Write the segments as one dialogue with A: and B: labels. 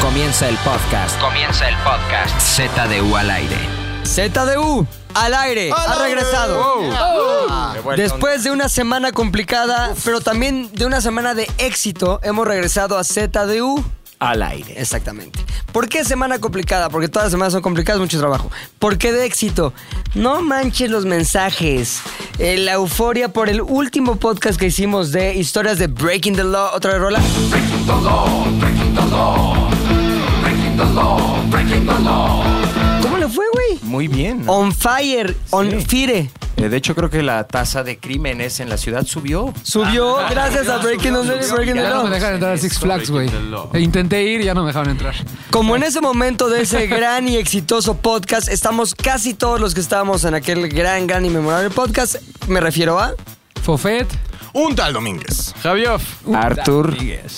A: Comienza el podcast. Comienza el podcast. ZDU al aire.
B: ZDU al aire ha regresado. Después de una semana complicada, pero también de una semana de éxito, hemos regresado a ZDU.
A: Al aire.
B: Exactamente. ¿Por qué semana complicada? Porque todas las semanas son complicadas, mucho trabajo. ¿Por qué de éxito? No manches los mensajes. Eh, la euforia por el último podcast que hicimos de historias de Breaking the Law. ¿Otra vez, Rola? ¿Cómo le fue, güey?
C: Muy bien.
B: On fire, on fire.
C: Eh, de hecho, creo que la tasa de crímenes en la ciudad subió.
B: Subió gracias a Breaking, the Law, Breaking the
D: Ya no
B: Law.
D: me dejan entrar a Six Flags, güey. E Intenté ir y ya no me dejaron entrar.
B: Como en ese momento de ese gran y exitoso podcast, estamos casi todos los que estábamos en aquel gran, gran y memorable podcast. Me refiero a.
D: Fofet.
E: Un tal Domínguez.
C: Arthur.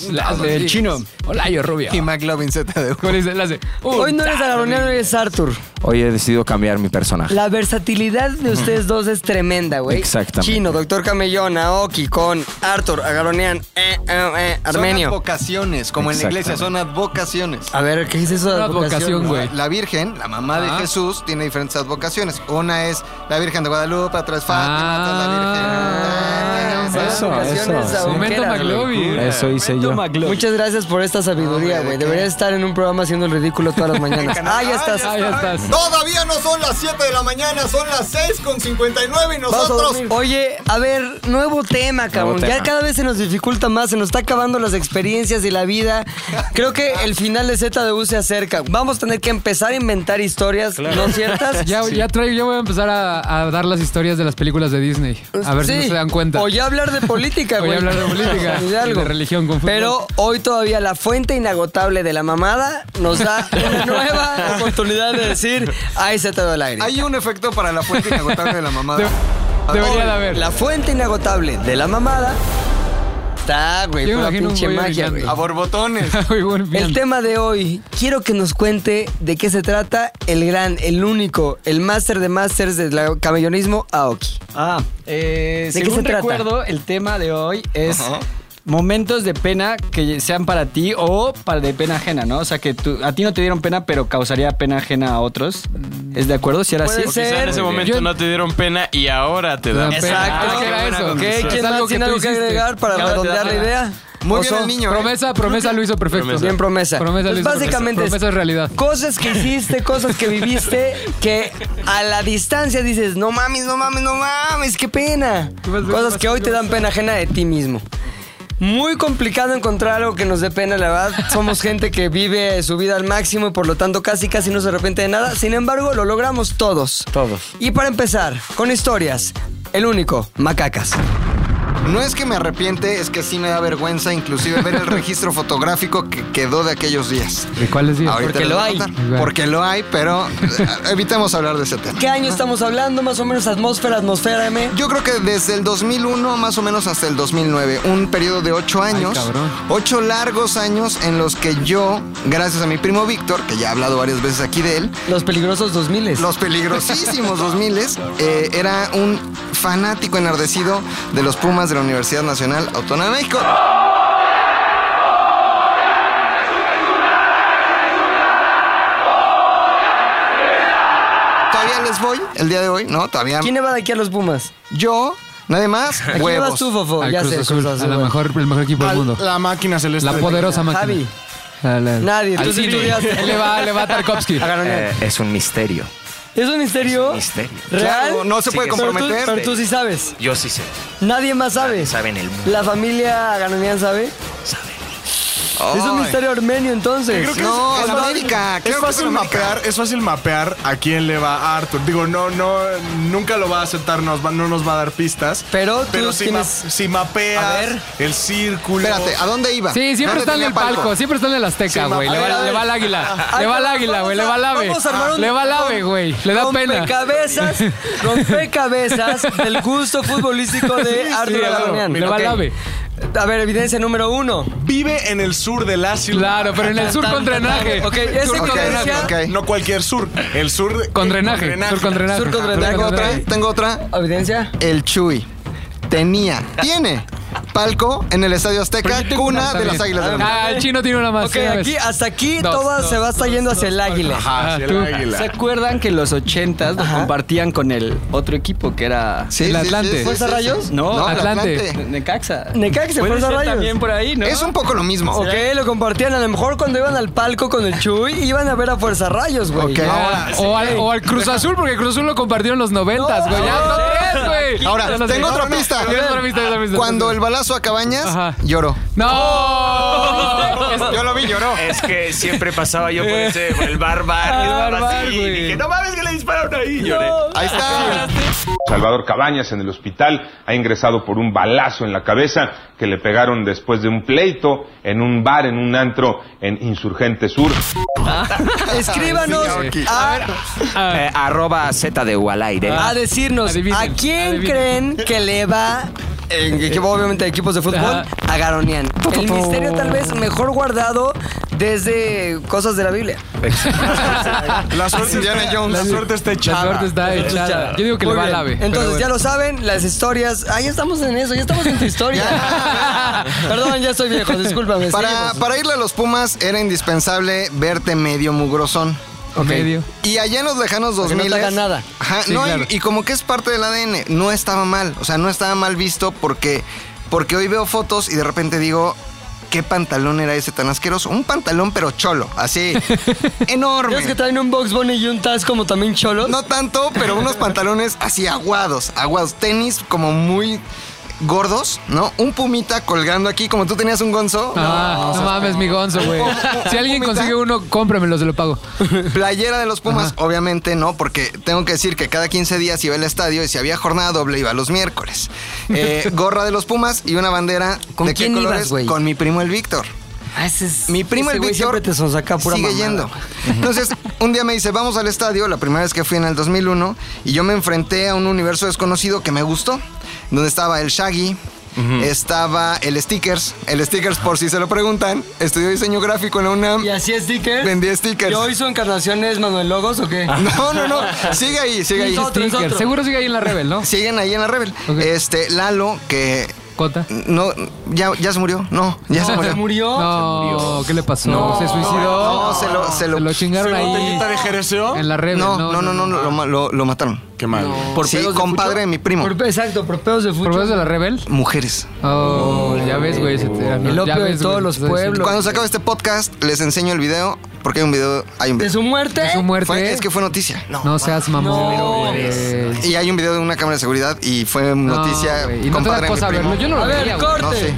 D: Las del chino. Hola, yo rubio.
E: Y McLovin ZDU.
D: ¿Cuál es las de- Un
B: Hoy no eres Agaroniano, hoy eres Arthur.
C: Hoy he decidido cambiar mi personaje.
B: La versatilidad de ustedes dos es tremenda, güey.
C: Exactamente.
B: Chino, Doctor Camellón, Aoki, con Arthur, Agaronian, eh, eh, eh,
E: Son
B: Armenio.
E: advocaciones, como en la iglesia, son advocaciones.
B: A ver, ¿qué es eso de
D: Una advocación, güey.
E: La Virgen, la mamá de
D: Ah.
E: Jesús, tiene diferentes advocaciones. Una es la Virgen de Guadalupe, otra es Fátima,
B: Ah,
E: otra es la Virgen.
C: Eso, eso, sí.
D: Momento McLovin.
C: Eso hice yo.
B: Muchas gracias por esta sabiduría,
E: Hombre,
B: güey.
E: ¿de qué?
B: Debería estar en un programa haciendo el ridículo todas las mañanas. ah, ya estás.
D: Ah, ya estás.
E: Todavía no son las 7 de la mañana, son las 6 con 59 y
B: Vamos a dormir. Oye, a ver, nuevo tema, cabrón.
C: Nuevo
B: Ya
C: tema.
B: cada vez se nos dificulta más, se nos está acabando las experiencias y la vida. Creo que el final de ZDU se acerca. Vamos a tener que empezar a inventar historias no ciertas.
D: Ya, ya traigo, ya voy a empezar a, a dar las historias de las películas de Disney. A ver si
B: Sí.
D: no se dan cuenta.
B: O ya hablar de política,
D: O
B: güey.
D: ya hablar de política.
B: Y de algo.
D: Y de religión con fútbol.
B: Pero hoy todavía la fuente inagotable de la mamada nos da una nueva oportunidad de decir, ahí se te el aire.
E: Hay un efecto para la fuente inagotable de la mamada.
D: De- debería de haber.
B: La fuente inagotable de la mamada está, güey,
D: Yo me
B: pura
D: imagino un
B: pinche
D: güey
B: magia, güey.
D: orinando.
E: A borbotones.
D: Muy buen
B: El
D: bien.
B: tema de hoy, quiero que nos cuente de qué se trata el gran, el único, el máster de másters del camellonismo, Aoki.
F: Ah, eh,
B: ¿De qué
F: según
B: se trata?
F: recuerdo, el tema de hoy es momentos de pena que sean para ti o para de pena ajena, ¿no? O sea, que tú- a ti no te dieron pena, pero causaría pena ajena a otros. ¿Es de acuerdo? Si era
B: Puede
F: así.
B: ser.
G: Quizá en ese
D: Muy bien.
G: momento
D: Yo-
G: no te dieron pena y ahora te dan
D: La pena.
B: Exacto.
D: Ah,
B: Qué
D: ¿qué era
B: buena
D: eso?
B: ¿Qué?
D: Es
B: ¿Quién más
D: algo
B: tiene
D: tú
B: algo que
D: hiciste.
B: agregar para
F: Claro, te
B: redondear
F: da
B: la
F: pena.
B: idea?
E: Muy bien
B: Oso.
E: el niño. ¿eh?
D: Promesa, promesa lo hizo perfecto.
B: Bien promesa.
D: Promesa
B: Pues
D: lo hizo
B: básicamente
D: perfecto. Promesa es realidad.
B: Cosas que hiciste, cosas que viviste, que a la distancia dices, no mames, no mames, no mames, qué pena. Cosas que hoy te dan pena ajena de ti mismo. Muy complicado encontrar algo que nos dé pena, la verdad. Somos gente que vive su vida al máximo y por lo tanto casi casi no se arrepiente de nada. Sin embargo, lo logramos todos.
C: Todos.
B: Y para empezar, con historias, el único, Macacas.
E: No es que me arrepiente, es que sí me da vergüenza inclusive ver el registro fotográfico que quedó de aquellos días.
D: ¿De cuáles días?
E: Ah, Ahorita
B: Porque
E: les
B: lo
E: voy a
B: hay.
E: contar. Porque lo hay, pero eh, evitemos hablar de ese tema.
B: ¿Qué año estamos hablando? Más o menos atmósfera, atmósfera, M.
E: Yo creo que desde el 2001 más o menos hasta el 2009, un periodo de ocho años,
D: cabrón.
E: ocho largos años en los que yo, gracias a mi primo Víctor, que ya he hablado varias veces aquí de él,
B: Los peligrosos 2000.
E: los peligrosísimos 2000 eh, era un fanático enardecido de los Pumas de la Universidad Nacional Autónoma de México. Todavía les voy el día de hoy, ¿no? Todavía
B: ¿Quién le va de aquí a los Pumas?
E: yo, nada más,
B: ¿A quién le vas
E: huevos.
B: tú, Fofo?
D: Al
B: ya
D: Cruz
B: sé,
D: Azul,
B: Cruz
D: a
B: Azul.
D: la mejor, el mejor equipo del mundo.
H: La máquina celeste.
D: La poderosa máquina.
B: Javi.
D: A la-
B: Nadie,
D: al
B: tú sí
D: cine.
B: estudiaste.
D: Él le va, le va a Tarkovsky.
C: Eh, es un misterio.
B: ¿Es un misterio?
C: Misterio.
B: ¿Real?
E: Claro, no se puede
C: Sigue
B: Pero tú-
E: comprometer.
B: Pero tú sí sabes.
C: Yo sí sé.
B: Nadie más sabe.
C: Saben el mundo.
B: La familia Aganonian sabe.
C: Sabe.
B: Es un misterio armenio, entonces.
H: Creo que
E: No,
H: es-
E: es
H: es
E: América.
H: Es
E: claro que es
H: fácil,
E: América.
H: mapear, es fácil mapear a quién le va a Arthur. Digo, no, no, nunca lo va a aceptar, nos va- no nos va a dar pistas.
B: Pero tú
H: pero si,
B: tienes-
H: ma- si mapeas
B: A ver.
H: el círculo.
E: Espérate, ¿a dónde iba?
D: Sí, siempre
E: ¿Dónde
D: está en
E: tenía
D: el palco, siempre está en el Azteca, güey.
B: a
D: le,
B: ver, a
D: va, le
B: ver.
D: va al águila.
B: Ay,
D: Ah. le va al
B: pero
D: águila,
B: vamos
D: güey.
B: a-
D: Le va al ave.
B: vamos a armar un-
D: Le va al ave,
B: un-
D: güey. Le da pena.
B: Rompecabezas, rompecabezas del gusto futbolístico de Arturo
D: claro.
B: Aganonian.
D: Le va al ave.
B: A ver, evidencia número uno.
H: Vive en el sur de la ciudad.
D: Claro, pero en el sur con drenaje.
B: Ok, ese
D: Sur
B: que
D: con
E: Ok,
D: drenaje.
E: ok.
H: No cualquier sur. El sur. eh, de-
D: Con drenaje. Sur con drenaje.
B: Sur con
D: Ajá.
B: drenaje.
E: Tengo otra, tengo otra.
B: Evidencia.
E: El Chuy tenía, tiene palco en el Estadio Azteca, cuna de las Águilas del América.
D: Ah, el chino tiene una más.
B: Ok,
D: ya ves.
B: aquí, hasta aquí
D: Dos,
B: toda
D: dos,
B: se va yendo hacia el águila.
I: Ah,
H: Ajá, sí, el
D: Ah, tú.
F: ¿Se
H: águila.
F: acuerdan que los 80s lo compartían con el otro equipo que era
E: Sí,
D: ¿El
E: sí,
D: Atlante?
B: ¿Fuerza Rayos?
F: No,
E: el
D: Atlante.
F: Ne- Necaxa?
B: Necaxa,
F: Puede
B: Fuerza
F: ser
B: Rayos.
F: también por ahí, ¿no?
E: Es un poco lo mismo.
B: Ok, lo compartían. A lo mejor cuando iban al palco con el Chuy, iban a ver a Fuerza Rayos, güey.
E: Ok.
D: Ah, o, al, o al Cruz Azul, porque Cruz Azul lo compartieron los noventas, güey. Ya, no tres, güey.
E: Ahora,
D: Ya no sé.
E: tengo otra pista.
D: Tienes otra pista, tienes otra pista.
E: Cuando el balazo a
D: Ajá.
E: Cabañas, lloró.
D: ¡No!
E: Yo lo vi, lloró.
G: Es que siempre pasaba yo por ese, por el bar bar,
D: Ah,
G: y estaba
D: bar,
G: así,
D: güey.
G: y dije, no mames que le dispararon ahí, lloré.
E: Ahí está.
J: Salvador Cabañas en el hospital ha ingresado por un balazo en la cabeza que le pegaron después de un pleito en un bar, en un antro en Insurgente Sur.
B: Escríbanos a,
D: Ah.
C: Eh, arroba Z de U al aire.
B: a decirnos
D: Adivinen,
B: a quién
D: adivinen.
B: creen que le va. En equipo, obviamente, de equipos de fútbol,
D: Ajá.
B: a Garonian. El misterio tal vez mejor guardado desde cosas de la Biblia.
H: La suerte,
E: Indiana
H: está,
E: Jones.
H: la suerte está
D: La
H: echada.
D: suerte está echada. Yo digo que
B: Muy
D: le va al
B: bien.
D: ave. pero
B: Entonces,
D: bueno.
B: ya lo saben, las historias. Ahí estamos en eso, ya estamos en tu historia. Perdón, ya estoy viejo, discúlpame.
E: Para,
B: seguimos.
E: para irle a los Pumas era indispensable verte medio mugrosón.
D: Ok. Medio.
E: Y allá en los lejanos
B: Porque
E: 2000
B: no te haga nada.
E: Ajá,
D: Sí,
E: no, y-
D: claro.
E: y, como que es parte del ADN, no estaba mal, o sea, no estaba mal visto porque porque hoy veo fotos y de repente digo ¿Qué pantalón era ese tan asqueroso? Un pantalón pero cholo, así, enorme.
B: ¿Crees que traen un box bunny y un Taz como también cholos?
E: No tanto, pero unos pantalones así aguados, aguados, tenis como muy gordos, ¿no? Un pumita colgando aquí, como tú tenías un gonzo.
D: Ah, no mames, mi gonzo, güey. Si alguien consigue uno, cómpramelo, se lo pago.
E: Playera de los Pumas, obviamente no, porque tengo que decir que cada 15 días iba al estadio y si había jornada doble iba los miércoles. Eh, gorra de los Pumas y una bandera.
B: ¿Con
E: ¿De qué
B: quién ibas,
E: colores?
B: güey?
E: Con mi primo el Víctor.
B: Ah, ese es-
E: Mi primo
B: ese
E: el
B: güey
E: Víctor
B: siempre te sonsaca pura
E: sigue
B: mamada.
E: yendo. Entonces, un día me dice, vamos al estadio, la primera vez que fui en el 2001, y yo me enfrenté a un universo desconocido que me gustó, donde estaba el Shaggy, estaba el Stickers, el Stickers por si se lo preguntan, estudió diseño gráfico en la UNAM,
B: Y así es stickers.
E: vendí stickers.
B: ¿Y hoy su encarnación es Manuel Logos o qué?
E: No, no, no, sigue ahí, sigue ahí.
B: Otro, es
D: Sticker.
B: otro.
D: Seguro sigue ahí en la Rebel, ¿no?
E: Siguen ahí en la Rebel.
D: Ok.
E: Este, Lalo, que
D: Cota.
E: no, ya, ya se murió, no, ya se murió.
B: murió?
D: No, ¿qué le pasó? se suicidó.
E: No, se lo, se lo,
D: Se lo chingaron ahí.
H: ¿Botellita de Jerezeo?
D: En la Rebel.
E: No, no, no, no, lo, lo- lo mataron.
H: Qué mal.
E: Por sí, compadre de mi primo.
B: Por- exacto, por pedos de
D: ¿Por
B: fútbol.
D: medio de la Rebel?
E: Mujeres.
D: Oh, ya ves, güey. se te-
B: El
D: ya
B: opio de
D: ves,
B: todos
D: güey,
B: los
D: te estoy diciendo.
B: pueblos.
E: Cuando se acabe este podcast, les enseño el video, porque hay un video, hay un
B: ¿De
E: video.
B: su muerte?
D: Su muerte.
E: Fue- es que fue noticia. No.
D: No seas mamón. güey.
E: Y hay un video de una cámara de seguridad y fue
D: No,
E: noticia.
D: güey, Y no te da
E: compadre de mi
D: cosa
E: primo.
D: verlo. Yo no lo
B: A ver,
D: veía, güey.
B: corte.
E: No sé.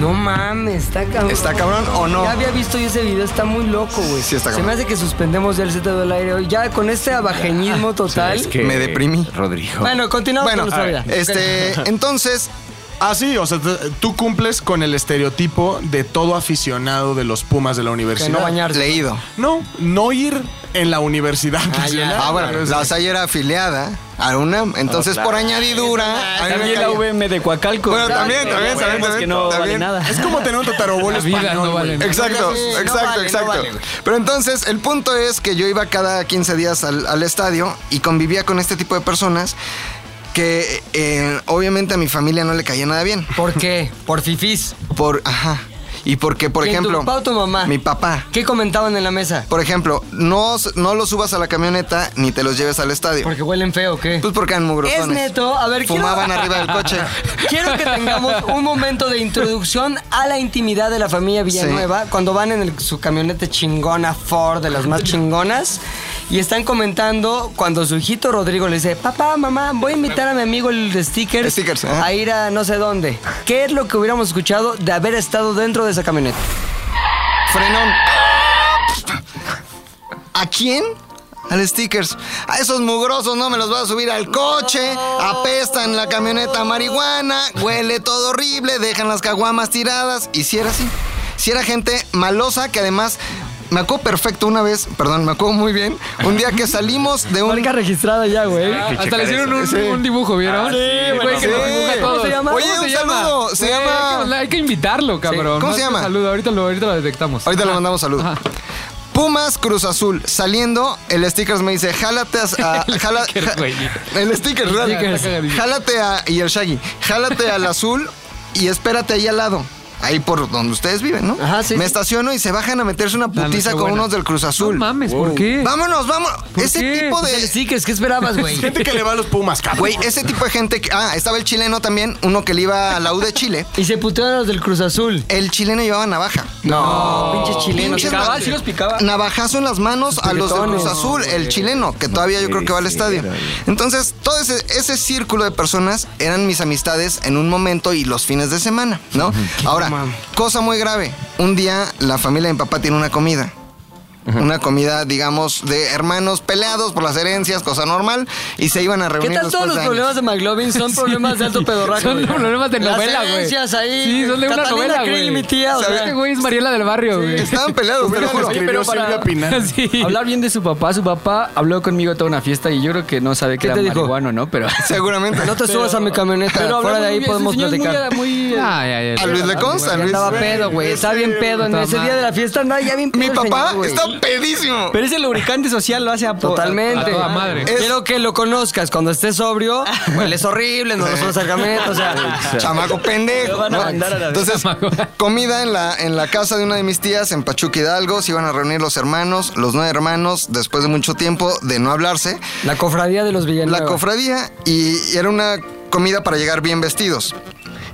B: No mames, está cabrón.
E: ¿Está cabrón o no?
B: Ya había visto yo ese video, está muy loco, güey.
E: Sí, está
B: Se
E: cabrón.
B: me hace que suspendemos ya el Z del aire hoy. Ya con este abajeñismo total.
E: Me deprimí.
C: Rodrigo.
B: Bueno, continuamos
E: Bueno,
B: con nuestra vida.
E: este, entonces,
H: Ah, sí, o sea, t- tú cumples con el estereotipo de todo aficionado de los Pumas de la
B: Que
H: universidad.
B: no bañarse.
E: leído.
H: No, no ir en la universidad. nacional.
E: Ah, bueno, la SAI era afiliada a UNAM, entonces por añadidura. a mí me
F: También la
E: caía.
F: VM de Coacalco.
E: Bueno, también, también,
F: Sabemos
E: también,
F: que no vale
E: también.
F: nada.
H: Es como tener un tatarobol
D: La vida
H: español.
D: no vale
H: güey.
D: nada.
E: Exacto,
B: Sí, no
E: exacto,
B: vale, no
E: exacto.
B: vale, güey.
E: Pero entonces, el punto es que yo iba cada 15 días al, al estadio y convivía con este tipo de personas que eh, obviamente a mi familia no le caía nada bien.
B: ¿Por qué? Por fifís.
E: Por, ajá. Y porque, por
B: ¿Quién, tu
E: ejemplo.
B: papá o tu mamá?
E: Mi papá.
B: ¿Qué comentaban en la mesa?
E: Por ejemplo, no, s- no los subas a la camioneta ni te los lleves al estadio.
B: ¿Porque huelen feo o qué?
E: Pues porque eran mugrosones.
B: Es neto, a ver, quiero-
E: Fumaban arriba del coche.
B: Quiero que tengamos un momento de introducción a la intimidad de la familia Villanueva cuando van en el- su camioneta chingona Ford, de las más chingonas, y están comentando cuando su hijito Rodrigo le dice, papá, mamá, voy a invitar a mi amigo el de stickers,
E: Stickers, ajá.
B: a ir a no sé dónde. ¿Qué es lo que hubiéramos escuchado de haber estado dentro de esa camioneta?
E: Frenón. ¿A quién? Al stickers. A esos mugrosos no me los vas a subir al coche. Apestan la camioneta a marihuana. Huele todo horrible. Dejan las caguamas tiradas. Y si era así. Si era gente malosa que además. Me acuerdo perfecto una vez, perdón, me acuerdo muy bien, un día que salimos de un...
B: Marca registrada ya, güey.
D: Hasta le hicieron un, un dibujo, ¿vieron? sí, güey, que nos dibuja
E: Sí.
D: todo.
B: ¿Cómo se llama?
E: Oye,
B: ¿Cómo
E: un saludo. Se
D: Güey, hay que
E: llama...
D: mandar- Hay que invitarlo, cabrón. No
E: ¿Cómo se
D: es que
E: llama?
D: Saludo, ahorita lo, ahorita lo detectamos.
E: Ahorita le mandamos saludo. Pumas Cruz Azul. Saliendo, el stickers me dice, jálate a. a- jala-
D: Stickers, güey.
E: el sticker, real.
D: Stickers.
E: Jálate a. Y el Shaggy. Jálate al azul y espérate ahí al lado. Ahí por donde ustedes viven, ¿no?
B: Ajá, sí,
E: Me
B: sí.
E: estaciono y se bajan a meterse una putiza con
D: Nochebuena.
E: unos del Cruz Azul.
D: No mames, ¿por qué?
E: Vámonos, vámonos.
D: ¿Por
E: Ese
D: qué?
E: tipo
B: Pues el
E: de.
B: stickers, ¿qué esperabas, güey?
H: Gente que le va a los Pumas, cabrón.
E: Güey, ese tipo de gente. que- ah, estaba el chileno también, uno que le iba a la U de Chile.
B: Y se putearon los del Cruz Azul.
E: El chileno llevaba navaja.
B: Pinches chilenos.
E: Pinches
F: Picaba,
E: ma-
F: Oh, sí los picaba.
E: Navajazo en las manos a los de Cruz
B: Piquetones.
E: Azul, el chileno, que todavía yo creo que va al estadio. Entonces, todo ese, ese círculo de personas eran mis amistades en un momento y los fines de semana, ¿no? Ahora, cosa muy grave. Un día la familia de mi papá tiene una comida. Una comida, digamos, de hermanos peleados por las herencias, cosa normal, y se iban a
B: ¿Qué tal
E: reunir. después
B: todos los
E: de años.
B: problemas de McLovin son problemas de alto pedorraje?
D: Son
B: güey?
D: problemas de novela,
B: Las
D: güey.
B: herencias ahí.
D: Sí, son de una
B: Catalina
D: novela,
B: Krill,
D: güey.
B: mi tía, o sea.
D: Este güey es Mariela del barrio, güey.
E: Estaban peleados, te lo juro.
H: escribió Silvia Pinal.
D: Sí.
F: Hablar bien de su papá. Su papá habló conmigo toda una fiesta y yo creo que no sabe que
B: ¿Qué
F: era
B: te dijo?
F: marihuano, ¿no? Pero...
E: Seguramente.
B: No te subas a mi camioneta.
F: Pero
B: Fuera de ahí podemos platicar.
F: platicar. Muy, eh,
I: Ah.
D: Ay, ay, ay.
E: A Luis le consta, Luis.
B: Estaba pedo, güey. Está bien pedo. En
D: puta
B: ese día de la fiesta andaba ya bien pedo.
E: Mi
B: el
E: papá
B: señor, güey.
E: está pedísimo.
F: Pero ese lubricante social lo hace a
B: Totalmente.
D: A toda madre.
B: Es- Quiero que lo conozcas. Cuando estés sobrio, hueles horrible, no lo subas al camioneta. O sea,
E: Chamaco pendejo.
F: van a
E: ¿no?
F: mandar a la
E: Entonces, comida en la, en la casa de una de mis tías en Pachuca Hidalgo. Se iban a reunir los hermanos, los nueve hermanos, después de mucho tiempo de no hablarse.
B: la cofradía de los villanos.
E: La cofradía y y era una comida para llegar bien vestidos.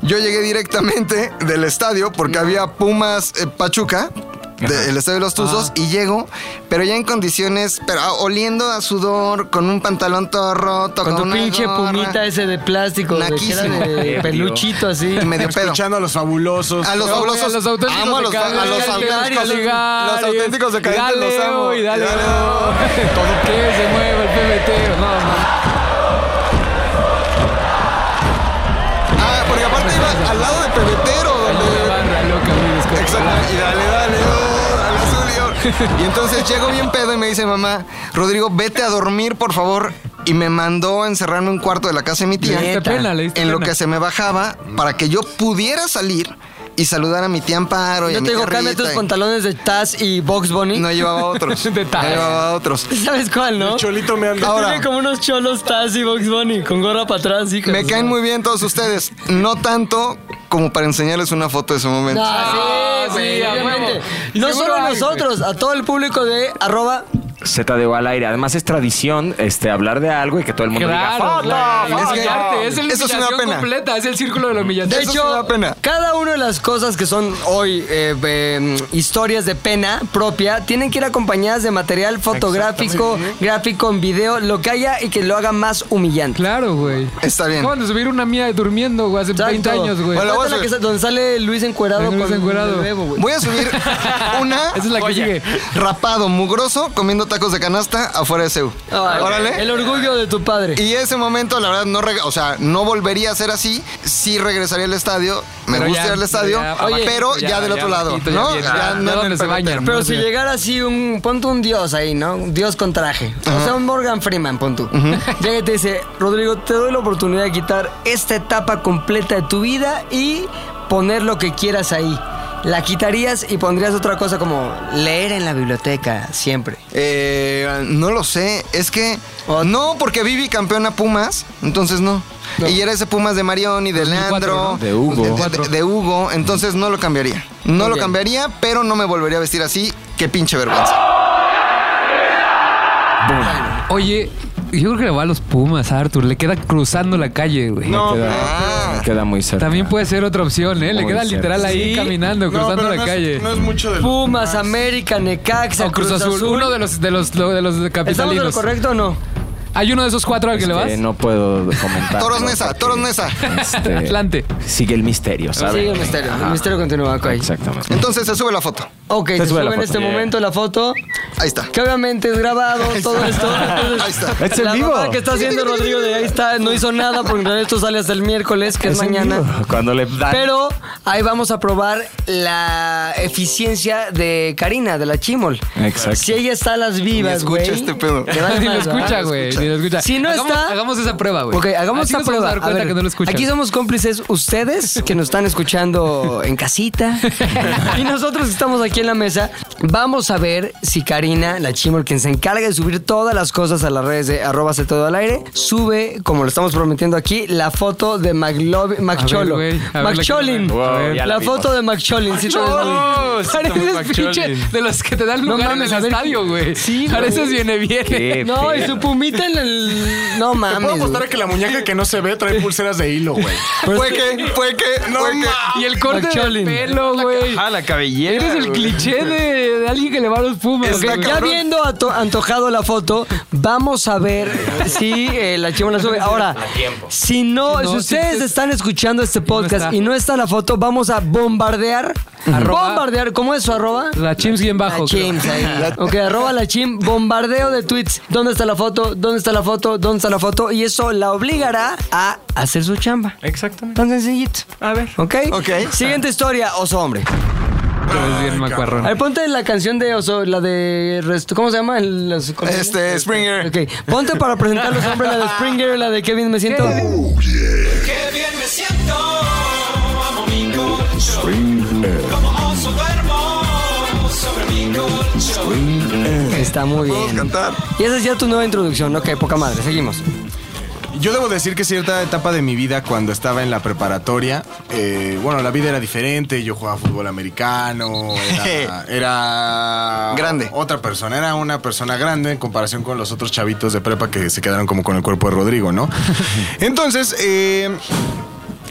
E: Yo llegué directamente del estadio porque había Pumas eh, Pachuca. de- el estadio de los Tuzos
B: Ah.
E: y llego, pero ya en condiciones, pero ah, oliendo a sudor, con un pantalón todo roto, con,
B: Con tu
E: una
B: pinche
E: gorra.
B: pumita ese de plástico. güey, que era
E: Naquísimo.
B: de peluchito así.
E: Y medio pedo.
H: Escuchando a los fabulosos.
E: A los
D: No, güey,
E: fabulosos.
D: a los auténticos
E: amo a los, fa-
D: decadentes,
E: a los
D: Caligari,
E: auténticos.
D: Caligari.
E: los auténticos decadentes
D: Dale,
E: los amo.
D: uy, dale,
E: Dale, oh.
D: uy. Todo que se mueva el PBT. No, no.
E: Ah, porque aparte iba al lado de Pebetero.
D: Una
E: Donde...
D: barra loca, güey, después.
E: Exacto. Y dale, dale, oh, dale azul, y oh. Y entonces llego bien pedo y me dice mamá, Rodrigo, vete a dormir, por favor. Y me mandó a encerrarme en un cuarto de la casa de mi tía.
D: Le diste pena, le diste
E: en lo
D: pena.
E: que se me bajaba para que yo pudiera salir y saludar a mi tía Amparo y a
B: Yo
E: mi
B: te digo,
E: tía
B: cambia
E: Rita,
B: tus
E: y-
B: pantalones de Taz y Box Bunny.
E: No llevaba otros.
D: De
E: no
D: talla.
E: llevaba otros.
B: ¿Sabes cuál, no?
H: Cholito me anda.
E: Ahora-
B: Tiene como unos cholos Taz y Box Bunny con gorra para atrás. hijos,
E: Me caen
B: ¿no?
E: muy bien todos ustedes. No tanto como para enseñarles una foto de ese momento.
B: Ah, sí,
D: sí,
B: güey,
D: a
B: obviamente.
D: huevo.
B: No
D: Seguro
B: solo a
D: hay,
B: nosotros, a todo el público de arroba
I: Z de U al aire. Además es tradición este, hablar de algo y que todo el mundo diga
D: Claro,
I: "Foto,
D: güey.
E: Es
D: Es
E: que-
D: humillarte, es la
E: eso es una
D: humillación
E: pena.
D: completa, es el círculo de la humillación.
B: De
E: Eso sí da
B: hecho,
E: pena.
B: cada una de las cosas que son hoy eh, eh, historias de pena propia tienen que ir acompañadas de material fotográfico, gráfico en video, lo que haya y que lo haga más humillante.
D: Claro, güey.
E: Está bien.
D: Acaban de subir una mía durmiendo, güey, hace 20
B: Exacto.
D: años, güey.
E: Bueno, voy a
B: Esta es la
E: hacer-
B: que sa- donde sale Luis encuerado
D: Luis
B: con
D: encuerado.
B: el bebo, güey.
E: Voy a subir una
D: Esa es la que sigue.
E: rapado, mugroso, comiendo tacos de canasta afuera de CEU.
B: Ay,
E: Órale.
B: Ah, El orgullo de tu padre.
E: Y ese momento, la verdad, no, reg- o sea, no volvería a ser así. Sí regresaría al estadio. Me
D: Pero
E: gusta
D: ya-
E: ir al estadio,
D: ya abajito,
E: pero ya,
D: ya-
E: del
D: ya
E: otro lado,
D: abajito, ya
E: ¿no?
D: bien, ya
E: en
D: donde
E: el
D: se bañan.
E: pebetero.
B: Pero
D: Más
B: si
D: bien.
B: llegara así un. Ponte un dios ahí, ¿no? Un dios con traje. O sea, un Morgan Freeman, pon tú. Llega y te dice: Rodrigo, te doy la oportunidad de quitar esta etapa completa de tu vida y poner lo que quieras ahí. La quitarías y pondrías otra cosa como leer en la biblioteca siempre.
E: Eh, no lo sé, es que no, porque Vivi campeona Pumas, entonces no. Y era ese Pumas de Marión y de
D: 2004,
E: Leandro,
D: ¿no?
I: De Hugo.
E: de, de- de Hugo, entonces no lo cambiaría. No lo cambiaría, pero no me volvería a vestir así. Qué pinche
I: Ah,
E: vergüenza.
D: Oye, yo creo que le va a los Pumas, Arthur. Le queda cruzando la calle, güey.
I: No, queda,
E: Ah.
I: queda muy cerca.
D: También puede ser otra opción, ¿eh? Le
I: Muy
D: queda
I: cierto.
D: literal ahí caminando,
H: No,
D: cruzando
H: pero
D: la
H: no es-
D: calle.
H: no es mucho de los
B: Pumas, América, Necaxa,
D: O Cruz Azul, uno de los, de los, de los
B: ¿Estamos en lo
D: capitalinos.
B: correcto o no?
D: ¿Hay uno de esos cuatro al que le
B: Este,
D: vas?
I: Eh, no puedo comentar.
E: Toros Nesa, Toros Nesa.
I: Este,
D: Atlante.
I: Sigue el misterio, ¿sabes?
B: Sigue el misterio.
I: Ajá.
B: El misterio continúa, ok.
I: Exactamente.
E: Entonces se sube la foto.
B: Ok, se
I: sube la
B: sube en
I: foto.
B: este
I: Bien.
B: momento la foto.
E: Ahí está.
B: Que obviamente es grabado todo esto.
E: Ahí está.
I: Es en
B: la
I: vivo.
B: mamá que está haciendo Rodrigo de ahí está, no hizo nada porque en realidad esto sale hasta el miércoles, que es,
I: en
B: mañana.
I: vivo. Cuando le dan.
B: Pero ahí vamos a probar la eficiencia de Karina, de la Chimol.
I: Exacto.
B: Si ella está a las
E: Ni
B: vivas,
E: escucha
B: güey.
E: este pedo.
B: le vale
D: Ni lo
B: más, ¿verdad?
D: escucha, güey. Ni lo escucha.
B: Si no
D: hagamos,
B: está-
D: Hagamos esa prueba, güey.
B: Ok, hagamos
D: Ah, Así
B: esta
D: nos
B: prueba.
D: Vamos a dar cuenta
B: A ver,
D: que no lo escuchan.
B: Aquí somos cómplices ustedes que nos están escuchando en casita y nosotros que estamos aquí en la mesa. Vamos a ver si Karina, la chimol, quien se encarga de subir todas las cosas a las redes de arroba se todo al aire, sube, como lo estamos prometiendo aquí, la foto de McLov- McCholo.
D: güey, a ver la que-
B: McCholin.
I: Wow, ya
B: la
I: la vimos.
B: foto de McCholin. sí,
D: ¡Oh! sí,
B: Pareces
D: Tomás pinche
B: pinche-
D: de los que te dan lugar
B: mames,
D: en
B: a
D: el
B: ver,
D: estadio, güey.
B: sí, güey.
D: Pareces viene bien.
I: Qué
B: No, y
I: pedo.
B: su pumita en el... No
H: Te
B: mames.
H: puedo apostar
B: güey.
H: a que la muñeca que no se ve trae pulseras de hilo, güey.
E: Fue que, fue que, no, que.
D: Y el corte
B: McCholin.
D: del pelo, güey.
F: Ah, la cabellera.
D: Eres el
F: güey.
D: cliché de, de alguien que le va a los Pumas.
H: Es la
D: güey.
B: Ya viendo ato- antojado la foto, vamos a ver si eh, la chimola sube. Ahora, si no,
D: Si no,
B: si
D: si
B: ustedes
D: usted-
B: están escuchando este podcast
D: está.
B: y no está la foto, vamos a bombardear.
D: Arroba-
B: Bombardear, ¿cómo es su arroba?
D: La chims bien
B: La
D: bajo. creo.
B: chims ahí. Ok, arroba la chim, bombardeo de tweets. ¿Dónde está la foto? ¿Dónde está la foto? ¿Dónde está la foto? Y eso la obligará a hacer su chamba.
G: Exactamente.
B: Tan sencillito.
G: A ver.
B: ¿Ok?
E: Ok.
B: Siguiente historia, oso hombre.
D: Eres bien
B: A
D: macuarrón.
B: ver, ponte la canción de Oso, la de... rest- ¿Cómo se llama? El- las-
E: Este, Springer.
B: Ok, ponte para presentar los hombres, la de Springer, la de Kevin, me siento... Está muy
E: Vamos a
B: bien.
E: cantar.
B: Y esa es ya tu nueva introducción. Ok, poca madre, seguimos.
H: Yo debo decir que cierta etapa de mi vida, cuando estaba en la preparatoria, eh, bueno, la vida era diferente. Yo jugaba fútbol americano, era, era
E: Grande.
H: Otra persona, era una persona grande en comparación con los otros chavitos de prepa que se quedaron como con el cuerpo de Rodrigo, ¿no? Entonces, eh,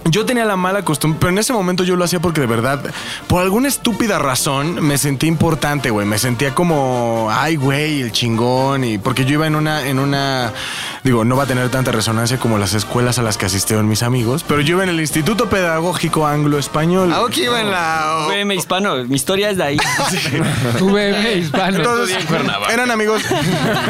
H: yo tenía la mala costumbre, pero en ese momento yo lo hacía porque de verdad, por alguna estúpida razón, me sentía importante, güey. Me sentía como, ay, güey, el chingón. Y porque yo iba en una, en una, digo, no va a tener tanta resonancia como las escuelas a las que asistieron mis amigos, pero yo iba en el Instituto Pedagógico Anglo-Español.
B: Ah,
E: Ahora que iba en Ah, la.
F: Güey, me hispano. Mi historia es de ahí.
D: Tu bebé hispano.
H: Entonces, eran amigos,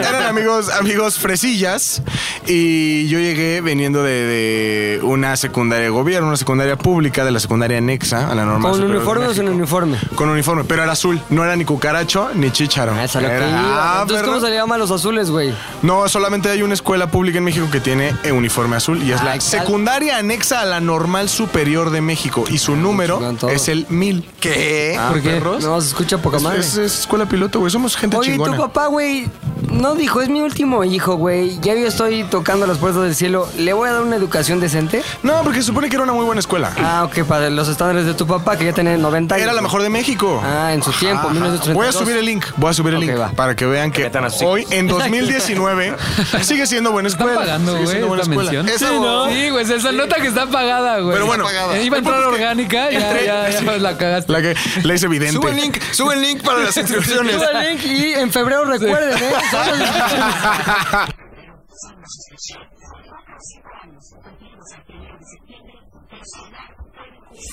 H: eran amigos, amigos fresillas. Y yo llegué viniendo de, de una secundaria de gobierno, una secundaria pública, de la secundaria anexa a la normal.
B: ¿Con
H: Superior de
B: uniforme o sin
H: México.
B: uniforme?
H: Con uniforme, pero era azul. No era ni cucaracho ni chícharo.
B: Ah, Esa es lo que
H: Era-
B: iba.
H: Ah,
B: Entonces, ¿cómo
H: ¿verdad?
B: se le llama a los azules, güey?
H: No, solamente hay una escuela pública en México que tiene eh, uniforme azul y es
B: Ah,
H: la
B: cal-
H: secundaria anexa a la normal superior de México. Y su
B: Ah, chingón
H: número
B: todo.
H: es el 1000. ¿Qué?
D: ¿Por qué?
B: No, se escucha poca madre.
H: Ah, Es, es escuela piloto, güey. Somos gente
B: Oye, ¿y tu
H: chingona.
B: papá, güey, no dijo, es mi último hijo, güey. Ya yo estoy tocando las puertas del cielo. ¿Le voy a dar una educación decente?
H: No, porque se supone que era una muy buena escuela.
B: Ah, ok, para los estándares de tu papá, que ya tenía 90 años.
H: Era la mejor de México.
B: Ah, en su tiempo,
H: Ajá.
B: 1932.
H: Voy a subir el link, voy a subir el
B: Ok,
H: link
B: va.
H: para que vean que
I: metan a sus
H: hoy en 2019 sigue siendo buena
D: Están
H: escuela.
D: pagando,
H: sigue
D: güey,
H: siendo buena
D: esta
H: escuela.
D: mención.
E: Esa
D: sí,
E: bo-
D: sí, güey, se se nota que está pagada, güey.
H: Pero bueno,
D: Eh, iba a entrar orgánica, ya,
H: Entre-
D: ya, ya, la cagaste.
H: La que la hice evidente.
E: Sube el link, sube el link para las inscripciones.
B: Sube el link y en febrero recuerden, ¿eh? Son las-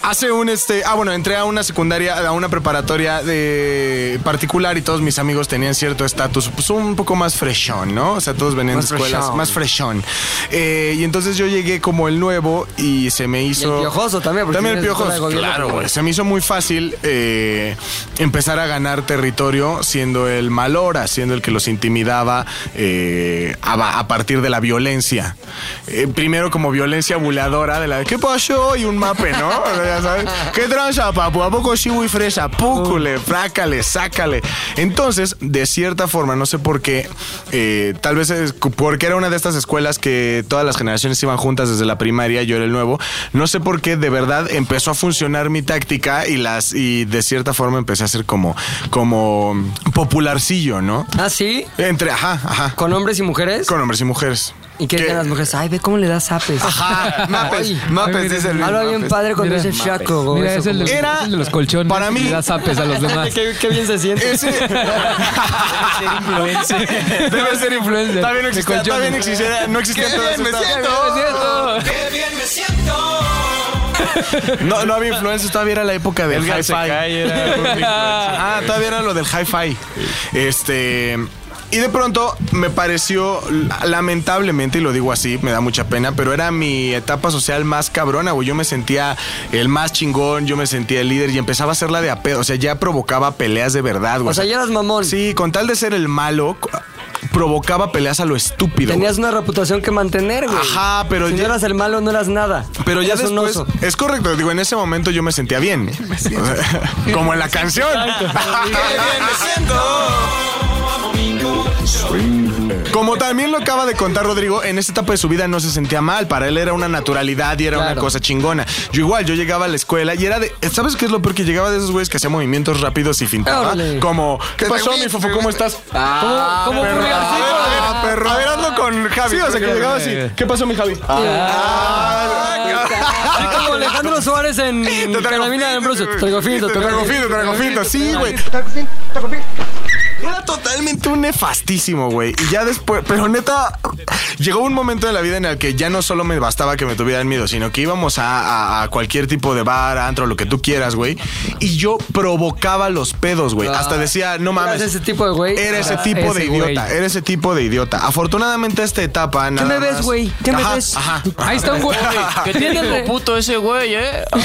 H: Hace un este, ah bueno, entré a una secundaria, a una preparatoria de particular y todos mis amigos tenían cierto estatus, pues un poco más freshón, ¿no? O sea, todos venían
B: Más
H: de escuelas
B: freshón.
H: más freshón. Eh, y entonces yo llegué como el nuevo y se me hizo
B: Y el piojoso también, porque
H: también el
B: tienes escuela de
H: piojoso,
B: gobierno,
H: claro,
B: pero-
H: güey. Se me hizo muy fácil eh, empezar a ganar territorio siendo el mal hora, siendo el que los intimidaba eh, a, a partir de la violencia. Eh, primero como violencia buleadora de la de ¿qué pasó? Y un mape, ¿no? O sea, ya sabes, ¿Qué tranza, papu? ¿A poco chivo y fresa? Púcule, frácale, sácale. Entonces, de cierta forma, no sé por qué, eh, tal vez es porque era una de estas escuelas que todas las generaciones iban juntas desde la primaria, yo era el nuevo, no sé por qué de verdad empezó a funcionar mi táctica y las y de cierta forma empecé a ser como como popularcillo, ¿no?
B: ¿Ah, sí?
H: Entre ajá, ajá,
B: ¿Con hombres y mujeres?
H: con hombres y mujeres.
B: ¿Y qué
H: Que- Ah,
B: dicen las mujeres? Ay, ve cómo le das apes.
E: Ajá,
B: Ay,
E: mapes, mapes, dice el
B: Habla bien
E: Mapes.
B: padre cuando
D: Mira,
B: dice Shaco, güey.
D: Mira,
B: eso
D: es el, de,
B: como-
H: Era-
D: es el de los colchones.
H: para mí-
D: que le Da zapes a los demás.
B: Qué, qué bien se siente.
D: Debe ser influencer.
H: Está bien, no
D: de
H: existía, está
D: colchones.
H: bien existiera- no existía
E: Qué bien me siento.
D: Es cierto.
H: No, no había influencers, todavía era la época del
G: Edgar
H: hi-fi.
G: Secay era un influencer.
H: ah, todavía era lo del hi-fi. Este. Y de pronto me pareció, lamentablemente, y lo digo así, me da mucha pena, pero era mi etapa social más cabrona, güey. Yo me sentía el más chingón, yo me sentía el líder y empezaba a hacer la de apeo. O sea, ya provocaba peleas de verdad, güey.
B: O sea, ya eras mamón.
H: Sí, con tal de ser el malo, co- provocaba peleas a lo estúpido. güey.
B: Tenías una reputación que mantener, güey.
H: Ajá, pero
B: Si
H: ya-
B: no eras el malo, no eras nada.
H: Pero ya
B: Eras un
H: después,
B: oso.
H: es correcto, digo, en ese momento yo me sentía bien. Como en la canción. Como también lo acaba de contar Rodrigo, en esa etapa de su vida no se sentía mal, para él era una naturalidad y era una
F: Claro.
H: cosa chingona. Yo igual, yo llegaba a la escuela y era de, ¿sabes qué es lo peor? Que llegaba de esos güeyes que hacía movimientos rápidos y fintaba.
B: Órale.
H: Como, ¿qué
E: Te
H: pasó,
E: vi,
H: mi fofo?
E: te
H: ¿Cómo
E: vi.
H: estás?
D: ¿Cómo
H: Perro.
D: ocurrió así, güey?
H: Ah, perro. A ver, ando con Javi. Sí, o sea, que llegaba así. ¿Qué pasó, mi Javi?
B: Así como Alejandro Suárez en
H: Te traigo
B: Carabina de
H: fin,
B: Ambrosio.
H: te-
B: Traigo finto,
H: te traigo fin, te traigo fin, sí, güey. Era totalmente un nefastísimo, güey. Y ya después, pero neta, llegó un momento de la vida en el que ya no solo me bastaba que me tuvieran miedo, sino que íbamos a, a- a cualquier tipo de bar, antro, lo que tú quieras, güey. Y yo provocaba los pedos, güey. Hasta decía, no mames.
B: Ah. Eras ese tipo de Ah, güey.
H: Era ese
D: Ajá,
H: tipo de
D: ese güey.
H: idiota, era ese tipo de idiota. Afortunadamente esta etapa nada
B: me ves,
H: más-
B: güey? ¿Qué me
H: Ajá,
B: ves?
H: Ajá.
D: Ahí está un güey.
K: Que tiene como puto ese güey, ¿eh? Ay,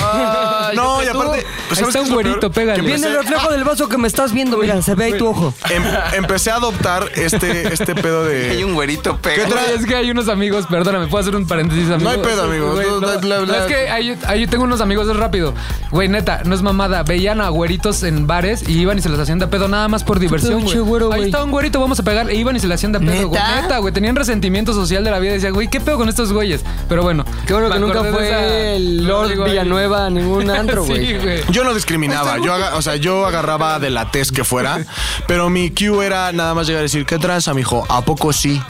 K: yo
H: No,
K: que
H: y
K: tú.
H: aparte, pues, ¿sabes
D: Ahí
H: qué
D: está
H: es
D: un
H: lo peor?
D: güerito,
H: Que
D: pégale.
B: Viene el
H: empecé-
B: reflejo del vaso que me estás viendo, mira, se ve ahí tu ojo.
H: Em- empecé a adoptar este, este pedo
C: Hay
H: de.
C: un güerito pega.
H: ¿Qué
D: Güey, Es que hay unos amigos, perdóname, puedo hacer un paréntesis, amigo.
H: hay pedo, amigo,
D: Güey,
H: tú-
D: no,
H: bla, bla,
D: no,
H: bla.
D: es que ahí- ahí yo tengo unos amigos, es rápido. Güey, neta, no es mamada. Veían a güeritos en bares y iban y se los hacían de pedo nada más por diversión,
B: pinche
D: güey.
B: güero,
D: ahí
B: güey.
D: está un güerito, vamos a pegar. E iban y se le hacían de pedo, güey.
B: ¿Neta?
D: Neta, güey. Tenían resentimiento social de la vida. Decían, güey, ¿qué pedo con estos güeyes? Pero bueno.
B: Qué bueno que
D: me
B: nunca
D: acordé de
B: fue
D: esa-
B: el
D: Digo,
B: Lord
D: ahí-
B: Villanueva a ningún antro,
D: Sí,
B: güey.
D: güey.
H: Yo no discriminaba, yo aga- o sea, yo agarraba de la tez que fuera, pero mi Q era nada más llegar a decir, ¿qué tranza, mijo? ¿A poco sí?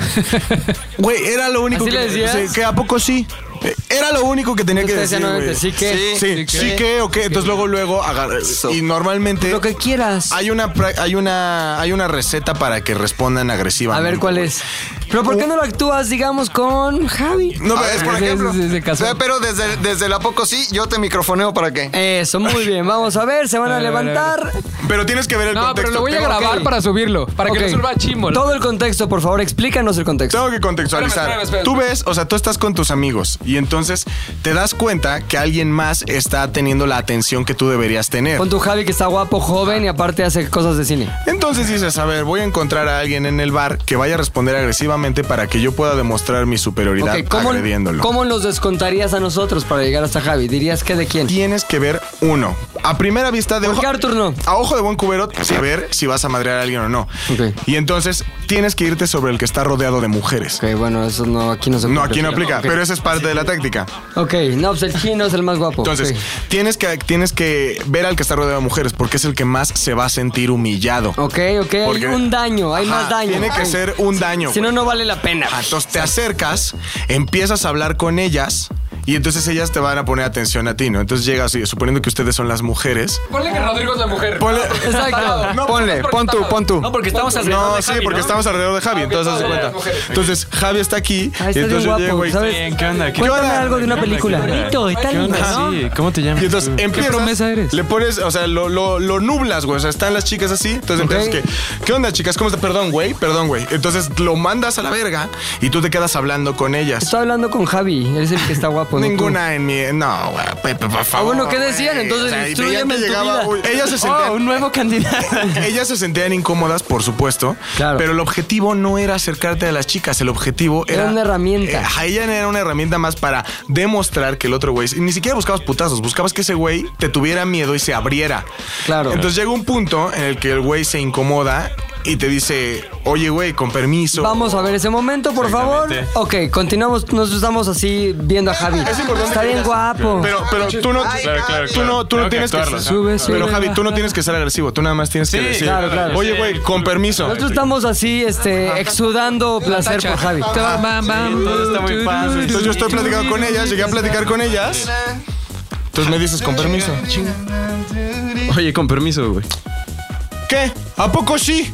H: Güey, era lo único
B: ¿Así
H: que,
B: le decías?
H: sí, que ¿a poco sí? Eh, Era lo único que tenía que
B: Ustedes
H: decir,
B: decían,
H: güey.
B: obviamente, sí que-
H: Sí, sí, que, o qué. Entonces luego, luego, agarra- y normalmente...
B: Lo que quieras.
H: Hay una, pra- hay, una, hay una receta para que respondan
B: A
H: agresivamente.
B: ver cuál es. Pero ¿por qué no lo actúas, digamos, con Javi?
H: No,
E: Ah,
H: pero es por
D: Sí,
H: ejemplo...
D: sí, sí, se casó.
E: Ve, Pero desde, desde la poco sí, yo te microfoneo para que.
B: Eso, muy bien. Vamos a ver, se van a
D: ver, a ver, a
B: levantar.
H: Pero tienes que ver el
D: No,
H: contexto.
D: pero lo voy a
H: Tengo-
D: grabar
B: ok.
D: para subirlo. Para que
B: Ok.
D: no sirva chimo. ¿no?
B: Todo el contexto, por favor, explícanos el contexto.
H: Tengo que contextualizar.
D: Espérame, espérame, espérame.
H: Tú ves, o sea, tú estás con tus amigos y entonces te das cuenta que alguien más está teniendo la atención que tú deberías tener.
B: Con tu Javi que está guapo, joven y aparte hace cosas de cine.
H: Entonces dices, a ver, voy a encontrar a alguien en el bar que vaya a responder agresivamente para que yo pueda demostrar mi superioridad
B: Ok, ¿cómo,
H: agrediéndolo.
B: ¿Cómo nos descontarías a nosotros para llegar hasta Javi? ¿Dirías que de quién?
H: Tienes que ver uno. A primera vista de
B: ¿Por
H: ojo,
B: qué Arthur no?
H: a ojo de buen cubero, saber si vas a madrear a alguien o no.
B: Ok.
H: Y entonces tienes que irte sobre el que está rodeado de mujeres.
B: Ok, bueno, eso no, aquí no se
H: No,
B: cumple.
H: aquí no aplica,
B: Ok.
H: pero esa es parte de la táctica.
B: Ok, no, pues el chino es el más guapo.
H: Entonces,
B: Ok.
H: tienes, que, tienes que ver al que está rodeado de mujeres, porque es el que más se va a sentir humillado.
B: Ok, ok,
H: Porque-
B: hay un daño, hay
H: Ajá,
B: más daño.
H: Tiene que
B: Ok.
H: ser un daño.
B: Si no,
H: güey.
B: no vale la pena.
H: Ajá, Entonces te acercas, empiezas a hablar con ellas. Y entonces ellas te van a poner atención a ti, ¿no? Entonces llegas, y- suponiendo que ustedes son las mujeres.
D: Ponle que Rodrigo es la mujer.
H: Ponle,
B: Exacto.
H: No,
E: Ponle, pon tú, pon tú.
K: No, porque estamos alrededor
H: No,
K: de
H: sí,
K: Javi, ¿no?
H: porque
K: Ah,
H: estamos alrededor de Javi, entonces haz de cuenta. Entonces Javi está aquí,
B: Ah,
H: y
B: estás bien
H: entonces yo llego
B: guapo,
H: y-
B: ¿sabes?
K: Bien, ¿qué onda? ¿Qué
B: Cuéntame
H: onda?
B: algo de una
K: ¿Qué onda?
B: película.
K: ¿Qué onda?
B: Bonito, está
K: ¿Qué
B: lindo,
K: onda?
B: ¿no?
K: Sí, ¿cómo te llamas?
H: Y entonces empiezas.
D: promesa eres?
H: Le pones, o sea, lo, lo, lo nublas, güey. O sea, están las chicas así. Entonces
B: Ok.
H: empiezas que, ¿qué onda, chicas? ¿Cómo está? Perdón, güey. Perdón, güey. Entonces lo mandas a la verga y tú te quedas hablando con ellas.
B: Estoy hablando con Javi, él es el que está guapo. ¿no?
H: Ninguna en mi. No, güey. Pepe, por favor.
B: Ah, bueno, ¿qué decían?
H: güey.
B: Entonces,
H: y
B: instrúyeme
H: veían que
B: en tu vida. Oh,
H: uy, Ellas se sentían.
K: un nuevo candidato.
H: Ellas se sentían incómodas, por supuesto.
B: Claro.
H: Pero el objetivo no era acercarte a las chicas. El objetivo era.
B: Era una herramienta.
H: Eh, ajá, ella era una herramienta más para demostrar que el otro güey. Ni siquiera buscabas putazos. Buscabas que ese güey te tuviera miedo y se abriera.
B: Claro.
H: Entonces llega un punto en el que el güey se incomoda y te dice, oye, güey, con permiso.
B: Vamos a ver ese momento, por favor. Ok, continuamos, nos estamos así viendo a Javi. Está bien guapo.
H: Pero, pero tú no, tú no, tú no tienes que,
D: Sube, sube.
H: Pero Javi, tú no tienes que ser agresivo, tú nada más tienes que decir,
B: claro, claro.
H: oye, güey, con permiso.
B: Nosotros estamos así, este, exudando placer por Javi.
K: Todo está muy fácil.
H: Entonces yo estoy platicando con ellas, llegué a platicar con ellas. Entonces me dices, con permiso.
K: Oye, con permiso, güey.
H: ¿Qué? ¿A poco sí?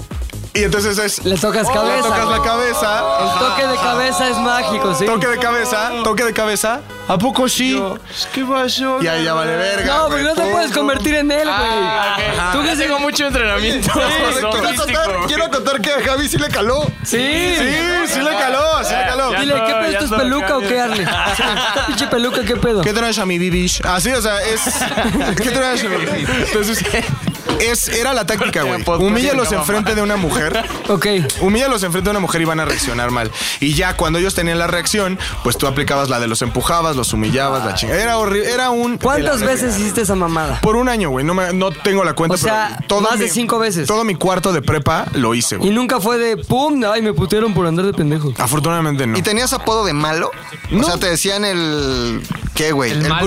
H: Y entonces es,
B: Le tocas
H: Oh, le
B: cabeza.
H: tocas la cabeza,
B: El toque de cabeza es mágico, sí.
H: toque de cabeza, toque de cabeza, ¿A poco sí?
G: ¿Qué pasó?
H: Ya, ya vale verga.
B: No, porque no te
H: güey,
B: puedes
H: punto. Ah,
B: convertir en él, güey.
H: ok.
B: Tú que
H: Ajá.
B: sigo mucho entrenamiento.
H: Correcto. Quiero acotar- Quiero acotar que a Javi sí le caló.
B: Sí.
H: Sí, sí le caló, sí le caló.
B: Dile, ¿qué pedo? ¿Esto es peluca o qué, Arle? Sí, ¿Esta pinche peluca qué pedo?
H: ¿Qué traes a mi bibish? Así, o sea, es. ¿Qué traes a mi bibish? Entonces. Es, era la táctica, güey. Humíllalos enfrente de una mujer.
B: Ok.
H: Humíllalos enfrente de una mujer y van a reaccionar mal. Y ya cuando ellos tenían la reacción, pues tú aplicabas la de los empujabas, los humillabas, la chingada. Era horrible. Era un.
B: ¿Cuántas
H: de la
B: veces
H: verga.
B: hiciste esa mamada?
H: Por un año, güey. No, me- no tengo la cuenta.
B: O sea,
H: pero todo
B: más de
H: mi-
B: cinco veces.
H: Todo mi cuarto de prepa lo hice,
B: Y
H: güey.
B: nunca fue de pum, ay, me putearon por andar de pendejo.
H: Afortunadamente no.
E: ¿Y tenías apodo de malo? O sea, te decían el. ¿Qué, güey? El,
D: malo?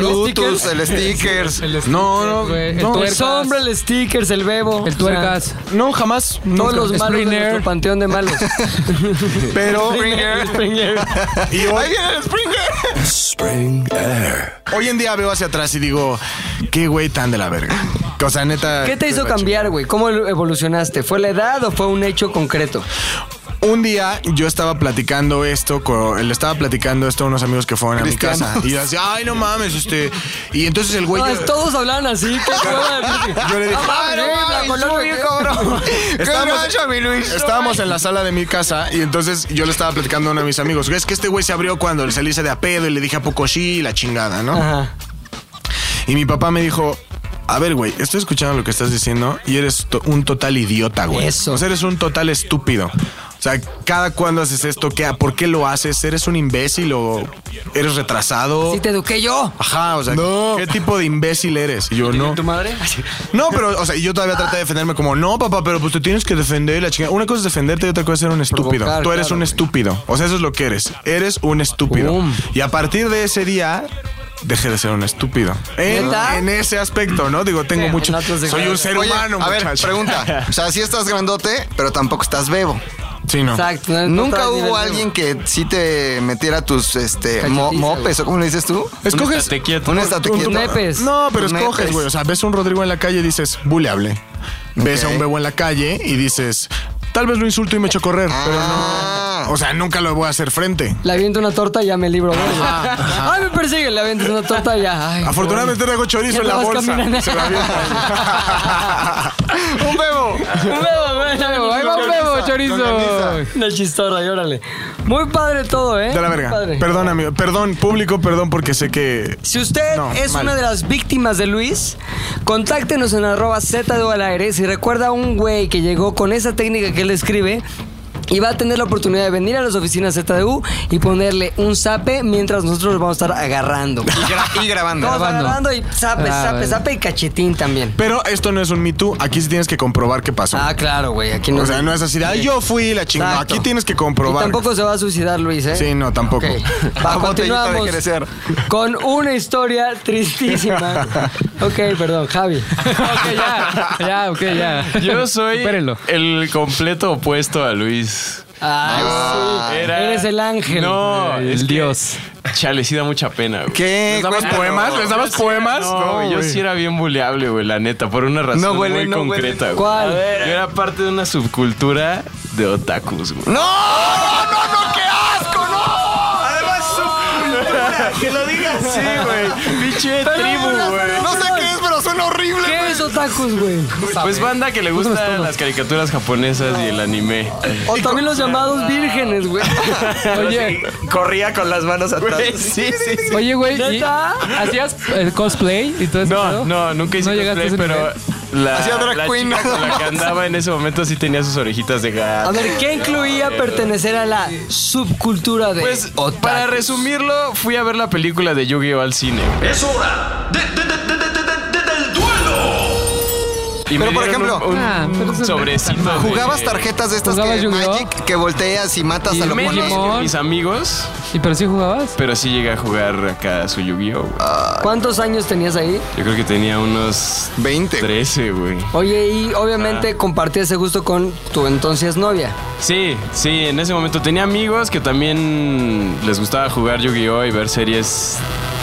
E: Brutus, el Stickers.
D: El
H: No, no,
D: güey, el
H: no,
B: El
D: tuercas,
B: sombra, el stickers, el bebo.
D: el tuercas.
H: No, jamás. no.
B: Todos los malos de
D: Springer.
B: nuestro panteón de malos.
H: Pero. Y hoy, hoy en día veo hacia atrás y digo, qué güey tan de la verga. O sea, neta.
B: ¿Qué te hizo cambiar, güey? ¿Cómo evolucionaste? ¿Fue la edad o fue un hecho concreto?
H: Un día yo estaba platicando esto, con- le estaba platicando esto a unos amigos que fueron a mi casa. Y yo decía, ay, no mames, este. Y entonces el güey.
B: No, es- todos hablaban así. qué hueva de-
H: Yo le dije,
B: Ah,
H: "Ay, no
B: eh,
H: mames,
B: Blanco
H: tú
B: Loco,
H: bien
B: ¿qué?
H: cabrón". Estábamos, estábamos en la sala de mi casa y entonces yo le estaba platicando a uno de mis amigos. Es que este güey se abrió cuando se le hice de a pedo y le dije a poco sí y la chingada, ¿no?
B: Ajá.
H: Y mi papá me dijo, a ver, güey, estoy escuchando lo que estás diciendo y eres to- un total idiota, güey.
B: Eso.
H: O sea, eres un total estúpido. O sea, cada cuando haces esto, ¿qué, ¿por qué lo haces? ¿Eres un imbécil o eres retrasado?
B: Sí te eduqué yo.
H: Ajá, o sea, ¿qué tipo de imbécil eres? Y yo no.
F: ¿Tu madre?
H: No, pero, o sea, yo todavía traté de defenderme como, no, papá, pero pues te tienes que defender y la chingada. Una cosa es defenderte y otra cosa es ser un estúpido.
B: Provocar,
H: Tú eres
B: claro,
H: un
B: güey.
H: estúpido. O sea, eso es lo que eres. Eres un estúpido.
B: Boom.
H: Y a partir de ese día. Dejé de ser un estúpido. En,
B: ¿Neta?
H: en ese aspecto, ¿no? Digo, tengo
B: Sí,
H: mucho.
B: en otros
H: Soy un
B: dejados.
H: ser
E: Oye,
H: humano,
E: a ver,
H: muchacho.
E: pregunta. O sea, sí estás grandote, pero tampoco estás bebo.
H: Sí, no.
B: Exacto. no- no
E: Nunca
B: traes nivel
E: hubo
B: de-
E: alguien que sí te metiera tus este mo-
B: Cachetiza,
E: mopes o cómo le dices tú?
H: Escoges.
G: Estate quieto.
E: Un estate
H: un-
E: quieto.
B: nepes.
H: No, pero
E: Tus
H: escoges,
E: nepes.
H: güey. O sea, ves a un Rodrigo en la calle y dices, buleable. Ves a
E: Ok.
H: un bebo en la calle y dices, tal vez lo insulto y me echo a correr,
E: Ah.
H: pero no. O sea, nunca lo voy a hacer frente.
B: Le aviento una torta y ya me libro. güey. Ay, me persigue. Le aviento una torta y ya. Ay,
H: Afortunadamente traigo chorizo
B: Ya
H: en la
B: no vas
H: bolsa.
B: caminando.
H: Se la aviento. ¡Un bebo!
B: Un bebo, güey, un bebo. Ahí va un bebo, chorizo.
H: Longaniza.
B: Una chistorra, y órale. Muy padre todo, ¿eh?
H: De la
B: Muy
H: verga.
B: padre.
H: Perdón, amigo. Perdón, público, perdón, porque sé que.
B: Si usted
H: No,
B: es
H: mal.
B: una de las víctimas de Luis, contáctenos en arroba Z de O al aire. Si recuerda a un güey que llegó con esa técnica que él escribe. Y va a tener la oportunidad de venir a las oficinas ZDU y ponerle un zape mientras nosotros lo vamos a estar agarrando.
E: Y, gra- y grabando.
B: Todos
D: grabando.
B: agarrando y zape,
D: Ah,
B: zape,
D: vale.
B: zape y cachetín también.
H: Pero esto no es un Me Too. Aquí sí tienes que comprobar qué pasó.
B: Ah, claro, güey. Aquí no.
H: o sea, no es así de, "Ay, yo fui la chingada.
B: Exacto.
H: Aquí tienes que
B: Y
H: comprobar.
B: tampoco se va a suicidar Luis, ¿eh?
H: Sí, no, tampoco.
B: Ok. Va,
E: La botellita de
B: continuamos
E: crecer.
B: con una historia tristísima. ok, perdón, Javi.
D: Ok, ya. Ya, ok, ya.
G: Yo soy
D: Supérenlo.
G: el completo opuesto a Luis. Ah,
B: Ay, sí.
G: Era-
B: Eres el ángel.
G: No, es
D: El
G: que-
D: dios.
G: Chale, sí da mucha pena, güey.
E: ¿Qué? Cuéntalo.
G: dabas poemas? No, yo sí era bien buleable, güey, la neta, por una razón
E: No huele,
G: muy
E: no huele.
G: concreta, güey.
B: ¿Cuál? A ver.
G: Yo era parte de una subcultura de otakus, güey.
E: No, no, no, no, qué asco, no.
G: Además, subcultura, que lo digas así, güey. Pinche tribu, güey.
E: No sé qué es, pero suena horrible.
B: ¿Qué es otakus, güey?
G: Pues banda que le gustan las caricaturas japonesas y el anime.
B: O también los
G: ah.
B: llamados vírgenes, güey.
D: Oye,
G: Corría con las manos atrás. sí, sí, sí.
D: oye, güey. ¿y
B: ¿Neta?
D: ¿Hacías el cosplay y todo eso?
G: No, no, nunca hice
D: No llegaste a
G: cosplay,
D: ese
G: pero
D: nivel.
G: la,
E: Hacía drag
G: la
E: queen.
G: chica con la que andaba en ese momento sí tenía sus orejitas de gato.
B: A ver, ¿qué incluía pertenecer a la subcultura de
G: Pues,
B: otakus?
G: para resumirlo, fui a ver la película de Yu-Gi-Oh! al cine.
L: Es hora de- de- de- de- de- de- de- del duelo.
G: Y
E: Pero,
G: me
E: por
G: dieron
E: ejemplo,
G: un, un
D: Ah, pero eso es-
G: sobrecito. de-
E: ¿Jugabas tarjetas de estas
D: ¿Jugabas
E: que
D: Yu-Gi-Oh?
E: Magic que volteas y matas
D: Y
E: a lo
D: Magic
E: pones?
D: Ball.
G: Mis amigos,
D: ¿Y pero sí jugabas?
G: pero sí llegué a jugar acá su Yu-Gi-Oh! güey.
B: ¿Cuántos años tenías ahí?
G: Yo creo que tenía unos
E: 20. güey.
G: 13, güey.
B: Oye, y obviamente compartí ese gusto con tu entonces novia.
G: Sí, sí, en ese momento tenía amigos que también les gustaba jugar Yu-Gi-Oh! y ver series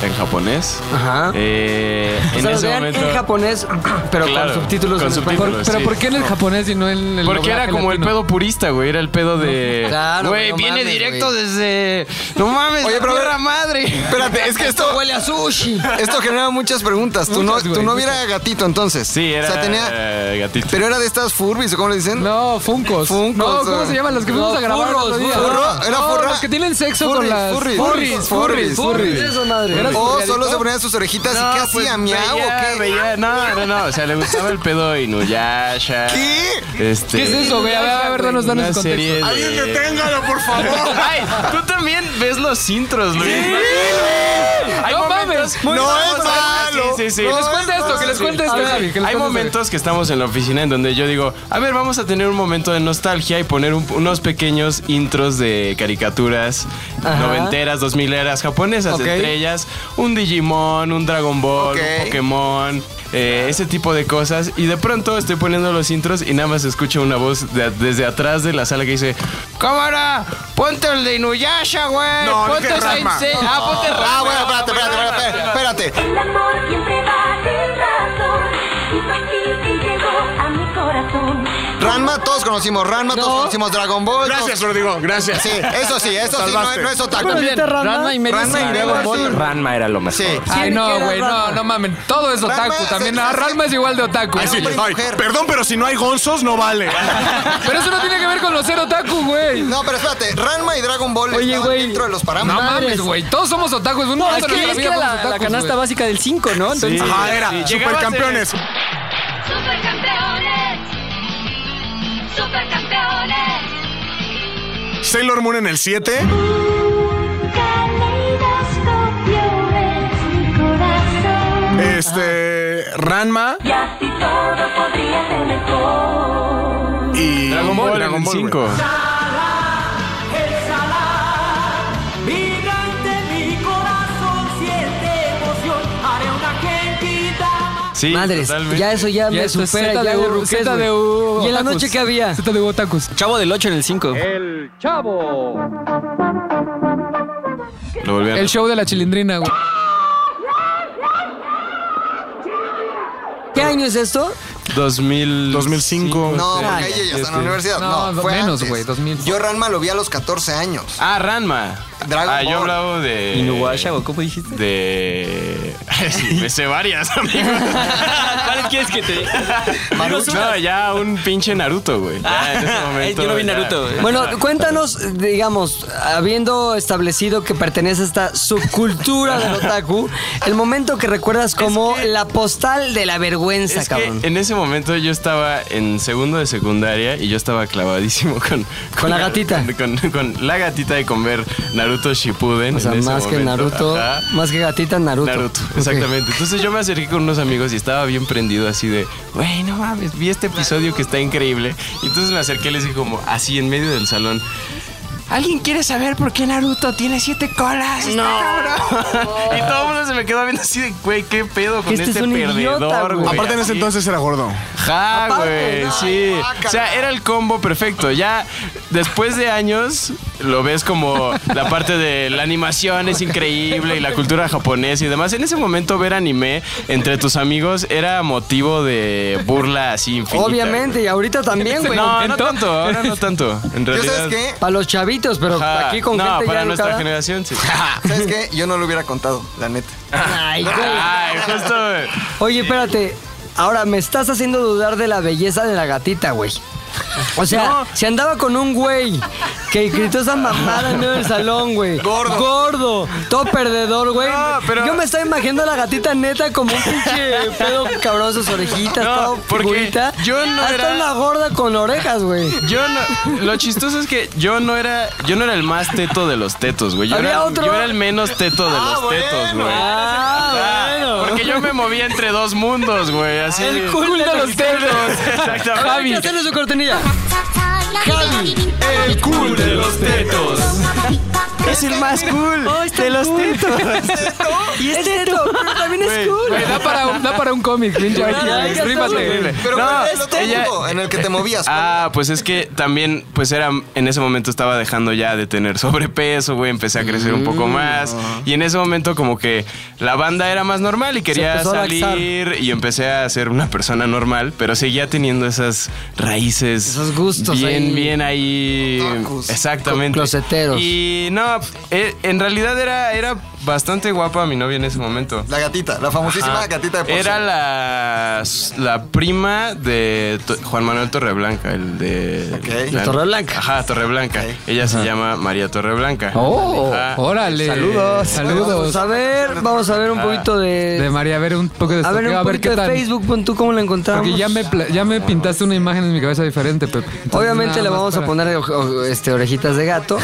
G: en japonés.
B: Ajá.
G: Eh,
B: O sea,
G: en
B: los
G: ese
B: veían
I: Eh,
G: momento.
B: en japonés, pero
G: Claro.
B: con subtítulos
D: subtítulos.
I: Con
D: en español.
I: subtítulos,
D: Por- Pero
I: sí.
D: ¿por qué en el japonés y no en el
I: Porque era
D: doblaje
I: como el
D: latino?
I: pedo purista, güey. Era el pedo de.
D: Claro,
I: Güey,
D: no
I: viene
D: mames,
I: directo
D: güey.
I: desde. No mames,
E: Oye,
I: la
E: pero a ver,
I: tierra madre.
E: Espérate, es que esto
B: huele a sushi.
E: Esto genera muchas preguntas. Tu,
I: Muchas,
E: no, tu
I: güey,
E: novia
I: muchas.
E: era gatito entonces.
I: Sí, era.
E: O sea, tenía-
I: eh, gatito.
E: Pero era de estas Furbies, ¿o cómo le dicen?
D: No, Funcos.
E: Funcos.
D: No, ¿cómo se llaman? Los que fuimos a grabar el otro día.
E: Furro, era
D: No,
E: furra.
D: los que tienen sexo con las-
E: Furries,
D: furries, furries,
E: furries,
D: furries. Eso, madre. Era
E: O
D: surrealito.
E: Oh, solo se ponían sus orejitas y qué hacía,
I: pues,
E: miau
I: veía,
E: o qué.
I: veía- no, no, no. O sea, le gustaba el pedo Inuyasha. ¿Qué? Este,
D: ¿Qué es eso, güey? A ver, a ver, danos, danos
I: Una
D: contexto.
I: serie de-
D: Alguien
H: deténgalo, por favor.
I: Ay, tú también ves los intros, Luis. Hay
D: No
I: momentos
D: mames. No es malo.
I: Sí, sí, sí.
D: Que les cuente esto, que les cuente esto,
I: A ver,
D: Javi, que les
I: Hay
D: cuente
I: momentos que estamos en la oficina en donde yo digo, a ver, vamos a tener un momento de nostalgia y poner un- unos pequeños intros de caricaturas
D: Ajá.
I: noventeras, dos mileras japonesas,
D: Ok.
I: entre ellas un Digimon, un Dragon Ball,
E: Ok.
I: un Pokémon. eh, ese tipo de cosas y de pronto estoy poniendo los intros y nada más escucho una voz de- desde atrás de la sala que dice
F: Cámara, ponte el de Inuyasha, güey.
I: No, no
F: ponte
I: que
F: Saint
I: Ranma.
F: Seiya. Ah, ponte
E: Ah,
F: Ranma.
E: bueno, espérate, espérate, espérate, espérate.
G: El amor siempre va de razón. Y por ti sí llegó a mi corazón.
E: Ranma, todos conocimos Ranma, todos conocimos Dragon Ball.
H: Gracias,
E: todos-
H: Rodrigo, gracias.
E: Sí, eso sí, eso sí, no,
H: Salvaste.
E: es- no es otaku.
B: Muy bien, Ranma.
M: Ranma y medio
E: Ranma y
M: sin
E: medio
M: Dragon
E: sin-
M: Ball.
N: Ranma era lo mejor.
E: Sí.
D: Ay,
B: ¿Quién
D: no,
B: era
D: güey, no,
B: Ranma?
D: no mamen. Todo es otaku.
E: Ranma,
D: También
E: se-
D: ah, Ranma es igual de otaku.
H: Ay, sí,
E: hombre y
H: ay,
E: mujer.
H: perdón, pero si no hay gonzos, no vale.
D: Pero eso no tiene que ver con los ser otaku, güey.
E: No, pero espérate, Ranma y Dragon Ball
M: Oye,
E: estaban
M: güey.
E: dentro de los
D: No
E: parámetros.
D: mames,
M: madres.
D: güey. Todos somos otakus. Un
M: No,
D: momento
M: es
D: de
M: que es
D: nuestra
M: que era
D: vida fuimos
M: la, la
D: otakus,
M: canasta
D: güey.
M: básica del 5, ¿no? Entonces,
H: Ajá, Ah, era.
I: Sí, llegabas
H: Supercampeones.
G: ¡Supercampeones! ¡Supercampeones!
H: Sailor Moon en el 7.
G: Caleidoscopio es mi corazón.
H: Este. Ranma
G: Y así todo podría ser mejor.
H: y.
I: Dragon Ball, en
H: Dragon
I: el
H: Ball, güey.
I: 5.
O: El salar, vibrante mi corazón, siente emoción, haré una gentita.
I: Sí,
B: Madres,
I: totalmente.
B: ya eso ya
D: Ya
B: me
D: esto es
B: supera. Ya
D: ZDU,
B: Rucés, güey.
D: ZDU,
B: ¿Y en la
D: otakus.
B: noche qué había?
D: ZDU otakus.
M: Chavo del 8 en el 5.
I: Lo volví a-
D: El show de la chilindrina, güey.
B: ¿Qué año es esto?
I: 2000
H: 2005.
E: No,
I: sí.
E: porque ahí ellas en la universidad.
D: No,
E: No, fue
D: menos,
E: antes.
D: güey, 2000.
E: Yo Ranma lo vi a los 14 años.
I: Ah, Ranma.
E: Dragon
I: ah, yo
E: Ball.
I: hablaba de.
M: Inuyasha, ¿o cómo dijiste?
I: De. Sí, me sé varias, amigo.
F: ¿Cuál quieres que te diga?
I: no, ya un pinche Naruto, güey. Ya en ese momento.
F: Ah, yo no vi
I: ya.
F: Naruto, güey.
B: Bueno, cuéntanos, digamos, habiendo establecido que pertenece a esta subcultura del otaku, el momento que recuerdas como la postal de la vergüenza,
I: Es que
B: cabrón.
I: en ese momento yo estaba en segundo de secundaria y yo estaba clavadísimo con...
B: Con la gatita.
I: Con, con la gatita y con ver Naruto Shippuden.
B: O sea,
I: en ese
B: más que
I: momento.
B: Naruto,
I: Ajá.
B: más que gatita, Naruto.
I: Naruto,
B: Ok.
I: exactamente. Entonces yo me acerqué con unos amigos y estaba bien prendido así de, güey, no mames, vi este episodio que está increíble. Y entonces me acerqué y les dije como así en medio del salón. ¿Alguien quiere saber por qué Naruto tiene siete colas? No. y todo el mundo se me quedó viendo así de, güey, qué pedo con
B: este
I: este,
B: es un idiota,
I: perdedor,
B: güey.
I: güey.
H: Aparte en ese
I: Así.
H: entonces era gordo.
I: Ja, Ah,
B: Aparte,
I: güey,
B: no,
I: sí. O sea, era el combo perfecto. Ya después de años lo ves como la parte de la animación es increíble y la cultura japonesa y demás. En ese momento ver anime entre tus amigos era motivo de burla así infinita.
B: Obviamente, y ahorita también,
I: güey.
B: güey.
I: No, no tanto, ahora no tanto. En
E: ¿Yo
I: realidad.
E: sabes qué?
B: Para los chavitos, pero
I: Ajá.
B: aquí con
I: no,
B: gente
I: para
B: ya
I: nuestra
B: educada.
I: generación, sí.
E: ¿Sabes qué? Yo no lo hubiera contado, la neta.
B: Ay, güey.
I: Ay, justo.
B: Oye, espérate. Ahora me estás haciendo dudar de la belleza de la gatita, güey. O sea, si andaba con un güey que gritó esa mamada en medio del salón, güey. Gordo. Gordo. Todo perdedor, güey.
I: No, pero-
B: Yo me estaba imaginando a la gatita neta como un pinche pedo cabrón, sus orejitas,
I: No,
B: todo
I: porque
B: figurita.
I: yo no
B: Hasta
I: era-
B: una gorda con orejas, güey.
I: Yo no, lo chistoso es que yo no era, yo no era el más teto de los tetos, güey. Yo,
B: Había
I: era,
B: otro.
I: yo era el menos teto de los tetos, güey.
B: Ah, bueno.
I: Porque yo me movía entre dos mundos, güey. Así.
B: El cool de los tetos.
I: Exactamente.
B: Javi. Hacerle su cortinilla.
G: Javi,
I: El cool de los tetos.
C: es el más cool. de los tetos.
B: Y es teto, pero también es cool.
D: Güey, da para un, da para un cómic, pinche.
G: Claro,
D: Ay,
G: ya está,
D: Rímate.
G: güey.
E: Pero
G: No,
E: ¿cuál es el otro
G: ella-
E: mundo en el que te movías?
G: Ah, pues es que también, pues era, en ese momento estaba dejando ya de tener sobrepeso, güey, empecé a crecer un poco más. Y en ese momento como que la banda era más normal y quería
B: empezó a laxar.
G: salir y empecé a ser una persona normal, pero seguía teniendo esas raíces.
B: Esos gustos
G: Bien,
B: ahí.
G: bien ahí.
B: Otakus.
G: Exactamente.
B: Closeteros.
G: Y no, eh, en realidad era, era bastante guapa mi novia en ese momento.
E: La gatita, la famosísima
G: Ajá.
E: gatita de Pozo.
G: Era la, la prima de To- Juan Manuel Torreblanca, el de...
E: Ok.
G: la-
B: Torreblanca.
G: Ajá, Torreblanca. Ella
F: Ah.
G: se llama María Torreblanca.
D: Oh,
G: Ajá.
D: órale.
B: Saludos. Vamos
D: Saludos.
B: a ver, vamos a ver un
G: Ah.
B: poquito de.
D: De María, a ver un poco de
B: A ver,
D: estoqueo,
B: un poquito de Facebook, pon tú cómo la encontramos.
D: Porque ya me, pla- ya me pintaste una imagen en mi cabeza diferente, Pepe. Entonces,
B: Obviamente
D: nada
B: le
D: más
B: vamos a
D: para-
B: poner ojo- ojo- este, orejitas de gato.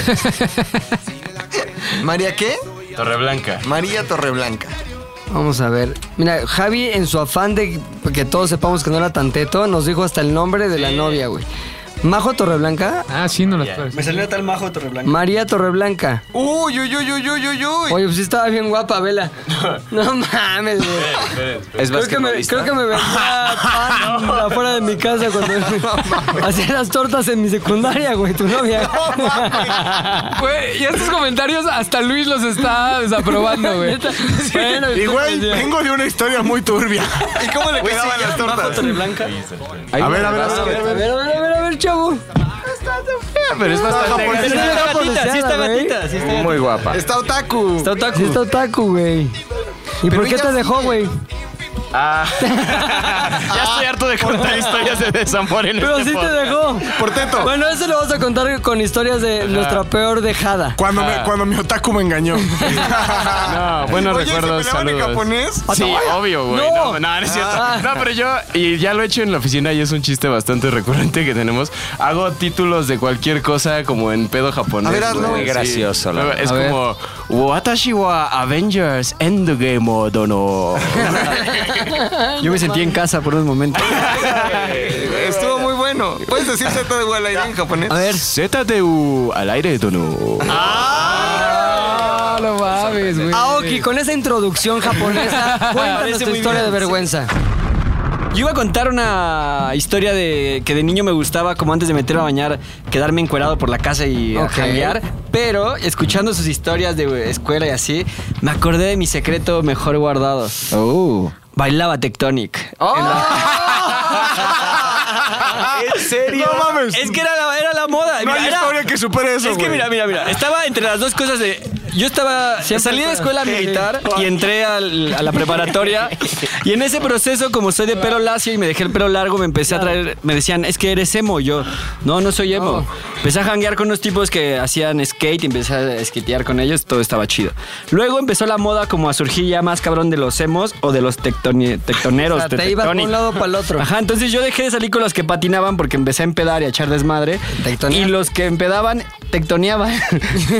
E: ¿María qué?
G: Torreblanca.
E: María Torreblanca.
B: Vamos a ver. Mira, Javi, en su afán de que todos sepamos que no era tan teto, nos dijo hasta el nombre de la novia, güey. Majo Torreblanca,
D: Ah, sí, no las puedes.
F: Me salió tal majo de Torreblanca.
B: María Torreblanca.
E: Uy, uy, uy, uy, uy, uy, uy.
B: Oye, pues sí estaba bien guapa, vela. No mames, güey.
I: Es
B: Creo que, me, creo que me vendía pan afuera de mi casa cuando hacía las tortas en mi secundaria, güey, tu novia.
D: Güey, y estos comentarios hasta Luis los está desaprobando, güey.
B: bueno,
H: Y güey, vengo de una historia muy turbia.
E: ¿Y cómo le quedaban las tortas?
F: Torreblanca.
H: A ver, a ver, a ver.
B: A ver, a
H: a ver.
B: ver, a ver, a ver, chavo.
G: Pero es
B: Sí
G: bastante...
B: está gatita, sí está gatita.
I: Muy guapa.
E: Está otaku.
B: Está otaku. Sí está otaku, güey. ¿Y por qué
E: ella
B: te dejó,
E: sí.
B: güey?
G: Ah. ya estoy harto de contar historias de desamor en
B: Pero
G: este
B: sí te
G: podcast.
B: dejó.
H: Por teto.
B: Bueno, eso lo vas a contar con historias de nuestra peor dejada.
H: Cuando, me, cuando mi otaku me engañó.
G: Ah. No, buenos
E: Oye, ¿y se
G: recuerdos,
E: peleaban en
G: saludos.
E: japonés?
G: Sí, obvio, güey.
B: Ah, No. Ah.
G: No, no, no es cierto. No, pero yo, y ya lo he hecho en la oficina y es un chiste bastante recurrente que tenemos. Hago títulos de cualquier cosa como en pedo japonés.
E: A ver, hazlo.
G: güey,
I: Muy gracioso, la verdad.
G: Es
D: A ver.
G: como, Watashi wa Avengers Endgame o dono.
F: Yo me sentí en casa por un momento.
E: Estuvo muy bueno. ¿Puedes decir Z de Wall en japonés?
B: A ver.
G: ZTU al aire dono.
D: Ah, no mames, güey.
B: Aoki, Ah, con esa introducción japonesa, cuéntanos
F: Parece
B: tu
F: muy
B: historia
F: bien,
B: de
F: sí.
B: vergüenza.
F: Yo iba a contar una historia de que de niño me gustaba, como antes de meterme a bañar, quedarme encuerado por la casa y a
B: Ok.
F: janguear. Pero escuchando sus historias de escuela y así, me acordé de mi secreto mejor guardado.
I: Oh.
F: Bailaba Tectonic. En la-
E: ¿En serio?
H: Ah, No mames.
F: Es que era la, era la moda.
H: No
F: Mira,
H: hay
F: era-
H: historia que supere eso.
F: es que
H: güey.
F: mira, mira, mira. Estaba entre las dos cosas de. Yo estaba. salí de la escuela militar y entré al- a la preparatoria. Y en ese proceso, como soy de pelo lacio y me dejé el pelo largo, me empecé a traer. Me decían, es que eres emo. Y Yo, no, no soy emo. Empecé a janguear con unos tipos que hacían skate y empecé a skatear con ellos. Todo estaba chido. Luego empezó la moda como a surgir ya más cabrón de los emos o de los tectoni-
B: O
F: tectoneros.
B: sea,
F: de
B: te ibas de
F: tectonic.
B: un lado para el otro.
F: Ajá, entonces yo dejé de salir con los que patinaban porque empecé a empedar y a echar desmadre.
B: Tectonea.
F: Y los que empedaban, tectoneaban.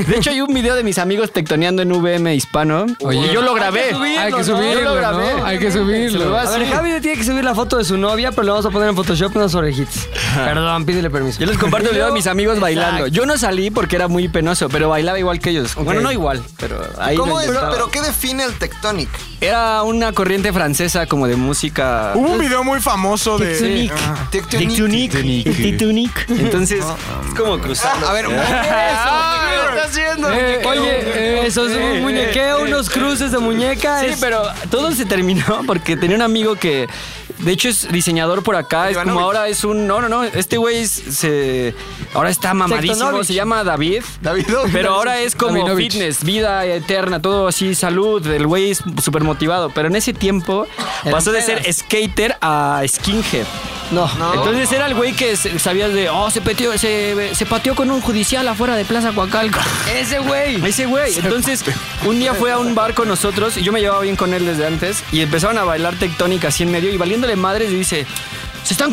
F: De hecho, hay un video de mis amigos tectoneando en VM hispano.
D: Oye.
F: y yo lo grabé.
D: Hay que
F: Yo lo
D: subirlo,
F: grabé.
D: ¿no? Hay que
F: Se lo
D: subirlo.
F: voy
B: A ver,
F: subir.
B: Javi le tiene que subir la foto de su novia, pero le vamos a poner en Photoshop unas orejitas. Perdón, pídele permiso.
F: Yo les comparto el video de mis amigos bailando.
B: Exacto.
F: Yo no salí porque era muy penoso, pero bailaba igual que ellos. Bueno, no igual, pero ahí
E: ¿Cómo
F: lo
E: es?
F: intentaba.
E: ¿Pero qué define el tectonic?
F: Era una corriente francesa como de música.
H: Hubo un video muy famoso de.
F: Tectonic.
H: Ah.
F: Tectonic. Tectonic. Entonces, es como cruzar.
E: A ver,
D: Eh, oye, eh,
B: Eso es un muñequeo, unos cruces de muñeca.
F: eh. Sí,
B: es-
F: pero todo se terminó porque tenía un amigo que, de hecho, es diseñador por acá. Es como ahora es un. No, no, no. Este güey es- se. Ahora está mamadísimo.
B: Sectonovich.
F: Se llama David.
E: David,
F: Pero ahora es como
D: Davinovich.
F: fitness, vida eterna, todo así, salud. El güey es súper motivado. Pero en ese tiempo
B: Eran
F: pasó de ser
B: pedas.
F: skater a skinhead.
B: No.
F: Entonces era el güey que se- sabías de, oh, se, pateó, se, se pateó con un judicial afuera de Plaza Coacalco.
B: Ese güey.
F: Ese güey. Entonces, un día fue a un bar con nosotros y yo me llevaba bien con él desde antes y empezaron a bailar tectónica así en medio y valiéndole madres y dice. Se están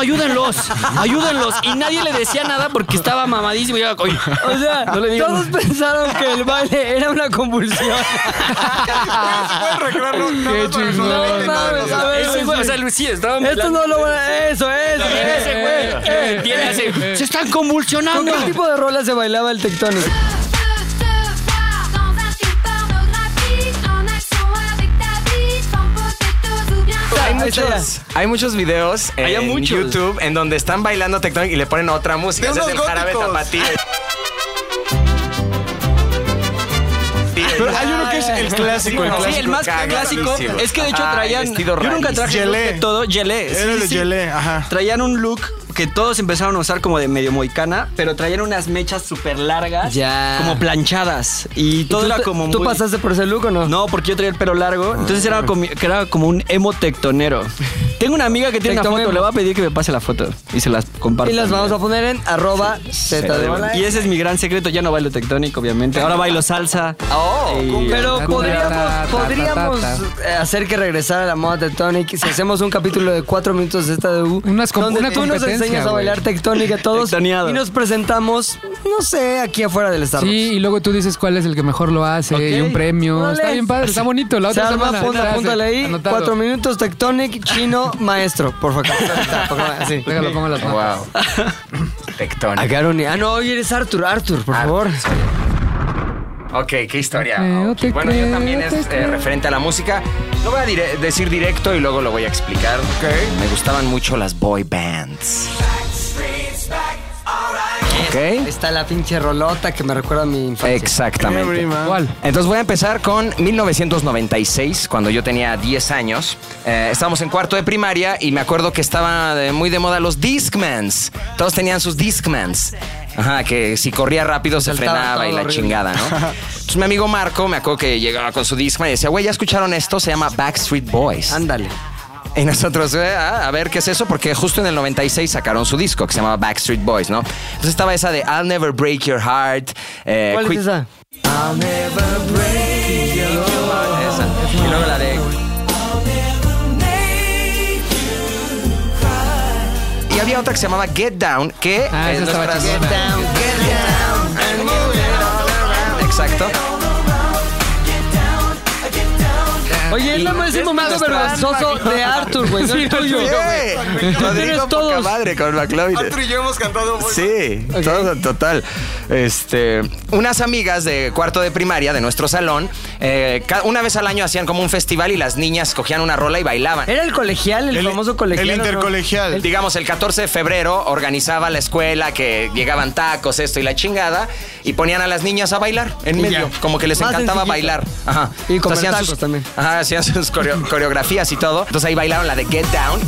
F: ayúdenlos, ayúdenlos. Y nadie le decía nada porque estaba mamadísimo. Y yo, "Oye,
B: O sea,
F: No le digas
B: todos pensaron que el baile era una convulsión.
D: qué chingón.
B: no, mames, a ver,
F: ese güey, o sea, Lucía, estaba
B: Esto no lo van a... Eso, eso.
F: Ese güey,
D: Eh,
F: tiene así, eh. Se están convulsionando.
B: ¿Con qué tipo de rolas se bailaba el tectónico?
P: Stop, stop,
I: muchos, hay muchos videos en
F: muchos.
I: YouTube en donde están bailando tectónica y le ponen otra música.
F: De
I: Ese es
F: unos
I: el jarabe
F: góticos.
I: tapatío.
F: Pero hay uno que es el
I: clásico, el
F: Sí, el
I: clásico. Ah,
F: más clásico.
I: Cagadísimo.
F: Es que de hecho
I: Ajá,
F: traían.
I: vestido
F: Yo nunca
I: rarísimo.
F: traje look
I: Yelé.
F: de todo. Yelé.
I: Era de yelé,
F: ajá. Traían un look que todos empezaron a usar como de medio moicana, pero traían unas mechas súper largas.
B: Ya.
F: Como planchadas. Y todo
B: tú
F: era
B: te-
F: como
B: tú
F: muy-
B: pasaste por ese look o no?
F: No, porque yo traía el pelo largo. Entonces era como, que era como un emo tectonero. Tengo una amiga que tiene una
B: Tectomemo.
F: foto. Le voy a pedir que me pase la foto y se las comparto.
B: Y las vamos a poner en arroba Z de bola.
F: Y ese es mi gran secreto. Ya no bailo tectónico, obviamente. Ahora bailo salsa. Y-
B: Pero podríamos, podríamos Oh, eh, hacer que regresara a la moda tectónica si hacemos un capítulo de cuatro minutos de esta de U.
D: com-
B: donde
D: una
B: tú nos
D: competencia,
B: enseñas a
D: güey.
B: bailar tectónica a todos y nos presentamos, no sé, aquí afuera del Starbucks.
D: Sí, y luego tú dices cuál es el que mejor lo hace y un premio.
B: Órale.
D: Está bien padre, está bonito. La otra
B: Se arma,
D: semana.
B: apunta-
D: Está-
B: apúntale ahí.
D: anotado.
B: Cuatro minutos, Tectonic, chino, maestro. Por favor. Sí.
D: Déjalo, pongo las manos.
I: Tectónica.
B: I got on it. Ah, no, oye, eres Arthur. Arthur, por favor.
I: Ah. Ok, qué historia.
B: creo,
I: Ok,
B: te
I: Bueno, yo
B: creo,
I: también
B: te
I: es eh,
B: creo.
I: referente a la música. Lo voy a dire- decir directo y luego lo voy a explicar. Me gustaban mucho las boy bands. Ok.
B: Está la pinche rolota que me recuerda a mi infancia.
I: Exactamente. Entonces voy a empezar con 1996, cuando yo tenía 10 años. Eh, estábamos en cuarto de primaria y me acuerdo que estaba de- muy de moda los Discmans. Todos tenían sus Discmans. Ajá, que si corría rápido se
B: Saltaba
I: frenaba
B: todo
I: y la
B: horrible.
I: chingada, ¿no? Entonces mi amigo Marco me acuerdo que llegaba con su Discman y decía, güey, ¿ya escucharon esto? Se llama Backstreet Boys.
B: Ándale.
I: Y nosotros, eh, ah, a ver qué es eso, porque justo en el 96 sacaron su disco que se llamaba Backstreet Boys, ¿no? Entonces estaba esa de I'll Never Break Your Heart. eh,
B: ¿Cuál
I: Quick-
B: es esa?
I: esa. Y luego la de. Y había otra que se llamaba Get Down, que
D: Ah,
I: es
D: esa estaba
I: nuestras-
D: chingona.
I: Exacto.
B: Oye, es la- es el momento vergonzoso de Arthur, güey. No el tuyo.
I: Sí.
B: Tú tienes
I: Rodrigo
B: todos.
I: Pocamadre con McLovin.
E: Arthur y yo hemos cantado muy
I: Sí, todo, total. Este, unas amigas de cuarto de primaria de nuestro salón, eh, ca- una vez al año hacían como un festival y las niñas cogían una rola y bailaban.
B: Era el colegial, el, famoso colegial. ¿o no?
I: El- Digamos, el 14 de febrero organizaba la escuela que llegaban tacos, esto y la chingada, y ponían a las niñas a bailar en
B: Y
I: medio,
B: ya.
I: como que les
B: Más
I: encantaba
B: sencillito.
I: bailar. Ajá.
B: Y comer
I: Entonces, hacían
B: tacos
I: sus-
B: también.
I: Ajá, hacían sus coreo- coreografías y todo. Entonces ahí bailaron la de Get Down.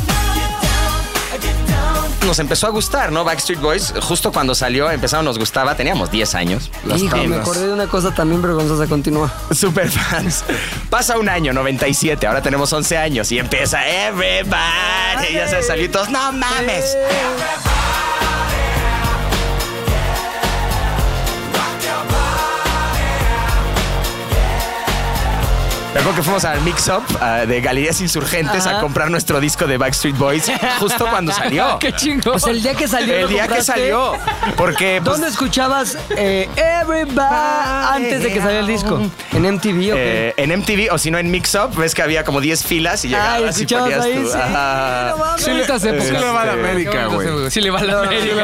I: Nos empezó a gustar, ¿no? Backstreet Boys, justo cuando salió, empezaron, nos gustaba, teníamos 10 años. Las
B: Hijo, me
I: tablas.
B: acordé de una cosa también vergonzosa. Continúa.
I: Super fans. Pasa un año, 97, ahora tenemos 11 años y empieza Everybody. Y ya se salió y todos, no mames. Me acuerdo que fuimos al Mix Up ah, de Galerías Insurgentes
B: Ajá.
I: a comprar nuestro disco de Backstreet Boys justo cuando salió.
D: Qué chingón.
B: Pues el día que salió.
I: El
B: lo
I: día que
B: compraste.
I: salió. Porque pues,
B: ¿Dónde escuchabas eh, Everybody antes de que saliera el disco? ¿En MTV o qué?
I: eh, en MTV o si no en Mix Up, ves que había como 10 filas y
B: Ay,
I: llegabas y
B: escuchabas
I: ponías
B: ahí,
I: tu-
B: sí,
I: ajá.
D: Qué bonitas épocas.
I: Sí le va a la América,
D: Qué bonitas
I: güey.
D: épocas. Sí le va a la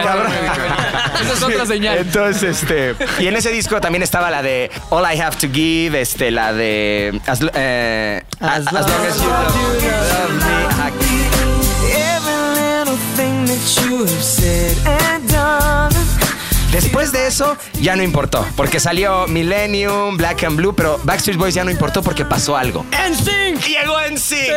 I: Cabrón.
D: América. Esa es otra señal.
I: Entonces, este. Y en ese disco también estaba la de All I Have to Give, este, la de. As, lo- eh, as, as long as you love, love me. Después de eso, ya no importó. Porque salió Millennium, Black and Blue, pero Backstreet Boys ya no importó porque pasó algo. Llegó en sí.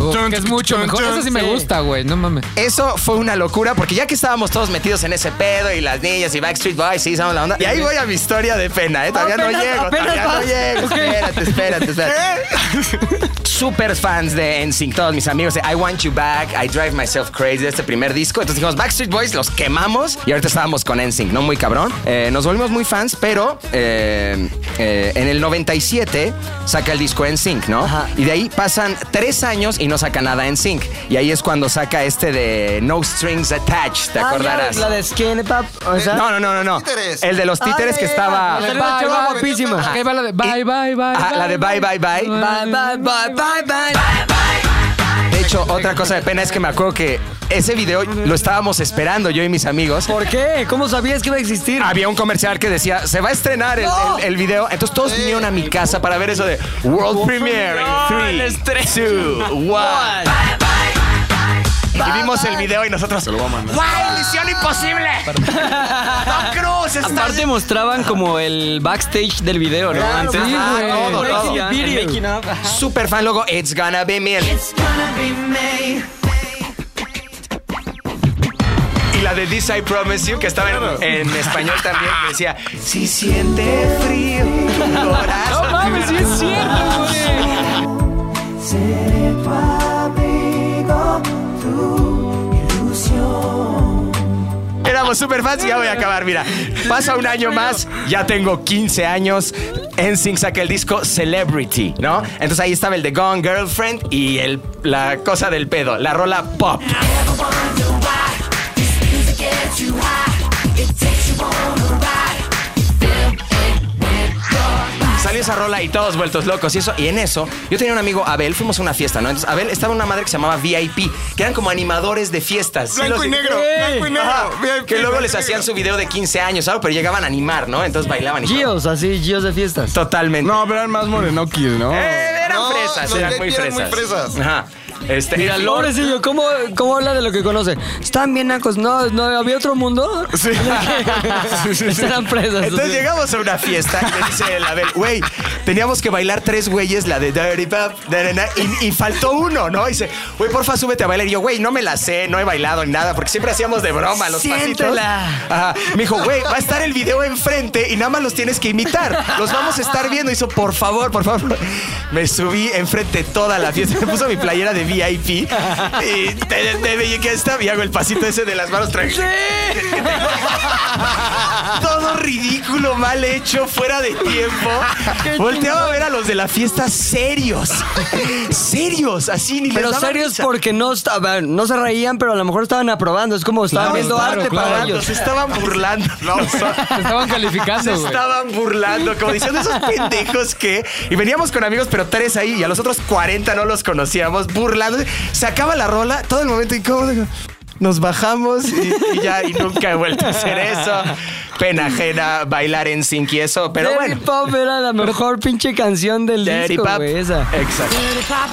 D: Uf, que es mucho mejor. Eso sí me gusta, güey. No mames.
I: Eso fue una locura porque ya que estábamos todos metidos en ese pedo y las niñas y Backstreet Boys, sí, somos la onda. Y ahí voy a mi historia de pena, ¿eh? Todavía
B: Apenas-
I: no llego,
B: apenas
I: todavía no
B: vas.
I: llego.
B: Ok.
I: Espérate, espérate, espérate. Super fans de NSYNC, todos mis amigos de I Want You Back, I Drive Myself Crazy, de este primer disco. Entonces dijimos Backstreet Boys, los quemamos y ahorita estábamos con NSYNC, ¿no? Muy cabrón. Eh, nos volvimos muy fans, pero eh, eh, en el 97 saca el disco NSYNC, ¿no? Y de ahí pasan tres años y no saca nada NSYNC. Y ahí es cuando saca este de No Strings Attached, ¿te
B: Ah, ya,
I: acordarás?
B: la de Skinny Pop. O sea,
I: No, no, no, no, no. El de los títeres que estaba.
B: Era una chava guapísima.
D: Ahí va la de bye, bye, bye.
I: Ah, la de bye, bye, bye.
B: Bye, bye, bye, bye, bye.
I: De hecho, otra cosa de pena es que me acuerdo que ese video lo estábamos esperando yo y mis amigos.
B: ¿Por qué? ¿Cómo sabías que iba a existir?
I: Había un comercial que decía, se va a estrenar el, el- el video. Entonces todos vinieron a mi casa para ver eso de World Premiere.
G: el
I: in Three, two, one. Y vimos el video y nosotros. ¡Guay, misión imposible! Tom Cruise está
F: Aparte mostraban como el backstage del video, ¿no?
I: Claro,
F: Antes.
I: ajá,
F: Ah,
I: todo, todo.
F: El making of.
I: Super fan, luego It's Gonna Be Me. Y la de This I Promise You, que estaba en, en español también, que decía, si siente frío tu corazón.
P: No mames, sí es cierto, Se tu abrigo, tu ilusión.
I: Éramos super fans y ya voy a acabar, mira. Pasa un año más, ya tengo 15 años. NSYNC saca el disco Celebrity, ¿no? Entonces ahí estaba el de Gone Girlfriend y el, la cosa del pedo, la rola pop. Salió esa rola y todos vueltos locos y eso. Y en eso, yo tenía un amigo, Abel, fuimos a una fiesta, ¿no? Entonces, Abel estaba en una madre que se llamaba VIP, que eran como animadores de fiestas.
E: Blanco
I: los-
E: y negro, blanco y negro, VIP,
I: que luego
E: blanco
I: les
E: y
I: hacían
E: negro.
I: su video de 15 años, algo, pero llegaban a animar, ¿no? Entonces bailaban y
B: Gios, así, Gios de fiestas.
I: Totalmente.
H: No, pero eran más morenoquis, ¿no?
I: Eh. eran
E: No,
I: fresas,
E: los
I: eran
E: VIP
I: muy
E: eran
I: fresas.
E: muy fresas.
I: Ajá. Este,
B: Mira,
I: en fin,
B: pobrecillo, ¿cómo, ¿cómo habla de lo que conoce? Están bien nacos. No, no, ¿había otro mundo? Sí. Estarán presas.
I: Entonces
B: así.
I: llegamos a una fiesta y le dice el Abel, güey, teníamos que bailar tres güeyes, la de Dirty Pop, da, da, da", y, y faltó uno, ¿no? Y dice, güey, porfa, súbete a bailar. Y yo, güey, no me la sé, no he bailado ni nada, porque siempre hacíamos de broma los pasitos.
B: Siéntela.
I: Ajá. Me dijo, güey, va a estar el video enfrente y nada más los tienes que imitar. Los vamos a estar viendo. Hizo, por favor, por favor. Me subí enfrente toda la fiesta. Me puso mi playera de VIP y te, te- te- que está, y hago el pasito ese de las manos tranquilas. Todo ridículo, mal hecho, fuera de tiempo. Volteaba a ver a los de la fiesta serios. serios, así ni les
B: Pero
I: daba
B: serios
I: risa.
B: porque no estaban, no se reían, pero a lo mejor estaban aprobando. Es como estaban
I: Claro,
B: viendo
I: claro,
B: arte
I: claro.
B: para ellos.
I: Se estaban burlando.
D: Te estaban
I: Se
D: calificando, güey.
I: estaban burlando, como diciendo esos pendejos que. Y veníamos con amigos, pero tres ahí, y a los otros 40 no los conocíamos, burlando. Se acaba la rola, todo el momento incómodo. digo, Nos bajamos y, y ya, y nunca he vuelto a hacer eso. Pena ajena, bailar en sync y eso, pero
B: Dirty
I: bueno.
B: Pop era la mejor pinche canción del
I: Dirty
B: disco,
I: Pop.
B: güey, esa.
I: Exacto.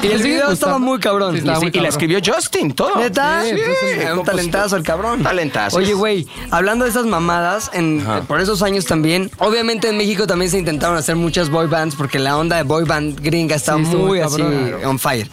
B: Y el
D: pues,
B: video estaba muy cabrón.
I: Sí, estaba muy cabrón. Justin, todo.
B: ¿Neta?
I: Sí,
B: Sí,
I: pues, es el
B: un
I: compositor.
B: talentazo el cabrón.
I: Talentazo.
B: Oye, güey, hablando de esas mamadas, en, eh, por esos años también, obviamente en México también se intentaron hacer muchas boy bands porque la onda de boy band gringa está
D: Sí, estuvo
B: muy
D: muy
B: así
D: cabrón.
B: on fire.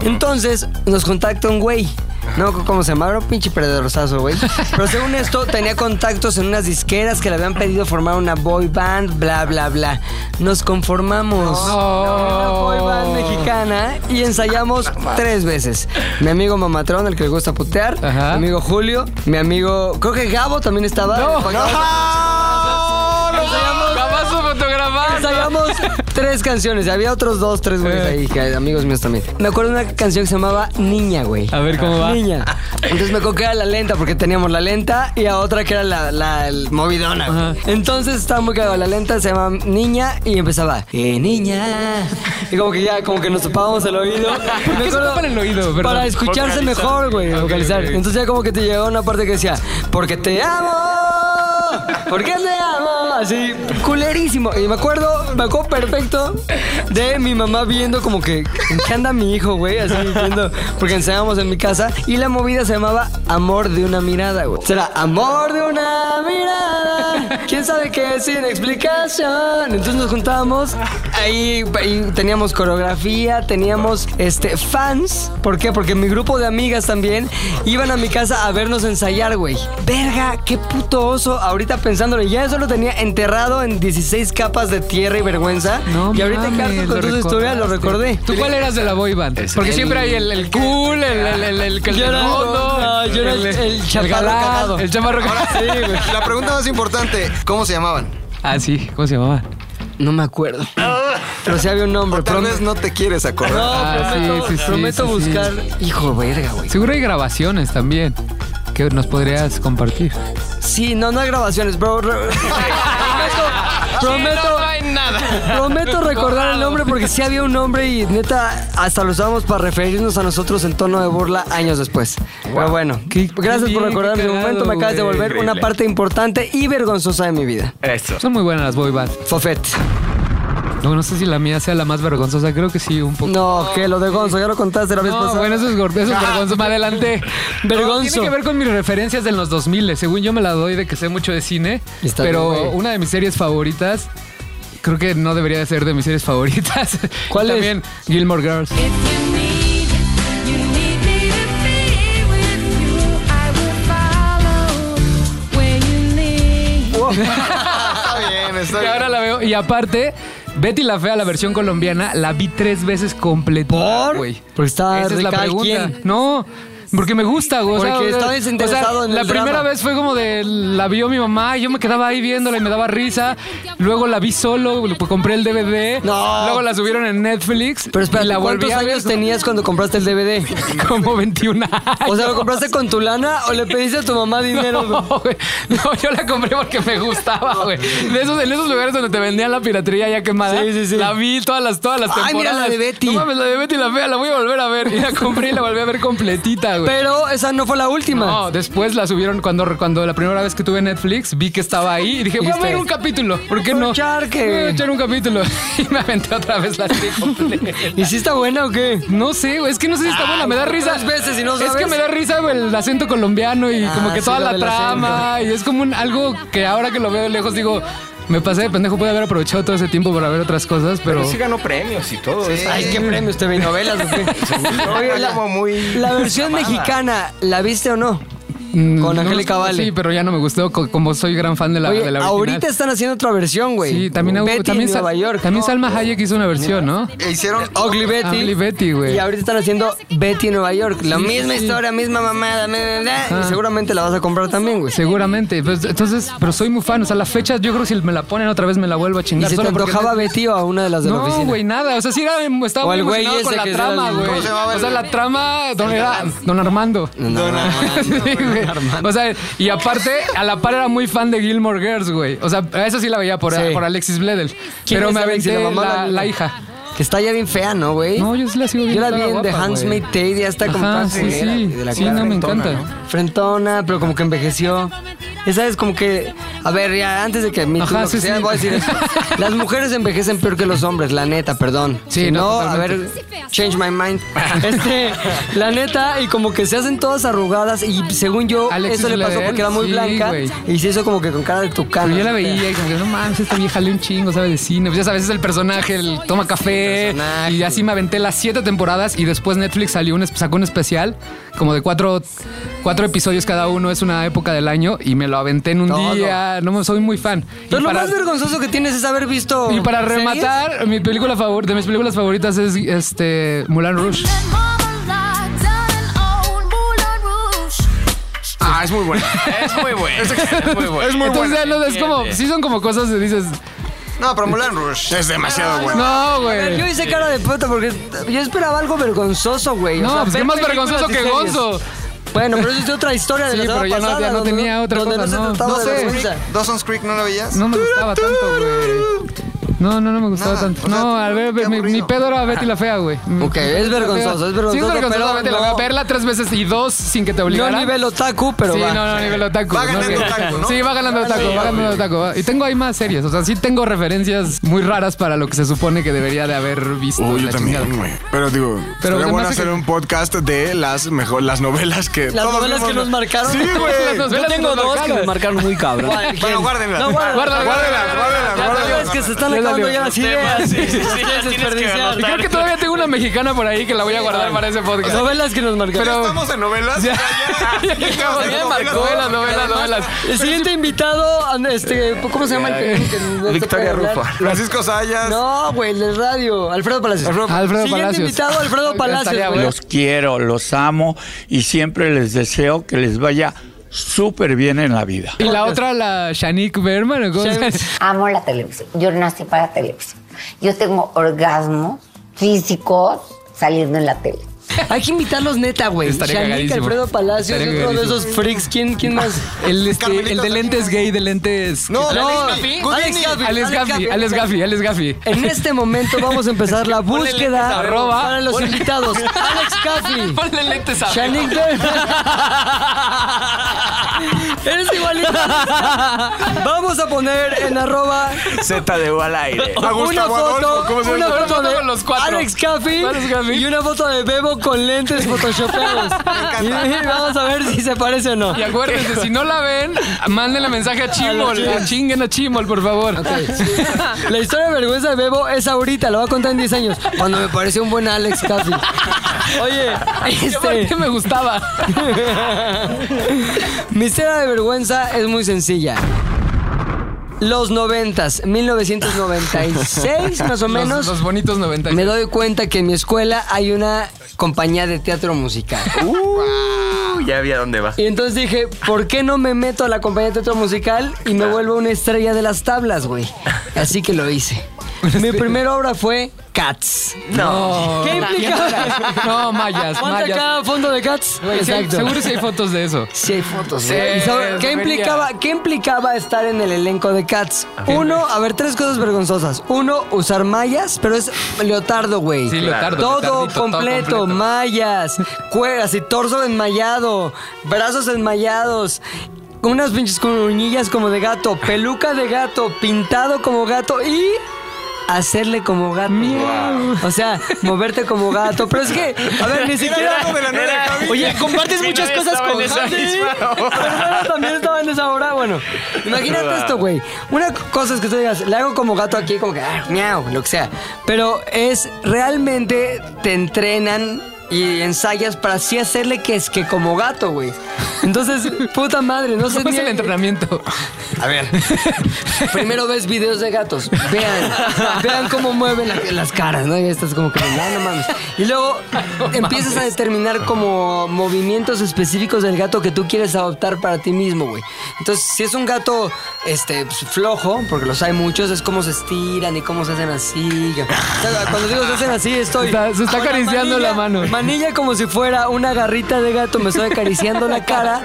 B: Entonces nos contacta un güey. No, ¿cómo se llamaba? Era un pinche perdedorzazo, güey. Pero según esto, tenía contactos en unas disqueras que le habían pedido formar una boy band, bla, bla, bla. Nos conformamos. Una boy band mexicana y ensayamos tres veces. Mi amigo Mamatrón, el que le gusta putear, mi amigo Julio, mi amigo, creo que Gabo también estaba.
D: No.
B: Ensayamos-
D: su
B: Ensayamos tres canciones. Había otros dos, tres güeyes
D: Eh.
B: ahí, que- amigos míos también. Me acuerdo de una canción que se llamaba Niña, güey.
D: A ver cómo va.
B: Niña. Entonces me acuerdo que era la lenta, porque teníamos la lenta y a otra que era la, la el movidona. güey. Entonces estaba muy cagado. La lenta se llamaba Niña y empezaba, "Eh, niña. Y como que ya, como que nos topábamos el oído.
D: ¿Por
B: Me
D: qué se
B: acuerdo-
D: tapan el oído? Perdón.
B: Para escucharse
D: Vocalizar.
B: mejor, güey,
D: Ok,
B: vocalizar.
D: ok.
B: Entonces ya como que te llegó una parte que decía, porque te amo, porque te amo, así, culerísimo. Y me acuerdo, me acuerdo perfecto de mi mamá viendo como que, ¿en qué anda mi hijo, güey? Así viendo, porque ensayábamos en mi casa. Y la movida se llamaba Amor de una mirada, güey. Será Amor de una mirada, quién sabe qué sin explicación. Entonces nos juntábamos, ahí, ahí teníamos coreografía, teníamos este fans. ¿Por qué? Porque mi grupo de amigas también iban a mi casa a vernos ensayar, güey. Verga, qué puto oso. Ahorita pensándolo, ya eso lo tenía enterrado en 16 capas de tierra y vergüenza.
D: No
B: y ahorita que
D: mames,
B: hablo con
D: lo
B: tus historias lo recordé.
D: ¿Tú cuál eras de la boy band? Porque siempre hay el, el cool, el el el el que el
B: Yo era el-
D: fondo,
B: no, yo era el- el chaparro
D: galán,
B: cagado.
D: El chaparro cagado.
B: Sí, güey.
E: La pregunta más importante, ¿cómo se llamaban?
D: Ah, sí, ¿cómo se llamaba?
B: No me acuerdo. Pero sí había un nombre.
E: Tal
B: prom-
E: vez no te quieres
B: No,
E: acordar.
D: Ah, sí,
B: prometo,
D: sí, sí,
B: prometo
D: sí, sí.
B: buscar. Hijo, verga, güey.
D: Seguro hay grabaciones también. que nos podrías compartir.
B: Sí, no, no hay grabaciones, bro. Re- Prometo.
K: no hay nada.
B: Prometo recordar el nombre porque sí había un nombre y neta hasta lo usábamos para referirnos a nosotros en tono de burla años después. Pero bueno, gracias por
D: bien,
B: recordarme
D: qué
B: de momento, me
D: cagado,
B: acabas de
D: güey.
B: volver una
D: Increíble.
B: parte importante y vergonzosa de mi vida.
D: Esto. Son muy buenas las boy bands.
B: Fofet.
D: No, no sé si la mía sea la más vergonzosa, creo que sí, un poco.
B: No, que lo de Gonzo, ya lo contaste la vez
D: No,
B: pasada.
D: bueno, eso es, gor- eso es vergonzoso. Más adelante.
B: Vergonzo.
D: Tiene que ver con mis referencias de los 2000. Según yo me la doy de que sé mucho de cine.
B: Está
D: pero
B: bien, güey.
D: una de mis series favoritas, creo que no debería de ser de mis series favoritas. ¿Cuál También Gilmore Girls.
E: Está bien, está
D: Y
E: bien.
D: ahora la veo. Y aparte, Betty la Fea, la versión colombiana, la vi tres veces completa. ¿Por?
B: Porque estaba
D: Esa es la
B: rica,
D: pregunta.
B: ¿quién?
D: No. Porque me gusta, güey. o sea,
B: Porque
D: o sea,
B: estaba desinteresado
D: o sea,
B: en el
D: La primera
B: drama.
D: vez fue como de. La vio mi mamá y yo me quedaba ahí viéndola y me daba risa. Luego la vi solo, pues, compré el DVD. Luego la subieron en Netflix.
B: Pero espera,
D: y la volví
B: ¿cuántos
D: a ver.
B: años tenías cuando compraste el DVD?
D: Como 21
B: O sea, ¿lo compraste con tu lana o le pediste a tu mamá dinero?
D: No, güey. No, yo la compré porque me gustaba, güey. De esos, en esos lugares donde te vendían la piratería ya quemada.
B: Sí, sí, sí.
D: La vi todas las, todas las
B: Ay,
D: temporadas.
B: mira la de Betty.
D: No mames, la de Betty la fea, la voy a volver a ver. Y la compré y la volví a ver completita, güey.
B: Pero esa no fue la última.
D: No, después la subieron cuando, cuando la primera vez que tuve Netflix, vi que estaba ahí y dije, voy a
B: Dijiste,
D: ver un capítulo. ¿Por qué no?
B: que-
D: Voy a echar un capítulo. Y me aventé otra vez la serie completa.
B: ¿Y si está buena o qué?
D: No sé, güey, es que no sé si está buena, me da
B: Ay,
D: risa.
B: tres Ah, veces y no
D: Es que
B: sabes.
D: me da risa güey, el acento colombiano y
B: Ah,
D: como que
B: sí,
D: toda
B: lo
D: la
B: del acento.
D: trama y es como un, algo que ahora que lo veo de lejos digo, me pasé de pendejo, pude haber aprovechado todo ese tiempo para ver otras cosas, pero...
I: sí ganó premios y todo. eso.
B: Ay, qué premio usted ve novelas. o qué? Oye, la, la versión
I: acabada.
B: mexicana, ¿la viste o no?
D: Mm,
B: Con
D: no,
B: Angélica Vale.
D: Sí, pero ya no me gustó, co- como soy gran fan de la,
B: Oye,
D: de la original.
B: ahorita están haciendo otra versión, güey.
D: Sí, también, hubo-
B: Betty
D: también,
B: en
D: Sal-
B: Nueva York.
D: también Salma Hayek hizo una versión, ¿no?
E: E hicieron
B: Ugly Betty.
D: Ugly Betty, güey.
B: Y ahorita están haciendo Betty en Nueva York. La misma historia, misma mamada. na, na, na,
D: Ah.
B: Y seguramente la vas a comprar también, güey.
D: Seguramente, pues, entonces, pero soy muy fan, o sea, la fecha yo creo que si me la ponen otra vez me la vuelvo a
B: ¿Y
D: chingar.
B: se te
D: solo porque-
B: antojaba Betty o a una de las de la
D: No,
B: oficina?
D: güey, nada. O sea, sí era, estaba
B: O
D: muy
B: el güey
D: emocionado con
B: ese
D: la
B: que se
D: trama,
B: da el-
D: güey.
B: ¿Cómo se llamaba
D: O sea,
B: el-
D: la trama don, era Don Armando.
B: Don Armando,
D: Sí, güey. O sea, y aparte, a la par era muy fan de Gilmore Girls, güey. O sea, a eso sí la veía por,
B: Sí.
D: por Alexis Bledel.
B: ¿Quién
D: Pero
B: es
D: me
B: Alexis,
D: aventé
B: la
D: la,
B: mamá, la-
D: la hija.
B: Que está ya bien fea, ¿no, güey?
D: No, yo sí la sigo
B: Yo la
D: viendo.
B: vi
D: estaba
B: en The
D: guapa, güey.
B: Handmaid's Tale, ya está como
D: Ajá,
B: tan
D: sí,
B: culera,
D: sí.
B: güey, de la
D: Sí,
B: cara.
D: no, me encanta.
B: Frentona, pero como que envejeció. Esa es como que. A ver, ya antes de que me
D: Ajá, sí, sí.
B: voy a decir esto. Las mujeres envejecen peor que los hombres, la neta, perdón.
D: Sí,
B: Si
D: no,
B: no, a ver, change my mind. Este, la neta, y como que se hacen todas arrugadas. Y según yo,
D: Alexis
B: eso le pasó
D: Bledel,
B: porque era muy
D: sí,
B: blanca.
D: güey.
B: Y se hizo como que con cara de tucano.
D: Pero yo la veía y como que no mames, esta vieja le un chingo, sabe de cine. Pues ya sabes, es el personaje, el toma café. Y así me aventé las siete temporadas y después Netflix salió un, sacó un especial como de cuatro, cuatro episodios cada uno, es una época del año y me lo aventé en un
B: Todo.
D: día. No, soy muy fan.
B: Pero
D: Y
B: lo
D: para-
B: más vergonzoso que tienes es haber visto.
D: y para
B: series.
D: rematar, mi película favor, de mis películas favoritas es este Mulan Rouge.
H: Ah, es muy bueno.
G: Es muy bueno. Es muy bueno.
H: Es muy
D: Entonces,
H: buena.
D: ya no, es como, sí son como cosas que dices,
E: oh, No, pero Mulan Rush.
H: Es demasiado bueno.
D: no,
B: A ver,
D: güey.
B: Yo hice cara de puta porque yo esperaba algo vergonzoso, güey. O
D: No,
B: sea,
D: pues qué
B: ver
D: más
B: películas
D: vergonzoso
B: y
D: que
B: series.
D: Gonzo.
B: Bueno, pero eso es de otra historia de
D: Sí,
B: la
D: pero
B: semana
D: ya no-
B: pasada,
D: ya no
B: donde
D: tenía otra
B: donde
D: cosa,
B: no se
D: no.
B: trataba
D: No
B: de
D: sé.
B: vergüenza.
E: Dawson's Creek, ¿no la veías?
D: No me gustaba tanto, güey. No, no, no me gustaba
E: Nada,
D: tanto.
E: o sea,
D: no, al ver,
E: qué
D: mi,
E: aburrido.
D: mi pedo era Betty la Fea, güey. Mi-
B: Ok, es vergonzoso, es
D: Sí,
B: vergonzoso,
D: es vergonzoso
B: pero
D: Betty la
B: no.
D: Fea. Verla tres veces y dos sin que te
B: Yo
D: obligaran.
B: a nivel otaku, pero
D: sí,
B: va.
D: no, no, nivel otaku.
E: Va ganando
D: no, sí.
E: otaku, ¿no?
D: Sí, va ganando otaku, va ganando otaku. va. Y tengo ahí más series. O sea, sí tengo referencias muy raras para lo que se supone que debería de haber visto.
H: Uy, yo
D: la
H: también,
D: chingada.
H: güey. Pero digo,
D: Pero
H: sería
D: se me
H: bueno
D: hace
H: hacer
D: que-
H: un podcast de las mejor, las novelas que.
B: Las
H: todos
B: novelas
H: vimos,
B: que nos
H: ¿no?
B: marcaron.
H: Sí, güey.
D: Las
F: Yo
D: novelas
F: tengo
D: nos
F: dos que
D: marcaron.
F: me marcaron muy cabrón.
E: Bueno, guárdenla.
B: No, guarda,
D: Guárdala,
H: Guárdelas, guárdelas,
B: Ya
H: guárdelas.
B: sabes que se están
D: Ya
B: acabando
D: salió.
B: ya las ideas.
F: Sí, sí, sí,
B: Quieres
F: las tienes que
B: desperdiciar.
F: anotar.
D: Creo que todavía tengo una mexicana por ahí que la voy a guardar para ese podcast.
B: Novelas que nos marcaron. Este,
D: Pero-
E: Estamos en novelas. Ya, ya.
D: Ya acabo de-
E: Novelas,
D: Novelas, novelas, novelas.
B: El siguiente invitado, and- este, ¿cómo se llama el que- que no se
I: Victoria
B: puede hablar?
I: Rufo.
E: Francisco Sayas.
B: No, güey, el de radio. Alfredo Palacios.
D: Alfredo
B: Siguiente
D: Palacios.
B: invitado, Alfredo
D: Estaría
B: Palacios. güey.
D: bueno.
Q: Los quiero, los amo y siempre les deseo que les vaya súper bien en la vida.
D: Y la otra, la Shanique Berman. ¿o cómo se llama?
R: Amo la televisión. Yo nací para la televisión. Yo tengo orgasmos físicos saliendo en la tele.
B: Hay que invitarlos neta, güey.
D: Estaría
B: Shanique,
D: cagadísimo.
B: Alfredo Palacios,
D: Estaría
B: otro de
D: cagadísimo.
B: esos freaks. ¿Quién, quién más?
D: El, este, el de lentes gay, de lentes.
B: No, no,
D: Alex
B: Good evening.
D: Gaffi. Alex Gaffi, Alex Gaffi, Alex Gaffi.
B: En este momento vamos a empezar la
D: Ponle lentes
B: búsqueda
D: arroba.
B: para los
D: Ponle-
B: invitados. Alex Caffey.
D: Ponle lentes a-
B: Shanique Eres igualito. Vamos a poner en arroba
G: Z de U al aire.
B: una foto, una foto de
D: con los cuatro.
B: Alex Caffey
D: Alex Gaffi.
B: y una foto de Bebo con lentes photoshopeados. Y vamos a ver si se parece o no.
D: Y acuérdense, si no la ven, mándenle mensaje a Chimol. A chinguen a Chimol, por favor.
B: La historia de vergüenza de Bebo es ahorita, lo va a contar en 10 años. Cuando me pareció un buen Alex Caffey. Oye, este.
D: me gustaba.
B: Mi historia de vergüenza es muy sencilla. Los noventas, 1996 más o
D: Los-
B: menos.
D: Los, bonitos 90.
B: Me doy cuenta que en mi escuela hay una compañía de teatro musical.
I: Uh, ya vi a dónde va.
B: Y entonces dije, ¿por qué no me meto a la compañía de teatro musical y me vuelvo una estrella de las tablas, güey? Así que lo hice. Mi primera obra fue Cats.
D: No.
B: ¿Qué implicaba?
D: No, mayas,
B: Ponte
D: mayas.
B: acá fondo de Cats.
D: Güey, sí hay- Seguro si hay fotos de eso.
B: Sí hay fotos.
D: Sí,
B: ¿Y sabe- ¿Qué
D: debería.
B: implicaba, ¿Qué implicaba estar en el elenco de Cats?
D: Ah,
B: Uno, a ver, tres cosas vergonzosas. Uno, usar mallas, pero es leotardo, güey.
D: Sí, leotardo,
B: Todo
D: leotardito, todo
B: completo,
D: completo.
B: mallas, cueras y torso enmayado, brazos enmayados. Unas pinches con uñillas como de gato, peluca de gato, pintado como gato y hacerle como gato. O sea, moverte como gato. Pero es que, a ver, ni siquiera. Oye, compartes
L: Mi
B: muchas
L: novia
B: cosas
L: estaba
B: con
L: en esa
B: Javi.
L: misma hora.
B: Tu hermana también estaba en esa hora. Bueno, imagínate
L: Wow.
B: esto, güey. Una cosa es que tú digas, le hago como gato aquí, como que, ah, miau, lo que sea. Pero es realmente te entrenan y ensayas para así hacerle que es que como gato, güey. Entonces, puta madre, no sé
D: ¿Cómo es
B: ni-
D: el entrenamiento?
B: A ver. Primero ves videos de gatos. Vean, vean cómo mueven la- las caras, ¿no? Y estás como que, "Ah, no mames. Y luego empiezas a determinar como movimientos específicos del gato que tú quieres adoptar para ti mismo, güey. Entonces, si es un gato este pues, flojo, porque los hay muchos, es cómo se estiran y cómo se hacen así. O sea, cuando digo se hacen así, estoy.
D: Está- se está
B: con
D: acariciando la mano.
B: Manilla como si fuera una garrita de gato, me estoy acariciando la cara,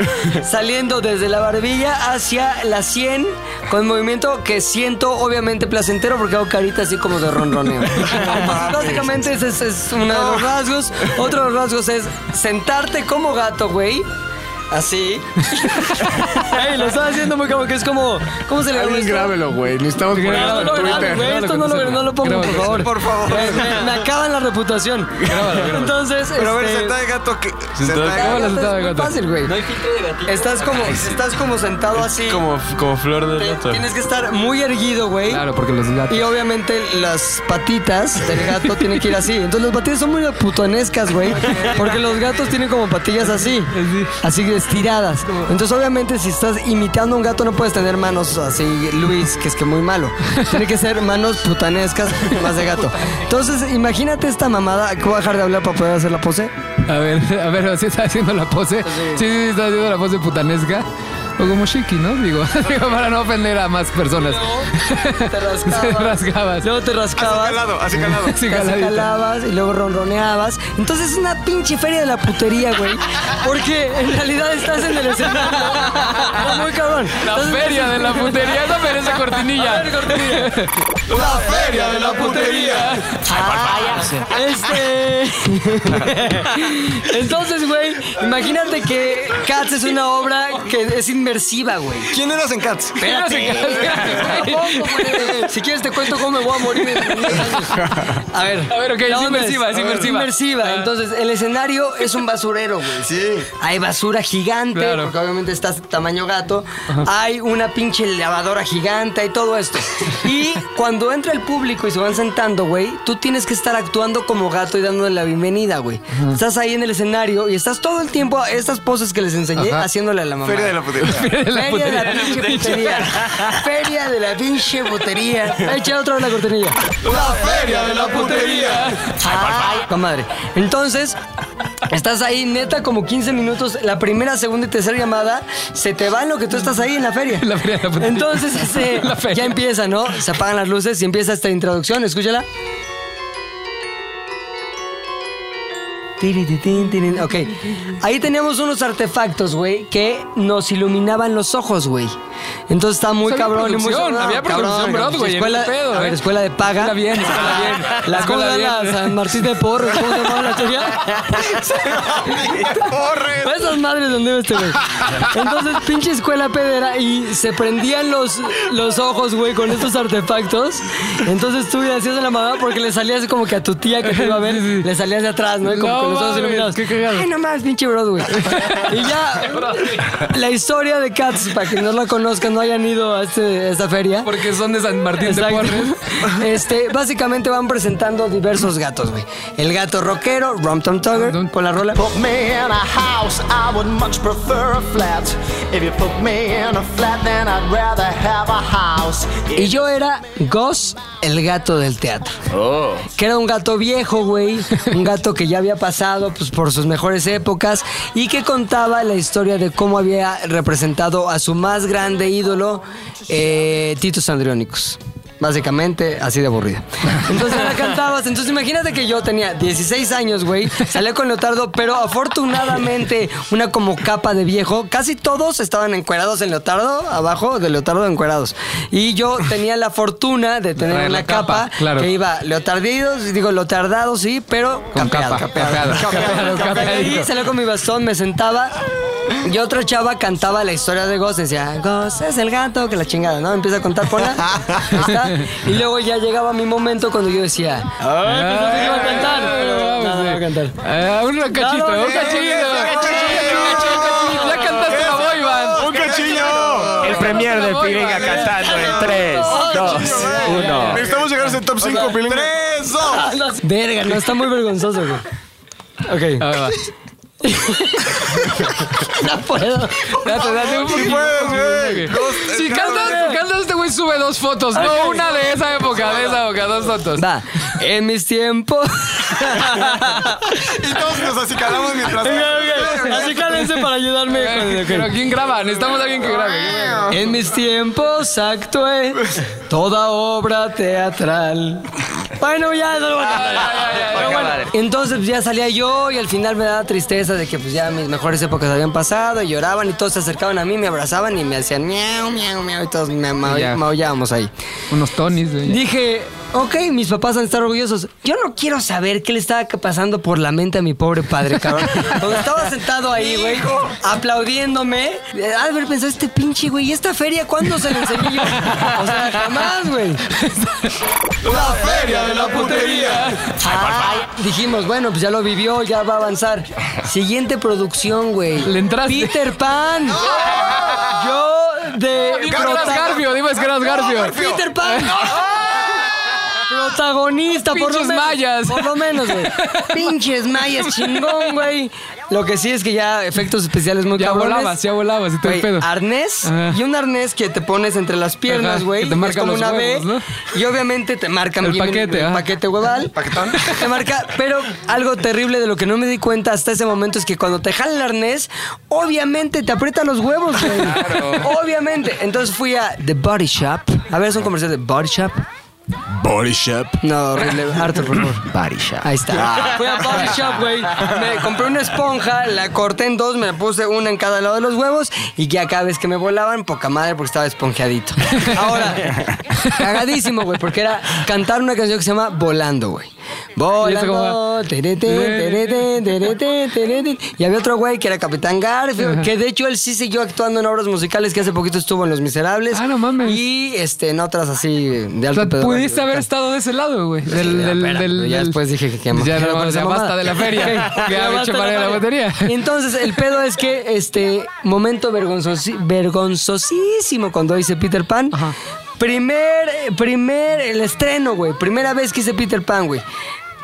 B: saliendo desde la barbilla hacia la sien, con movimiento que siento obviamente placentero porque hago carita así como de ronroneo. Entonces, Básicamente ese es, es uno de los rasgos. Otro de los rasgos es sentarte como gato, güey. Así. Ey, lo estaba haciendo muy como que es como. ¿Cómo se le llama?
H: Alguien
B: esto?
H: grábelo, güey. Necesitamos
B: No,
H: ponerlo
B: no lo
H: en
B: grabes,
H: Twitter.
B: güey, Esto no lo, no lo pongo, por
D: Grábalo.
B: favor.
E: Por favor.
B: Eh, Me, me acaban la reputación. Entonces,
E: Pero a ver,
B: este,
E: sentada de gato que.
G: Sentada de
B: Ah,
G: gato.
B: está-
D: sentada de
B: es muy
D: gato.
B: fácil, güey. Estás como, estás como sentado así.
G: Como, como flor de
B: Te-
G: loto.
B: Tienes que estar muy erguido, güey.
D: Claro, porque los gatos.
B: Y obviamente las patitas del gato tienen que ir así. Entonces las patillas son muy putonescas, güey. Porque los gatos tienen como patillas así. Así que estiradas. Entonces obviamente si estás imitando a un gato no puedes tener manos así, Luis, que es que muy malo. Tiene que ser manos putanescas más de gato. Entonces imagínate esta mamada. que voy a dejar de hablar para poder hacer la pose?
D: A ver, a ver, ¿sí está haciendo la pose? Sí, sí, sí, está haciendo la pose putanesca. O como Shiki, ¿no? Digo, digo, para no ofender a más personas.
B: Te
D: Se
B: rascabas.
D: rasgabas.
B: Luego te rascabas.
E: Así calado.
B: Te
D: Sí, jaladita.
B: calabas y luego ronroneabas. Entonces es una pinche feria de la putería, güey. Porque en realidad estás en el escenario. Está muy cabrón.
D: La
B: Entonces,
D: feria de la putería no merece cortinilla.
E: La feria de la putería.
B: Este. Entonces, güey, imagínate que Cats es una obra que es inmersiva, güey.
E: ¿Quién eras en Cats?
B: Si quieres te cuento cómo me voy a morir. en 10 años. A ver.
D: A ver, ok,
B: La
D: es
B: onda
D: inmersiva, es inmersiva. Ah.
B: inmersiva. Entonces, el escenario es un basurero, güey.
E: Sí.
B: Hay basura gigante,
D: Claro.
B: porque obviamente estás tamaño gato. Hay una pinche lavadora gigante y todo esto. Y cuando entra el público y se van sentando, güey, tú tienes que estar actuando como gato y dándole la bienvenida, güey. Estás ahí en el escenario y estás todo el tiempo a estas poses que les enseñé
D: Ajá.
B: haciéndole a la mamá.
E: Feria de la putería.
D: de la
B: Feria de la
D: putería.
B: pinche putería. Feria de la pinche putería. Echa otra vez la cortinilla.
E: La feria de la putería.
B: Ay, comadre. Entonces, estás ahí neta como 15 minutos, la primera, segunda y tercera llamada, se te va en lo que tú estás ahí en la feria.
D: La feria de la putería.
B: Entonces, este,
D: La feria.
B: ya empieza, ¿no? Se apagan las luces y empieza esta introducción, escúchala. Tirititín, tirin. Ok. Ahí teníamos unos artefactos, güey, que nos iluminaban los ojos, güey. Entonces está muy
D: Había
B: cabrón y muy ah,
D: producción, había producción
B: cabrón,
D: Broadway,
B: escuela,
D: en un pedo,
B: a ver,
D: ¿eh?
B: escuela de paga.
D: Escuela bien, escuela bien.
B: La
D: Escuela
B: escuela
D: bien.
B: San Martín de Porres, ¿cómo se llama la tuya? Esas madres donde este güey. Entonces, pinche escuela pedera y se prendían los, los ojos, güey, con estos artefactos. Entonces tú le hacías a la mamá porque le salías como que a tu tía que te iba a ver, le salías de atrás, ¿no? Y como
D: No
B: con los ojos
D: mames,
B: iluminados. Ay, no más, pinche Broadway. y ya, la historia de Cats, para que no la conozcan, no hayan ido a, este- a esta feria.
D: Porque son de San Martín
B: Exacto.
D: de Porres.
B: Este, básicamente van presentando diversos gatos, güey. El gato rockero, Rom Tom Tugger, con la rola.
S: Put me in a house, I would much prefer a flat. If you put me in a flat, then I'd rather have a house.
B: Y yo era Goss, el gato del teatro. Que era un gato viejo, güey. Un gato que ya había pasado pues, por sus mejores épocas y que contaba la historia de cómo había representado a su más grande ídolo, eh, Titus Andriónicos. Básicamente, así de aburrida. Entonces la cantabas. Entonces imagínate que yo tenía 16 años, güey. Salía con Leotardo, pero afortunadamente una como capa de viejo. Casi todos estaban encuerados en Leotardo, abajo de Leotardo encuerados. Y yo tenía la fortuna de tener
D: traer
B: una
D: la
B: capa,
D: capa, claro.
B: que iba leotardidos, digo leotardado, sí, pero
D: Con
B: capeado.
D: capa, capeado, capeado,
B: Y
D: capeadito.
B: salía con mi bastón, me sentaba. Y otra chava cantaba la historia de Goss, decía, Goss es el gato, que la chingada, ¿no? Empieza a contar por la... Ahí está. Y luego ya llegaba mi momento cuando yo decía, pues
D: Ah,
B: iba a cantar, pero
D: vamos,
B: nada,
D: eh.
B: no iba a cantar.
D: Ah, un cachito,
B: Claro,
D: un
B: sí,
D: cachito.
B: sí, sí,
D: cachito. Ya cantaste la boy band. Un cachillo.
G: El premier de Piringa cantando en 3, 2, 1.
H: Necesitamos llegar a ese top 5, Pilinga. ¡Tres, dos!
B: Verga, no, está muy vergonzoso, güey. Ok. no puedo.
D: Date, date un eh, poquito. Si cantas, cantas este güey sube dos fotos, no una de esa época, de esa época, dos fotos.
B: Va. En mis tiempos.
H: y todos nos acicalamos mientras.
B: Así cálense para ayudarme. con- ok.
D: Pero ¿quién graba? Necesitamos a alguien que grabe.
B: En mis tiempos actué toda obra teatral. Bueno, ya, no lo voy a cantar. Pero bueno, entonces pues, ya salía yo y al final me daba tristeza de que pues ya mis mejores épocas habían pasado y lloraban y todos se acercaban a mí, me abrazaban y me hacían miau, miau, miau y todos me ma-
D: Ya.
B: maullábamos ahí.
D: Unos tonis, güey.
B: Dije, ok, mis papás han de estar orgullosos. Yo no quiero saber qué le estaba pasando por la mente a mi pobre padre, cabrón. Cuando estaba sentado ahí, güey, aplaudiéndome, eh, ha de haber pensado, este pinche güey, ¿y esta feria cuándo se le enseñó? O sea, jamás, güey.
H: La feria de la putería.
B: Ay, dijimos, bueno, pues ya lo vivió, ya va a avanzar. Siguiente producción, güey. Le
D: entraste.
B: Peter Pan. Yo de...
D: Dime que eras
B: prota-
D: Garfio, dime que eras Garfio.
B: Peter Pan. Protagonista, por lo
D: Pinches
B: menos.
D: mayas.
B: Por lo menos, güey. Pinches mayas, chingón, güey. Lo que sí es que ya efectos especiales muy
D: Ya
B: cabrones.
D: volabas, ya volabas y todo el
B: Güey,
D: pedo.
B: Arnés
D: Ajá.
B: y un arnés que te pones entre las piernas,
D: Ajá,
B: güey.
D: que
B: y
D: te
B: Es
D: marca
B: como
D: los
B: una
D: huevos,
B: B. Y obviamente te marcan
D: El
B: bien
D: paquete,
B: el
D: ajá.
B: paquete hueval. ¿Paquetón? Te marca, pero algo terrible de lo que no me di cuenta hasta ese momento es que cuando te jala el arnés, obviamente te aprieta los huevos, güey. Obviamente. Entonces fui a The Body Shop. A ver, es un comercial de Body Shop.
H: Body Shop.
B: No, horrible. Arthur, por favor.
H: Body Shop.
B: Ahí está.
D: Ah.
B: Fui a Body Shop, güey. Me compré una esponja, la corté en dos, me la puse una en cada lado de los huevos y ya cada vez que me volaban, poca madre porque estaba esponjeadito. Ahora, cagadísimo, güey, porque era cantar una canción que se llama Volando, güey. Volando, terete, terete, terete, terete. Y había otro güey que era Capitán Garfield, que de hecho él sí siguió actuando en obras musicales que hace poquito estuvo en Los Miserables. Ah, no mames. Y este, en otras así de
D: O
B: alto
D: sea,
B: pedo.
D: pudiste haber estado de ese lado, güey. Del, del, del,
B: Pero ya
D: del-
B: después dije que qué
D: Ya,
B: qué
D: no,
B: con esa
D: ya
B: mamada.
D: basta de la feria.
B: Ok.
D: Ya,
B: Ya
D: me
B: basta
D: chuparé
B: de
D: la
B: feria. Entonces, el pedo es que este momento vergonzosi- vergonzosísimo cuando hice Peter Pan. Primer, eh, primer, el estreno, güey. Primera vez que hice Peter Pan, güey.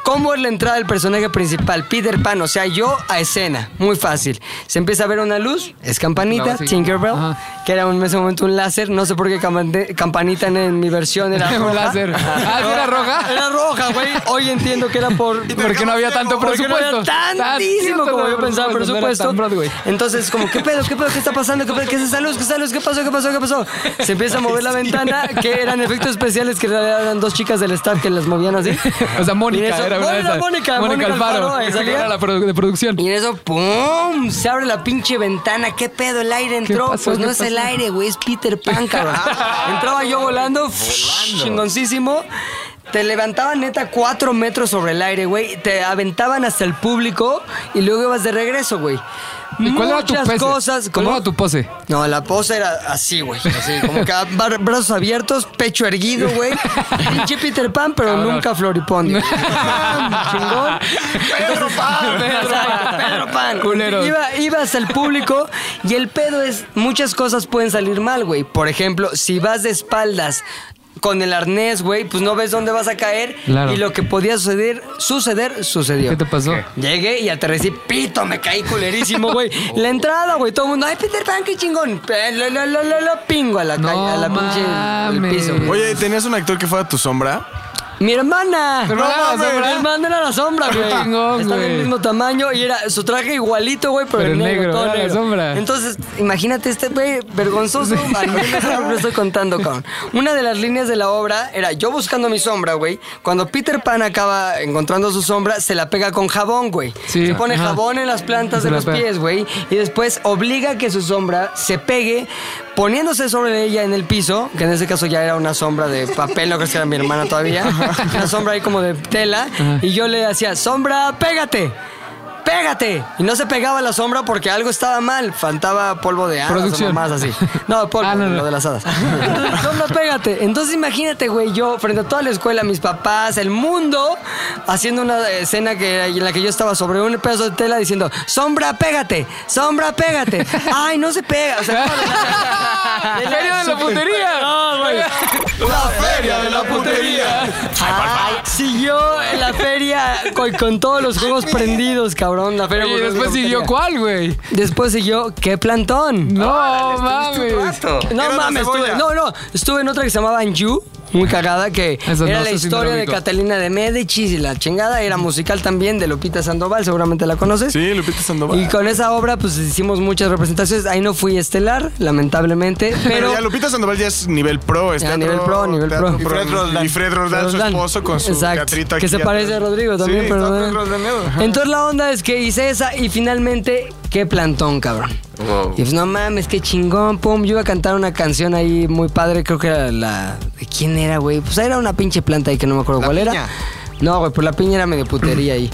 B: ¿Cómo es la entrada del personaje principal? Peter Pan, o sea, yo a escena. Muy fácil. Se empieza a ver una luz, es
D: La
B: campanita,
D: básica.
B: Tinkerbell, que era en ese momento un láser. No sé por qué Campan- campanita en, en mi versión era
D: Un
B: roja.
D: láser. Ah, ¿sí era roja?
B: Era roja, güey. Hoy entiendo que era por...
D: Porque no había tanto
B: Porque no
D: presupuesto.
B: era tantísimo
D: Tantísimo
B: como yo pensaba, por
D: presupuesto, no era
B: supuesto.
D: tan Broadway.
B: Entonces, como, ¿qué pedo? ¿Qué pedo? ¿Qué está pasando? ¿Qué, pedo? ¿Qué es esa luz? ¿Qué es esa luz? ¿Qué pasó? ¿Qué pasó? ¿Qué pasó? Se empieza a mover la ventana, que eran efectos especiales que en realidad eran dos chicas del staff que las movían así.
D: O sea, Mónica,
B: Y en eso,
D: era una de
B: Mónica, Mónica,
D: esas.
B: Mónica
D: Alfaro.
B: Alfaro,
D: esa que
B: ¿sabía?
D: era la produ- de producción.
B: Y en eso, ¡pum! Se abre la pinche ventana. ¿Qué pedo? El aire entró.
D: pasó?
B: Pues no
D: ¿Qué
B: es el
D: pasó?
B: aire, güey. Es Peter Pan, cabrón. Entraba yo volando. Chingoncísimo. Te levantaban neta cuatro metros sobre el aire, güey. Te aventaban hasta el público y luego ibas de regreso, güey.
D: ¿Y cuál era tu
B: Muchas
D: pose?
B: cosas.
D: ¿Cuál
B: como-
D: era tu pose?
B: No, la pose era así, güey. Así, como que bar- brazos abiertos, pecho erguido, güey. Pinche Peter Pan, pero nunca floripondio. Chingón.
P: Pedro Pan,
B: Pedro Pan. Pedro Pan.
P: Culeros.
B: Iba, iba hasta el público y el pedo es, muchas cosas pueden salir mal, güey. Por ejemplo, si vas de espaldas con el arnés, güey, pues no ves dónde vas a caer
D: Claro.
B: y lo que podía suceder, suceder, sucedió.
D: ¿Qué te pasó?
B: Llegué y aterricé, pito, me caí culerísimo, güey. La entrada, güey, todo el mundo, ay, Peter Pan, qué chingón. Pe- Lo, lo, lo, lo, lo pingo a la, calle, a la pinche al piso. güey.
H: Oye, ¿tenías un actor que fuera tu sombra?
B: Mi hermana.
H: ¿Tu hermana era la
B: mames,
H: sombra?
B: Mi hermana era la sombra,
D: Qué
B: güey.
D: chingón,
B: Estaba
D: güey.
B: del mismo tamaño y era su traje igualito, güey, pero,
D: Pero
B: en
D: en
B: negro,
D: negro,
B: todo
D: era la
B: negro.
D: sombra.
B: Entonces, imagínate este güey vergonzoso. al menos ahora Lo estoy contando, cabrón. Una de las líneas de la obra era yo buscando mi sombra, güey. Cuando Peter Pan acaba encontrando su sombra, se la pega con jabón, güey.
D: Sí.
B: Se pone
D: Ajá.
B: jabón en las plantas
D: Se
B: de
D: la
B: los
D: pega.
B: pies, güey. Y después obliga a que su sombra se pegue poniéndose sobre ella en el piso, que en ese caso ya era una sombra de papel, no creo que era mi hermana todavía. Una sombra ahí como de tela. Y yo le hacía, sombra, pégate. ¡Pégate! Y no se pegaba la sombra porque algo estaba mal. Faltaba polvo de hadas o
D: Producción.
B: más así. Ah, No, polvo, lo de las hadas. Entonces, sombra, pégate. Entonces imagínate, güey, yo frente a toda la escuela, mis papás, el mundo, haciendo una escena que, en la que yo estaba sobre un pedazo de tela diciendo, sombra, pégate, sombra, pégate. Ay, no se pega. O sea,
P: ¡La feria
B: no,
P: de la putería!
B: No, güey.
P: ¡La feria de la putería!
B: Ay, siguió la feria con, con todos los juegos prendidos, cabrón. La feria
D: Oye,
B: con los
D: después
B: juegos
D: siguió
B: prendidos.
D: cuál, güey.
B: Después siguió, ¿qué plantón?
D: No
B: Órale, estuviste
D: mames.
B: un rato. No
D: Era una
B: mames,
D: cebolla.
B: estuve, no, no, estuve en otra que se llamaba Anju, muy cagada, que
D: Eso no,
B: era la
D: eso sí no
B: historia
D: lo
B: de
D: ubico.
B: Catalina de Medici y la chingada, era musical también de Lupita Sandoval, seguramente la conoces.
H: Sí, Lupita Sandoval.
B: Y con esa obra, pues hicimos muchas representaciones, ahí no fui estelar, lamentablemente,
H: Pero
B: pero...
H: ya Lupita Sandoval ya es nivel pro. Es
B: Ya,
H: teatro-
B: nivel pro, nivel pro.
H: teatro
B: Y Fred Roldán.
H: Y Fred Roldán, su
B: Roldán.
H: esposo, con su
B: Exacto,
H: teatrito
B: que
H: aquí
B: se parece a
H: atrás.
B: Rodrigo también,
H: Sí,
B: pero
H: está
B: no-
H: Fred Roldán, ¿no? Ajá.
B: Entonces la onda es que hice esa y finalmente, qué plantón, cabrón. Y pues no mames, qué chingón, pum. Yo iba a cantar una canción ahí muy padre, creo que era la. ¿De quién era, güey? Pues era una pinche planta ahí que no me acuerdo cuál era. No, güey, pues la piña era medio putería ahí.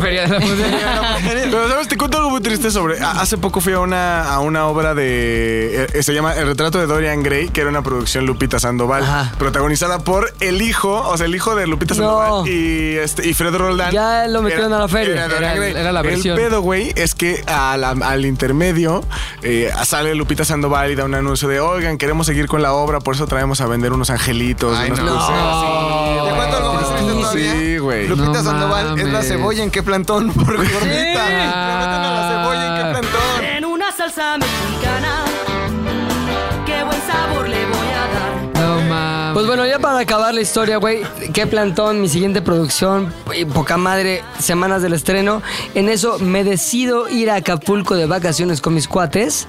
D: Feria de la putería.
H: Pero, ¿sabes? Te cuento algo muy triste sobre... a- Hace poco fui a una, a una obra de... eh, Se llama El retrato de Dorian Gray, que era una producción Lupita Sandoval, protagonizada por el hijo, o sea, el hijo de Lupita Sandoval y, este, y Fred Roldán.
B: Ya lo metieron
H: Era-
B: a la feria.
H: Era, Dorian
B: Era-
H: Gray.
B: era la versión.
H: El pedo, güey, es que a la- al intermedio eh, sale Lupita Sandoval y da un anuncio de, oigan, queremos seguir con la obra, por eso traemos a vender unos angelitos. unos cruceros".
E: pues, ¿Te cuento algo más triste todavía?
H: Sí, güey.
E: Lupita Sandoval es la cebolla en qué plantón por gordita. Le meten
H: Ah.
E: a la cebolla en qué plantón.
T: En una salsa mexicana, qué buen sabor le voy a dar.
D: No mames.
B: Pues bueno, ya para acabar la historia, güey, qué plantón, mi siguiente producción, y poca madre, semanas del estreno. En eso me decido ir a Acapulco de vacaciones con mis cuates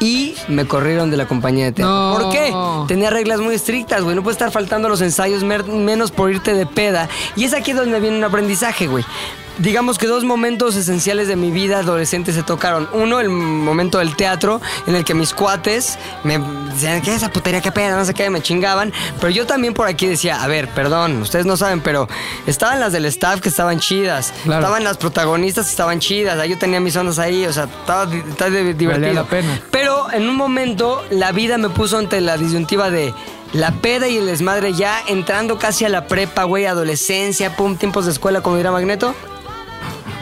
B: y me corrieron de la compañía de teatro.
D: No.
B: ¿Por qué? Tenía reglas muy estrictas, güey, no puede estar faltando a los ensayos mer- menos por irte de peda. Y es aquí donde viene un aprendizaje, güey. Digamos que dos momentos esenciales de mi vida adolescente se tocaron. Uno, el momento del teatro, en el que mis cuates me decían, ¿qué es esa putería? ¿Qué pedo? No sé qué, me chingaban. Pero yo también por aquí decía, a ver, perdón, ustedes no saben, pero estaban las del staff que estaban chidas.
D: Claro.
B: Estaban las protagonistas que estaban chidas. Ahí yo tenía mis ondas ahí, o sea, estaba, di- estaba di- divertido.
D: la pena.
B: Pero en un momento la vida me puso ante la disyuntiva de la peda y el desmadre ya entrando casi a la prepa, güey, adolescencia, pum, tiempos de escuela, como dirá Magneto.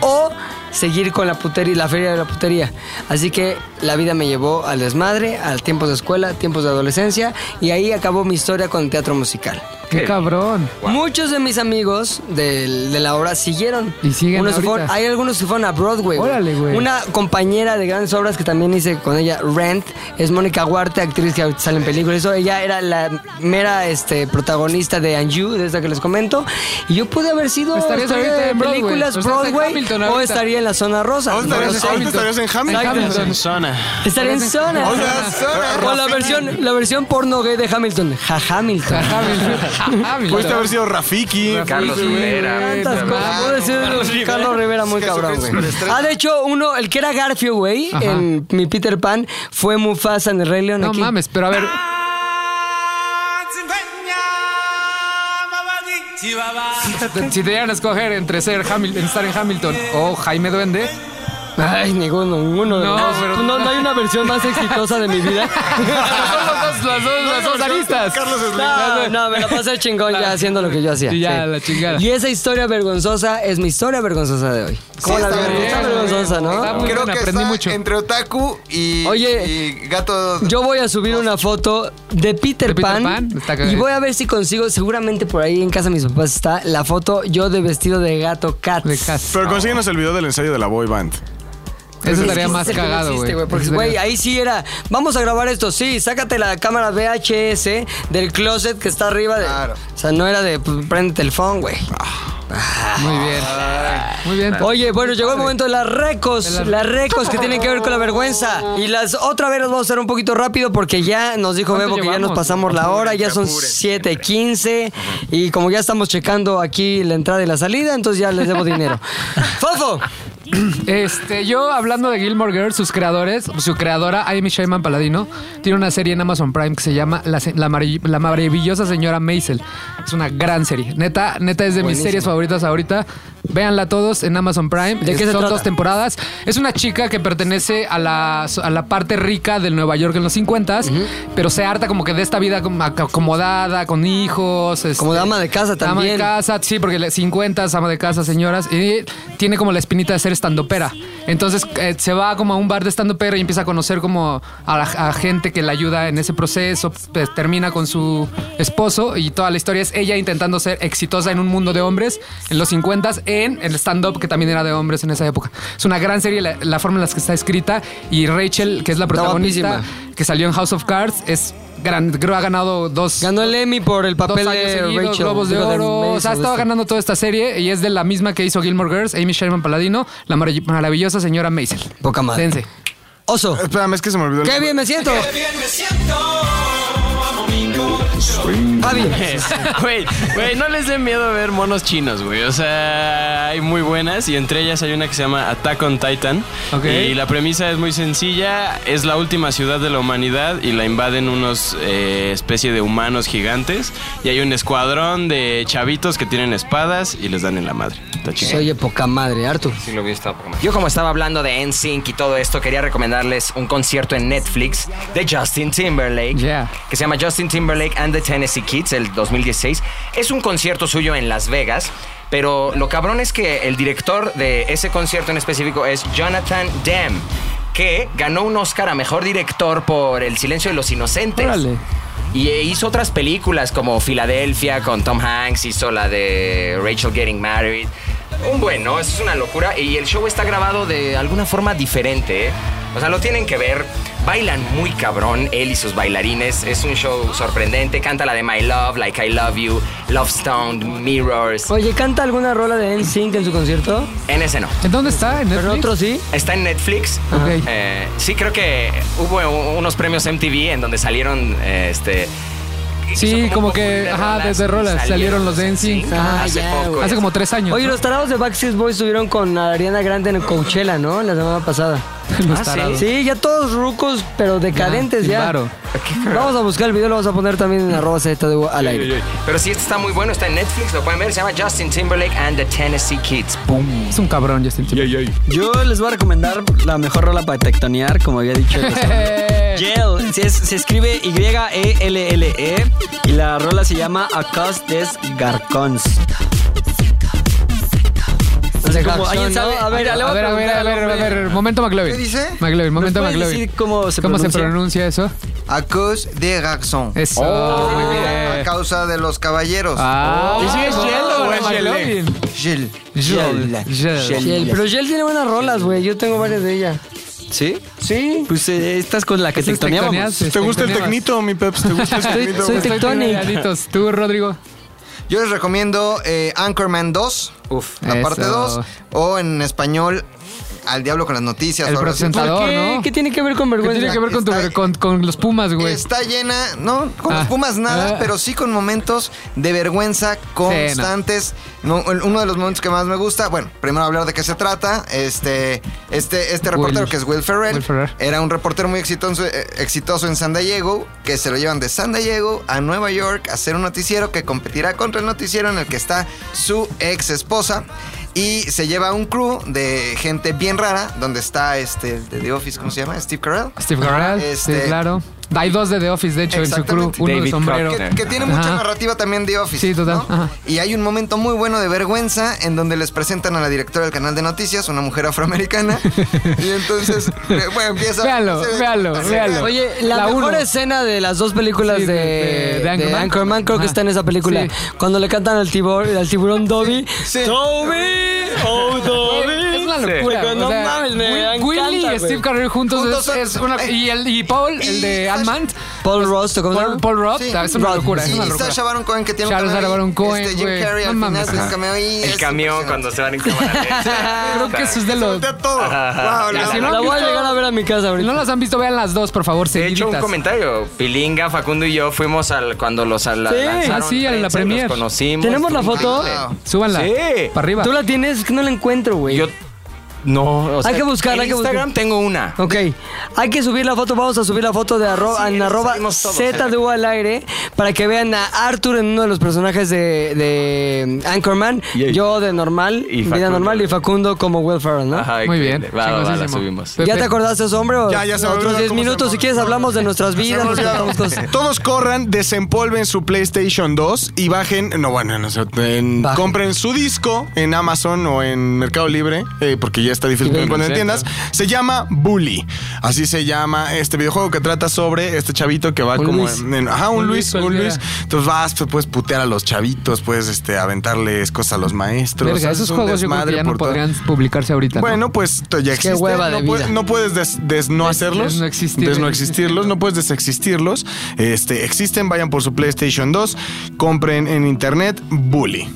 B: O seguir con la putería, la feria de la putería. Así que la vida me llevó al desmadre, al tiempos de escuela, tiempos de adolescencia y ahí acabó mi historia con el teatro musical.
D: Qué cabrón.
B: Muchos de mis amigos del- de, la obra siguieron.
D: Y siguen
B: Unos se
D: ahorita.
B: fueron- hay algunos que fueron a Broadway. güey.
D: Órale, güey.
B: Una compañera de grandes obras que también hice con ella, Rent, es Mónica Huarte, actriz que ahorita sale en películas. Eso, ella era la mera este, protagonista de Anju, de esta que les comento. Y yo pude haber sido
D: Estarías
B: estrella
D: ahorita
B: de
D: en Broadway.
B: películas
D: O estás en
B: Broadway
D: Hamilton
B: o
D: ahorita.
B: estaría en la zona rosa.
H: Ahorita
B: No
H: estarías-
B: lo sé.
H: ahorita estarías en Hamilton.
B: Exacto.
H: Hamilton.
F: Zona.
B: Estaría en zona.
H: O sea, zona.
B: O la versión, la versión porno gay de Hamilton. Ja Hamilton.
H: Pudiste haber sido Rafiki.
B: Carlos Rivera. Tantas cosas. Puede ser Carlos Rivera, muy cabrón, güey. Ah, de hecho, uno, el que era Garfio, güey,
D: Ajá.
B: en mi Peter Pan, fue Mufasa en el Rey León.
D: No
B: aquí. Ah.
D: mames, pero a ver. Si te dieran a escoger entre ser Hamilton, estar en Hamilton o Jaime Duende.
B: Ay, ninguno, ninguno.
D: No,
B: No,
D: pero-
B: no, no hay una versión más exitosa de mi vida.
D: Son los dos, las dos, las dos aristas.
B: No, no, me la pasé chingón ya haciendo lo que yo hacía.
D: Y Ah. ya,
B: Sí.
D: la chingada.
B: Y esa historia vergonzosa es mi historia vergonzosa de hoy. ¿Cómo la
E: está
B: vieron?
E: muy
B: Está
E: bien.
B: vergonzosa, ¿no?
E: Creo que está entre otaku y, y gato.
B: Yo voy a subir una foto de Peter,
D: ¿De Peter
B: Pan,
D: Pan? Está cagado.
B: y voy a ver si consigo, seguramente por ahí en casa de mis papás está la foto yo de vestido de gato cat. De
H: Pero consíguenos el video del ensayo de la boy band.
D: Eso estaría más cagado, güey.
B: Porque,
D: Eso estaría-
B: güey, ahí sí era, vamos a grabar esto, sí, sácate la cámara VHS del closet que está arriba. De, O sea, no era de pues, prende el phone, güey. ah.
D: Muy bien. Muy bien.
B: Oye, bueno, llegó el momento de las recos, las recos que tienen que ver con la vergüenza. Y las otra vez las vamos a hacer un poquito rápido porque ya nos dijo
D: ¿Cuánto
B: Bebo que ya
D: llevamos?
B: nos pasamos la hora, ya son 7.15 y como ya estamos checando aquí la entrada y la salida, entonces ya les debo dinero. ¡Fofo!
D: Este, yo hablando de Gilmore Girls, sus creadores, su creadora Amy Shaiman Paladino, tiene una serie en Amazon Prime que se llama La, se- la marav- La maravillosa señora Maisel. Es una gran serie. Neta, neta es de mis
B: Buenísimo.
D: series favoritas ahorita. Véanla todos en Amazon Prime.
B: ¿De qué se
D: Son
B: trata?
D: dos temporadas. Es una chica que pertenece a la, a la parte rica del Nueva York en los 50s, pero se harta como que de esta vida como acomodada, con hijos.
B: Como
D: este,
B: dama de casa
D: Ama de
B: también.
D: casa, sí, porque le- 50, ama de casa, señoras. Y tiene como la espinita de ser estandopera. Entonces eh, se va como a un bar de estandopera y empieza a conocer como a, la- a gente que le ayuda en ese proceso. pues, termina con su esposo y toda la historia es ella intentando ser exitosa en un mundo de hombres en los 50 en el stand-up que también era de hombres en esa época. Es una gran serie la, la forma en la que está escrita y Rachel, que es la protagonista,
B: guapísima.
D: que salió en House of Cards, es... Gran, creo ha ganado dos.
B: Ganó el Emmy por el papel
D: Dos años
B: de
D: seguidos,
B: Rachel.
D: Globos de
B: digo, de este.
D: Oro. O sea,
B: Maisel,
D: estaba
B: esta.
D: ganando toda esta serie y es de la misma que hizo Gilmore Girls, Amy Sherman Paladino, la marav- maravillosa señora Maisel.
B: Poca madre.
D: Dense.
B: Oso.
H: Espérame, es que se me olvidó el
B: ¡Qué bien me siento! Javi.
G: Güey, güey, no les den miedo a ver monos chinos, güey. O sea, hay muy buenas y entre ellas hay una que se llama Attack on Titan.
D: Ok.
G: Y la premisa es muy sencilla. Es la última ciudad de la humanidad y la invaden unos eh, especie de humanos gigantes. Y hay un escuadrón de chavitos que tienen espadas y les dan en la madre. Está chido.
B: Soy poca madre, Arthur.
I: Sí, lo vi, Yo como estaba hablando de NSYNC y todo esto, quería recomendarles un concierto en Netflix de Justin Timberlake,
D: Yeah.
I: que se llama Justin Timberlake and the Tennessee Kids, el 2016. Es un concierto suyo en Las Vegas, pero lo cabrón es que el director de ese concierto en específico es Jonathan Demme, que ganó un Oscar a Mejor Director por El Silencio de los Inocentes. Y eh, hizo otras películas como Filadelfia con Tom Hanks, hizo la de Rachel Getting Married. Un buen, ¿no? Es una locura. Y el show está grabado de alguna forma diferente. ¿eh? O sea, lo tienen que ver. Bailan muy cabrón, él y sus bailarines. Es un show sorprendente. Canta la de My Love, Like I Love You, Love Stone, Mirrors.
B: Oye, ¿canta alguna rola de NSYNC en su concierto?
I: En ese no.
D: ¿En dónde está? ¿En
B: Pero
D: Netflix?
B: otro sí.
I: Está en Netflix. Eh, sí, creo que hubo u- unos premios MTV en donde salieron eh, este.
D: Sí, como que, ajá, desde rolas salieron los de NSYNC. Ajá.
I: hace poco.
D: Hace como tres años.
B: Oye,
D: ¿no?
B: los tarados de Backstreet Boys estuvieron con Ariana Grande en Coachella, ¿no? La semana pasada.
D: Los tarados.
B: ah, Sí, ya todos rucos, pero decadentes
D: sin
B: ya.
D: varo.
B: Vamos a buscar el video, lo vamos a poner también en arroba Z de U al aire.
I: Pero sí, este está muy bueno, está en Netflix, lo pueden ver, se llama Justin Timberlake and the Tennessee Kids.
D: Es un cabrón, Justin Timberlake.
F: Yo les voy a recomendar la mejor rola para tectonear, como había dicho. el otro. Yell. Se, es- se escribe E Y-E-L-L-E y la rola se llama Acos des Garcons. No sé cómo- ¿Alguien
B: Garcón, ¿no?
F: sabe?
B: A ver,
F: Mira, le
D: A
F: voy
D: ver, a ver, a
F: preguntar
D: ver,
F: al
D: a ver,
F: hombre.
D: momento McLovin.
E: ¿Qué dice?
D: McLovin,
F: ¿Nos
D: momento
F: puedes
D: McLovin.
F: decir cómo se pronuncia?
D: pronuncia eso?
E: A cause de Garzón.
D: Eso.
B: Oh.
D: muy
E: A
D: bien.
E: causa de los caballeros.
D: Ah. ¿Y si es Yel o
E: Ah,
D: es McLovin?
E: Yel.
D: Yel. Yel.
B: Shell, Pero Shell tiene buenas rolas, güey. Yo tengo varias de ella.
F: ¿Sí?
B: Sí.
F: Pues eh, esta es con la que
D: Esas
F: tectoneamos.
D: tectoneaste,
H: ¿Te gusta el
D: tectoneabas.
H: tecnito, mi Peps? ¿Te gusta el tecnito?
B: soy
D: Estoy
B: tectónico.
D: pegaditos. Tú, Rodrigo.
E: Yo les recomiendo eh, Anchorman 2,
I: Uf.
E: la parte
D: Eso.
E: 2, o en español al diablo con las noticias.
D: El
E: ahora sí.
D: presentador, Oh, ¿no?
B: tiene que ver con
D: ¿Qué tiene que ver con, tu- con- con los Pumas, güey?
E: Está llena, no, con
D: Ah.
E: los Pumas nada,
D: Ah.
E: pero sí con momentos de vergüenza constantes. No, el- uno de los momentos que más me gusta, bueno, primero hablar de qué se trata. Este, este, este reportero
D: Will.
E: que es Will Ferrell,
D: Will Ferrell.
E: era un reportero muy exitoso, eh, exitoso en San Diego, que se lo llevan de San Diego a Nueva York a hacer un noticiero que competirá contra el noticiero en el que está su ex esposa. Y se lleva un crew de gente bien rara, donde está este el de The Office, ¿cómo se llama? Steve Carell.
D: Steve Carell,
E: Este,
D: sí, claro. Hay dos de The Office, de hecho, en su crew.
E: Exactamente.
D: Uno de sombrero.
E: Que, que tiene mucha
D: Ajá.
E: narrativa también de Office.
D: Sí, total.
E: ¿no?
D: Ajá.
E: Y hay un momento muy bueno de vergüenza en donde les presentan a la directora del canal de noticias, una mujer afroamericana. y entonces, eh, bueno, empieza.
D: Véalo,
E: se-
D: véalo,
E: se-
D: véalo.
B: Oye, la, mejor
D: uno.
B: escena de las dos películas
D: Sí,
B: de,
D: de- de
B: de Anchorman,
D: Anchorman.
B: creo que
D: Ajá.
B: está en esa película.
D: Sí.
B: Cuando le cantan al, tibor, al tiburón Dobby. ¡Dobby! ¡Oh, Dobby!
D: Es una locura.
B: Digo,
D: o
B: no
D: sea,
B: mames, me
D: Will-
B: encanta,
D: Willy y
B: güey.
D: Steve Carell juntos,
B: Juntos
D: es-
B: son-
D: es, una. Y, el, y Paul, el de Ant-Man.
B: Paul Ross, ¿cómo se
D: Paul,
B: llama?
D: Paul Roth,
E: Sí.
D: es una
E: Rod.
D: locura. Es
E: Y
D: una locura.
E: Sacha Baron Cohen que tiene un
D: Sacha
E: cameo ahí,
D: Baron Cohen,
E: este, Jim
D: güey.
E: Carrey
D: No
E: al final
D: mames.
E: tiene un cameo ahí,
I: El
E: es
I: camión
E: impresionante.
I: cuando se van en cámara lenta.
D: Creo que eso es de los.
E: todo. Wow,
D: Ya,
I: la-
D: si no
B: Ah, La
D: han
B: voy a
D: visto-
B: llegar a ver a mi casa
D: si
B: ahorita.
D: no las han visto, vean las dos, por favor,
I: De hecho, un
D: seguiditas.
I: comentario. Pilinga, Facundo y yo fuimos al cuando los al,
B: Sí.
I: lanzaron
D: Ah, sí, a la
I: en prensa,
D: premier.
I: Nos conocimos.
B: ¿Tenemos la
I: Estuvo
B: foto?
I: increíble.
B: Wow.
D: Súbanla.
I: Sí.
D: Para arriba.
B: Tú la tienes, es que no la encuentro, güey.
I: Yo no. o sea,
B: hay que buscarla,
I: en
B: hay que
I: Instagram
B: buscarla.
I: tengo una.
B: Ok, hay que subir la foto, vamos a subir la foto de arro en arroba
I: salimos todos,
B: ZDU al aire para que vean a Arthur en uno de los personajes de, de Anchorman, yo de normal,
I: Y
B: vida
I: Facundo.
B: normal y Facundo como Will Ferrell, ¿no?
I: Ajá,
D: Muy
I: increíble.
D: bien,
I: Va, va, va, la
D: chingosísimo.
I: subimos.
D: Pepe.
B: ¿Ya te acordaste, hombre? O-
H: Ya, ya se me
B: Otros
H: olvidó
B: 10
H: cómo se
B: minutos,
H: llama.
B: si quieres hablamos de nuestras
H: Se me
B: vidas, nos
H: olvidó.
B: contamos cosas.
H: Todos corran, desempolven su PlayStation 2 y bajen, no bueno, no sé, en-
B: Bajen.
H: compren su disco en Amazon o en Mercado Libre, eh, porque ya está difícil
B: Sí,
H: que lo encuentren en
G: sí,
H: tiendas. Se llama Bully, así se llama este videojuego que trata sobre este chavito que va
B: Un
H: como
B: Luis.
H: en, en- ajá, un,
D: Un
H: Luis,
D: Luis
H: un
D: cualquiera.
H: Luis. Entonces vas, pues, puedes putear a los chavitos, puedes este aventarles cosas a los maestros.
D: Verga,
H: ¿sabes?
D: esos
H: Un
D: juegos yo creo que
H: desmadre
D: ya no
H: por todo.
D: podrían publicarse ahorita. ¿no?
H: Bueno, pues t- ya existe.
D: hueva de
H: no, puede-
D: vida.
H: no puedes des, des- no
D: Des-
H: hacerlos.
D: des no existir.
H: Des no existirlos. No puedes desexistirlos. Este, existen, vayan por su PlayStation 2. Compren en internet Bully.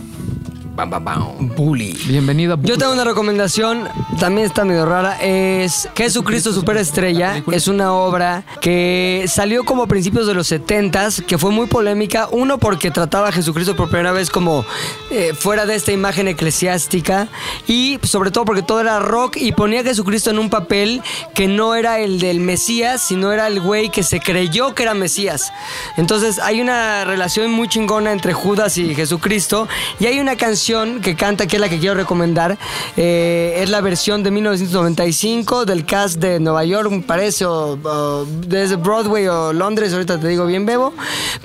I: Bam, bam, bam.
B: Bully.
D: Bienvenido. a
B: Yo tengo una recomendación, también está medio rara, es Jesucristo Superestrella. Es una obra que salió como a principios de los 70s, que fue muy polémica. Uno, porque trataba a Jesucristo por primera vez como eh, fuera de esta imagen eclesiástica. Y sobre todo porque todo era rock y ponía a Jesucristo en un papel que no era el del Mesías, sino era el güey que se creyó que era Mesías. Entonces hay una relación muy chingona entre Judas y Jesucristo. Y hay una canción que canta, que es la que quiero recomendar. eh, es la versión de 1995 del cast de Nueva York, me parece, o, o desde Broadway o Londres, ahorita te digo bien, Bebo.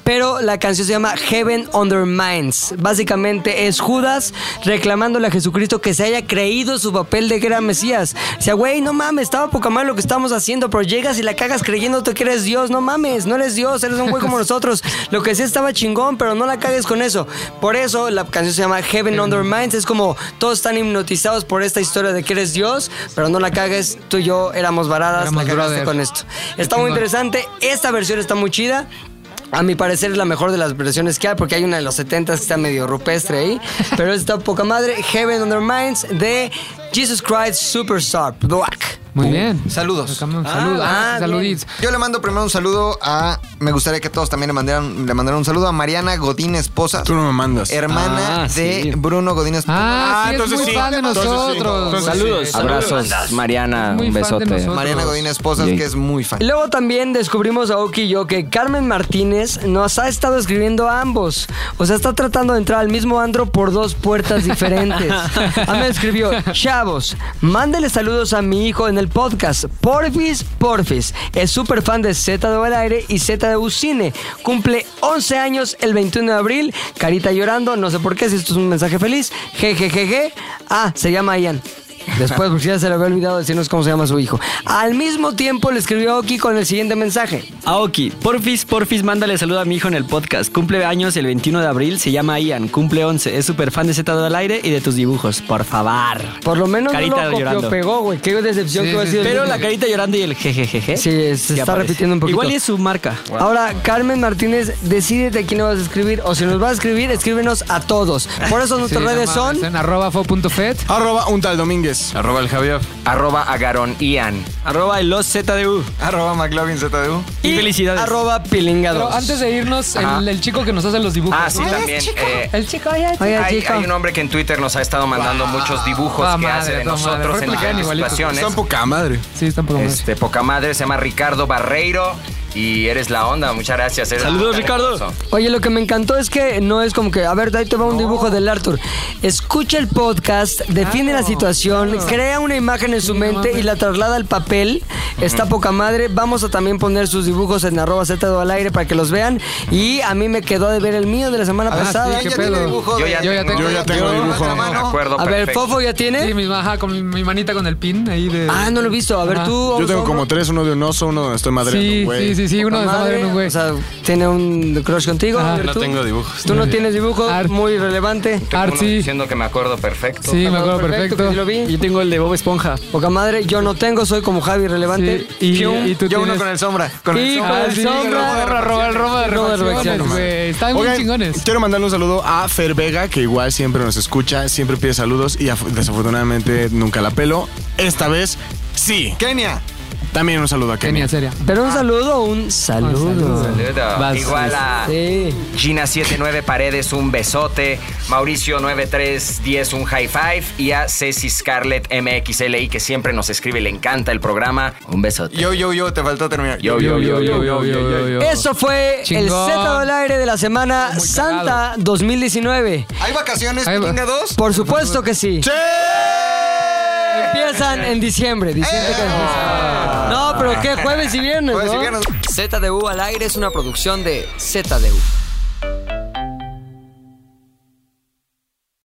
B: Pero la canción se llama Heaven on Their Minds. Básicamente es Judas reclamándole a Jesucristo que se haya creído su papel de que era Mesías. O sea, güey, no mames, estaba poca mal lo que estamos haciendo, pero llegas y la cagas creyéndote que eres Dios. No mames, no eres Dios, eres un güey como nosotros. Lo que sí estaba chingón, pero no la cagues con eso. Por eso la canción se llama Heaven on Their Minds. Es como todos están hipnotizados por esta historia de que eres Dios, pero no la cagues. Tú y yo éramos varadas,
D: Éramos
B: la cagaste
D: brother.
B: con esto. Está muy
D: chingón.
B: interesante. Esta versión está muy chida. A mi parecer es la mejor de las versiones que hay, porque hay una de los 70 que está medio rupestre ahí. Pero está poca madre. Heaven on Their Minds de Jesus Christ Superstar. Black.
D: Muy bien.
E: Saludos.
D: Saludos. Saludos.
B: ah,
D: Saluditos.
E: Yo le mando primero un saludo a. Me gustaría que todos también le mandaran, le mandaran un saludo a Mariana Godín Esposa,
H: Tú no me mandas.
E: hermana
D: Ah,
E: de
D: sí.
E: Bruno Godín Esposa.
D: Ah,
H: Ah,
D: sí,
H: entonces
D: es muy
H: sí.
D: fan de
H: Entonces sí.
D: nosotros.
H: Entonces sí.
D: Saludos.
I: Abrazos, Mariana,
D: Muy
I: un
D: fan de
I: besote.
D: nosotros.
E: Mariana Godín Esposas,
I: Yay.
E: que es muy fan.
B: Luego también descubrimos a Oki y yo que Carmen Martínez nos ha estado escribiendo a ambos. O sea, está tratando de entrar al mismo andro por dos puertas diferentes. A mí me escribió, chavos, mándele saludos a mi hijo en el podcast. Porfis, porfis. Es súper fan de ZDU al aire y ZDU cine. Cumple 11 años el 21 de abril. Carita llorando, no sé por qué, si esto es un mensaje feliz. Jejejeje. Ah, se llama Ian. Después, porque ya se le había olvidado decirnos cómo se llama su hijo. Al mismo tiempo le escribió a Oki con el siguiente mensaje.
F: Aoki, porfis, porfis, mándale saludo a mi hijo en el podcast. Cumple años el 21 de abril, se llama Ian, cumple 11, es súper fan de Z al aire y de tus dibujos, por favor.
B: Por lo menos
F: Carita
B: no lo copió,
F: llorando.
B: pegó, güey. Qué decepción
D: Sí,
B: que va a
D: sí,
B: ser.
D: sí.
F: Pero la carita llorando y el jejejeje.
B: Sí, se
F: ya
B: está repitiendo un poquito.
F: Igual y es su marca.
B: Ahora, Carmen Martínez, decídete a quién nos vas a escribir. O si nos vas a escribir, escríbenos a todos. Por eso
D: Sí, ¿eh?
B: nuestras
D: no
B: redes
D: mames,
B: son...
D: En arroba fo.fet.
H: Arroba un tal Domínguez.
I: Hernández. Arroba el Javier. Arroba Agarón Ian. Arroba el los ZDU.
E: Arroba McLovin ZDU.
F: Y, felicidades.
B: Arroba pilinga
D: Pero antes de irnos,
I: Ajá.
D: el, el chico que nos hace los dibujos.
I: Ah, sí,
D: ¿no?
I: también. eh,
D: El chico, oye, chico.
I: hay, hay un hombre que en Twitter nos ha estado mandando muchos dibujos
D: Ah,
I: que
D: madre,
I: hace de
D: toda madre.
I: nosotros
D: Porque
I: en
D: le quedan
I: diferentes
D: igualitos.
I: situaciones.
D: Son
H: poca madre.
D: Sí, está un poco más.
I: Este poca madre se llama Ricardo Barreiro y eres la onda. Muchas gracias. eres
F: Saludos,
I: muy
F: Ricardo.
I: talentoso.
B: Oye, lo que me encantó es que no es como que, a ver, ahí te va un dibujo del Arthur. Escucha el podcast, define la situación, crea una imagen en su mente y la traslada al papel. Está poca madre. Vamos a también poner sus dibujos en arroba Z al aire para que los vean. Y a mí me quedó de ver el mío de la semana
D: Ah,
B: pasada.
D: sí, qué pedo.
I: Yo ya tengo-
H: Yo ya tengo dibujo.
I: Me acuerdo
B: A ver,
I: perfecto.
B: Fofo ya tiene.
D: Sí, mi, ajá, con mi manita con el pin ahí de.
B: Ah, no lo he visto. A ver,
D: Ajá.
B: tú.
H: Yo tengo como tres, uno de un oso, uno donde estoy madreando,
D: Sí,
H: un güey.
D: sí, sí, sí, uno de
B: Poca
D: madre,
B: madre,
D: un güey.
B: O sea, tiene un crush contigo.
D: Ajá.
B: A ver,
G: No
B: tú.
G: tengo dibujos.
B: Tú no tienes dibujo muy relevante.
I: Tengo uno Diciendo que me acuerdo perfecto.
D: Sí, me acuerdo perfecto.
B: que sí lo vi.
F: Yo tengo el de Bob Esponja.
B: Poca madre, yo no tengo, soy como Javi relevante.
D: Sí, y-
B: Pium.
D: y tú
E: Yo uno
D: tienes-
E: con el sombra. Con
B: Y
E: el
B: con
E: sombra.
B: el sombra.
D: Arroba el robo de
B: Robo de
D: reflexiones,
B: reflexiones.
D: güey. Están muy
H: Oigan,
D: chingones.
H: Quiero mandarle un saludo a Fer Vega, que igual siempre nos escucha, siempre pide saludos y af- desafortunadamente nunca la pelo. Esta vez sí.
E: Kenia.
H: También un saludo a Kenia.
D: Genial, seria.
B: Pero un saludo, un saludo.
I: Saludo.
D: Vas,
I: Igual a
B: Sí.
I: Gina79 Paredes, un besote. Mauricio9310, un high five. Y a Ceci Scarlett MXLI, que siempre nos escribe, le encanta el programa. Un besote.
E: Yo, yo, yo, te faltó terminar.
I: Yo, yo, yo, yo, yo.
B: Eso fue el
D: Chingón.
B: Z del aire de la Semana Santa 2019.
E: ¿Hay vacaciones, Pilinga 2?
B: Por supuesto que sí. Empiezan en diciembre. diciembre
E: Eh,
B: que empieza.
E: pues,
B: No, pero ¿qué? Jueves y viernes.
E: Jueves y
B: ¿no?
E: viernes.
A: ZDU al aire es una producción de ZDU.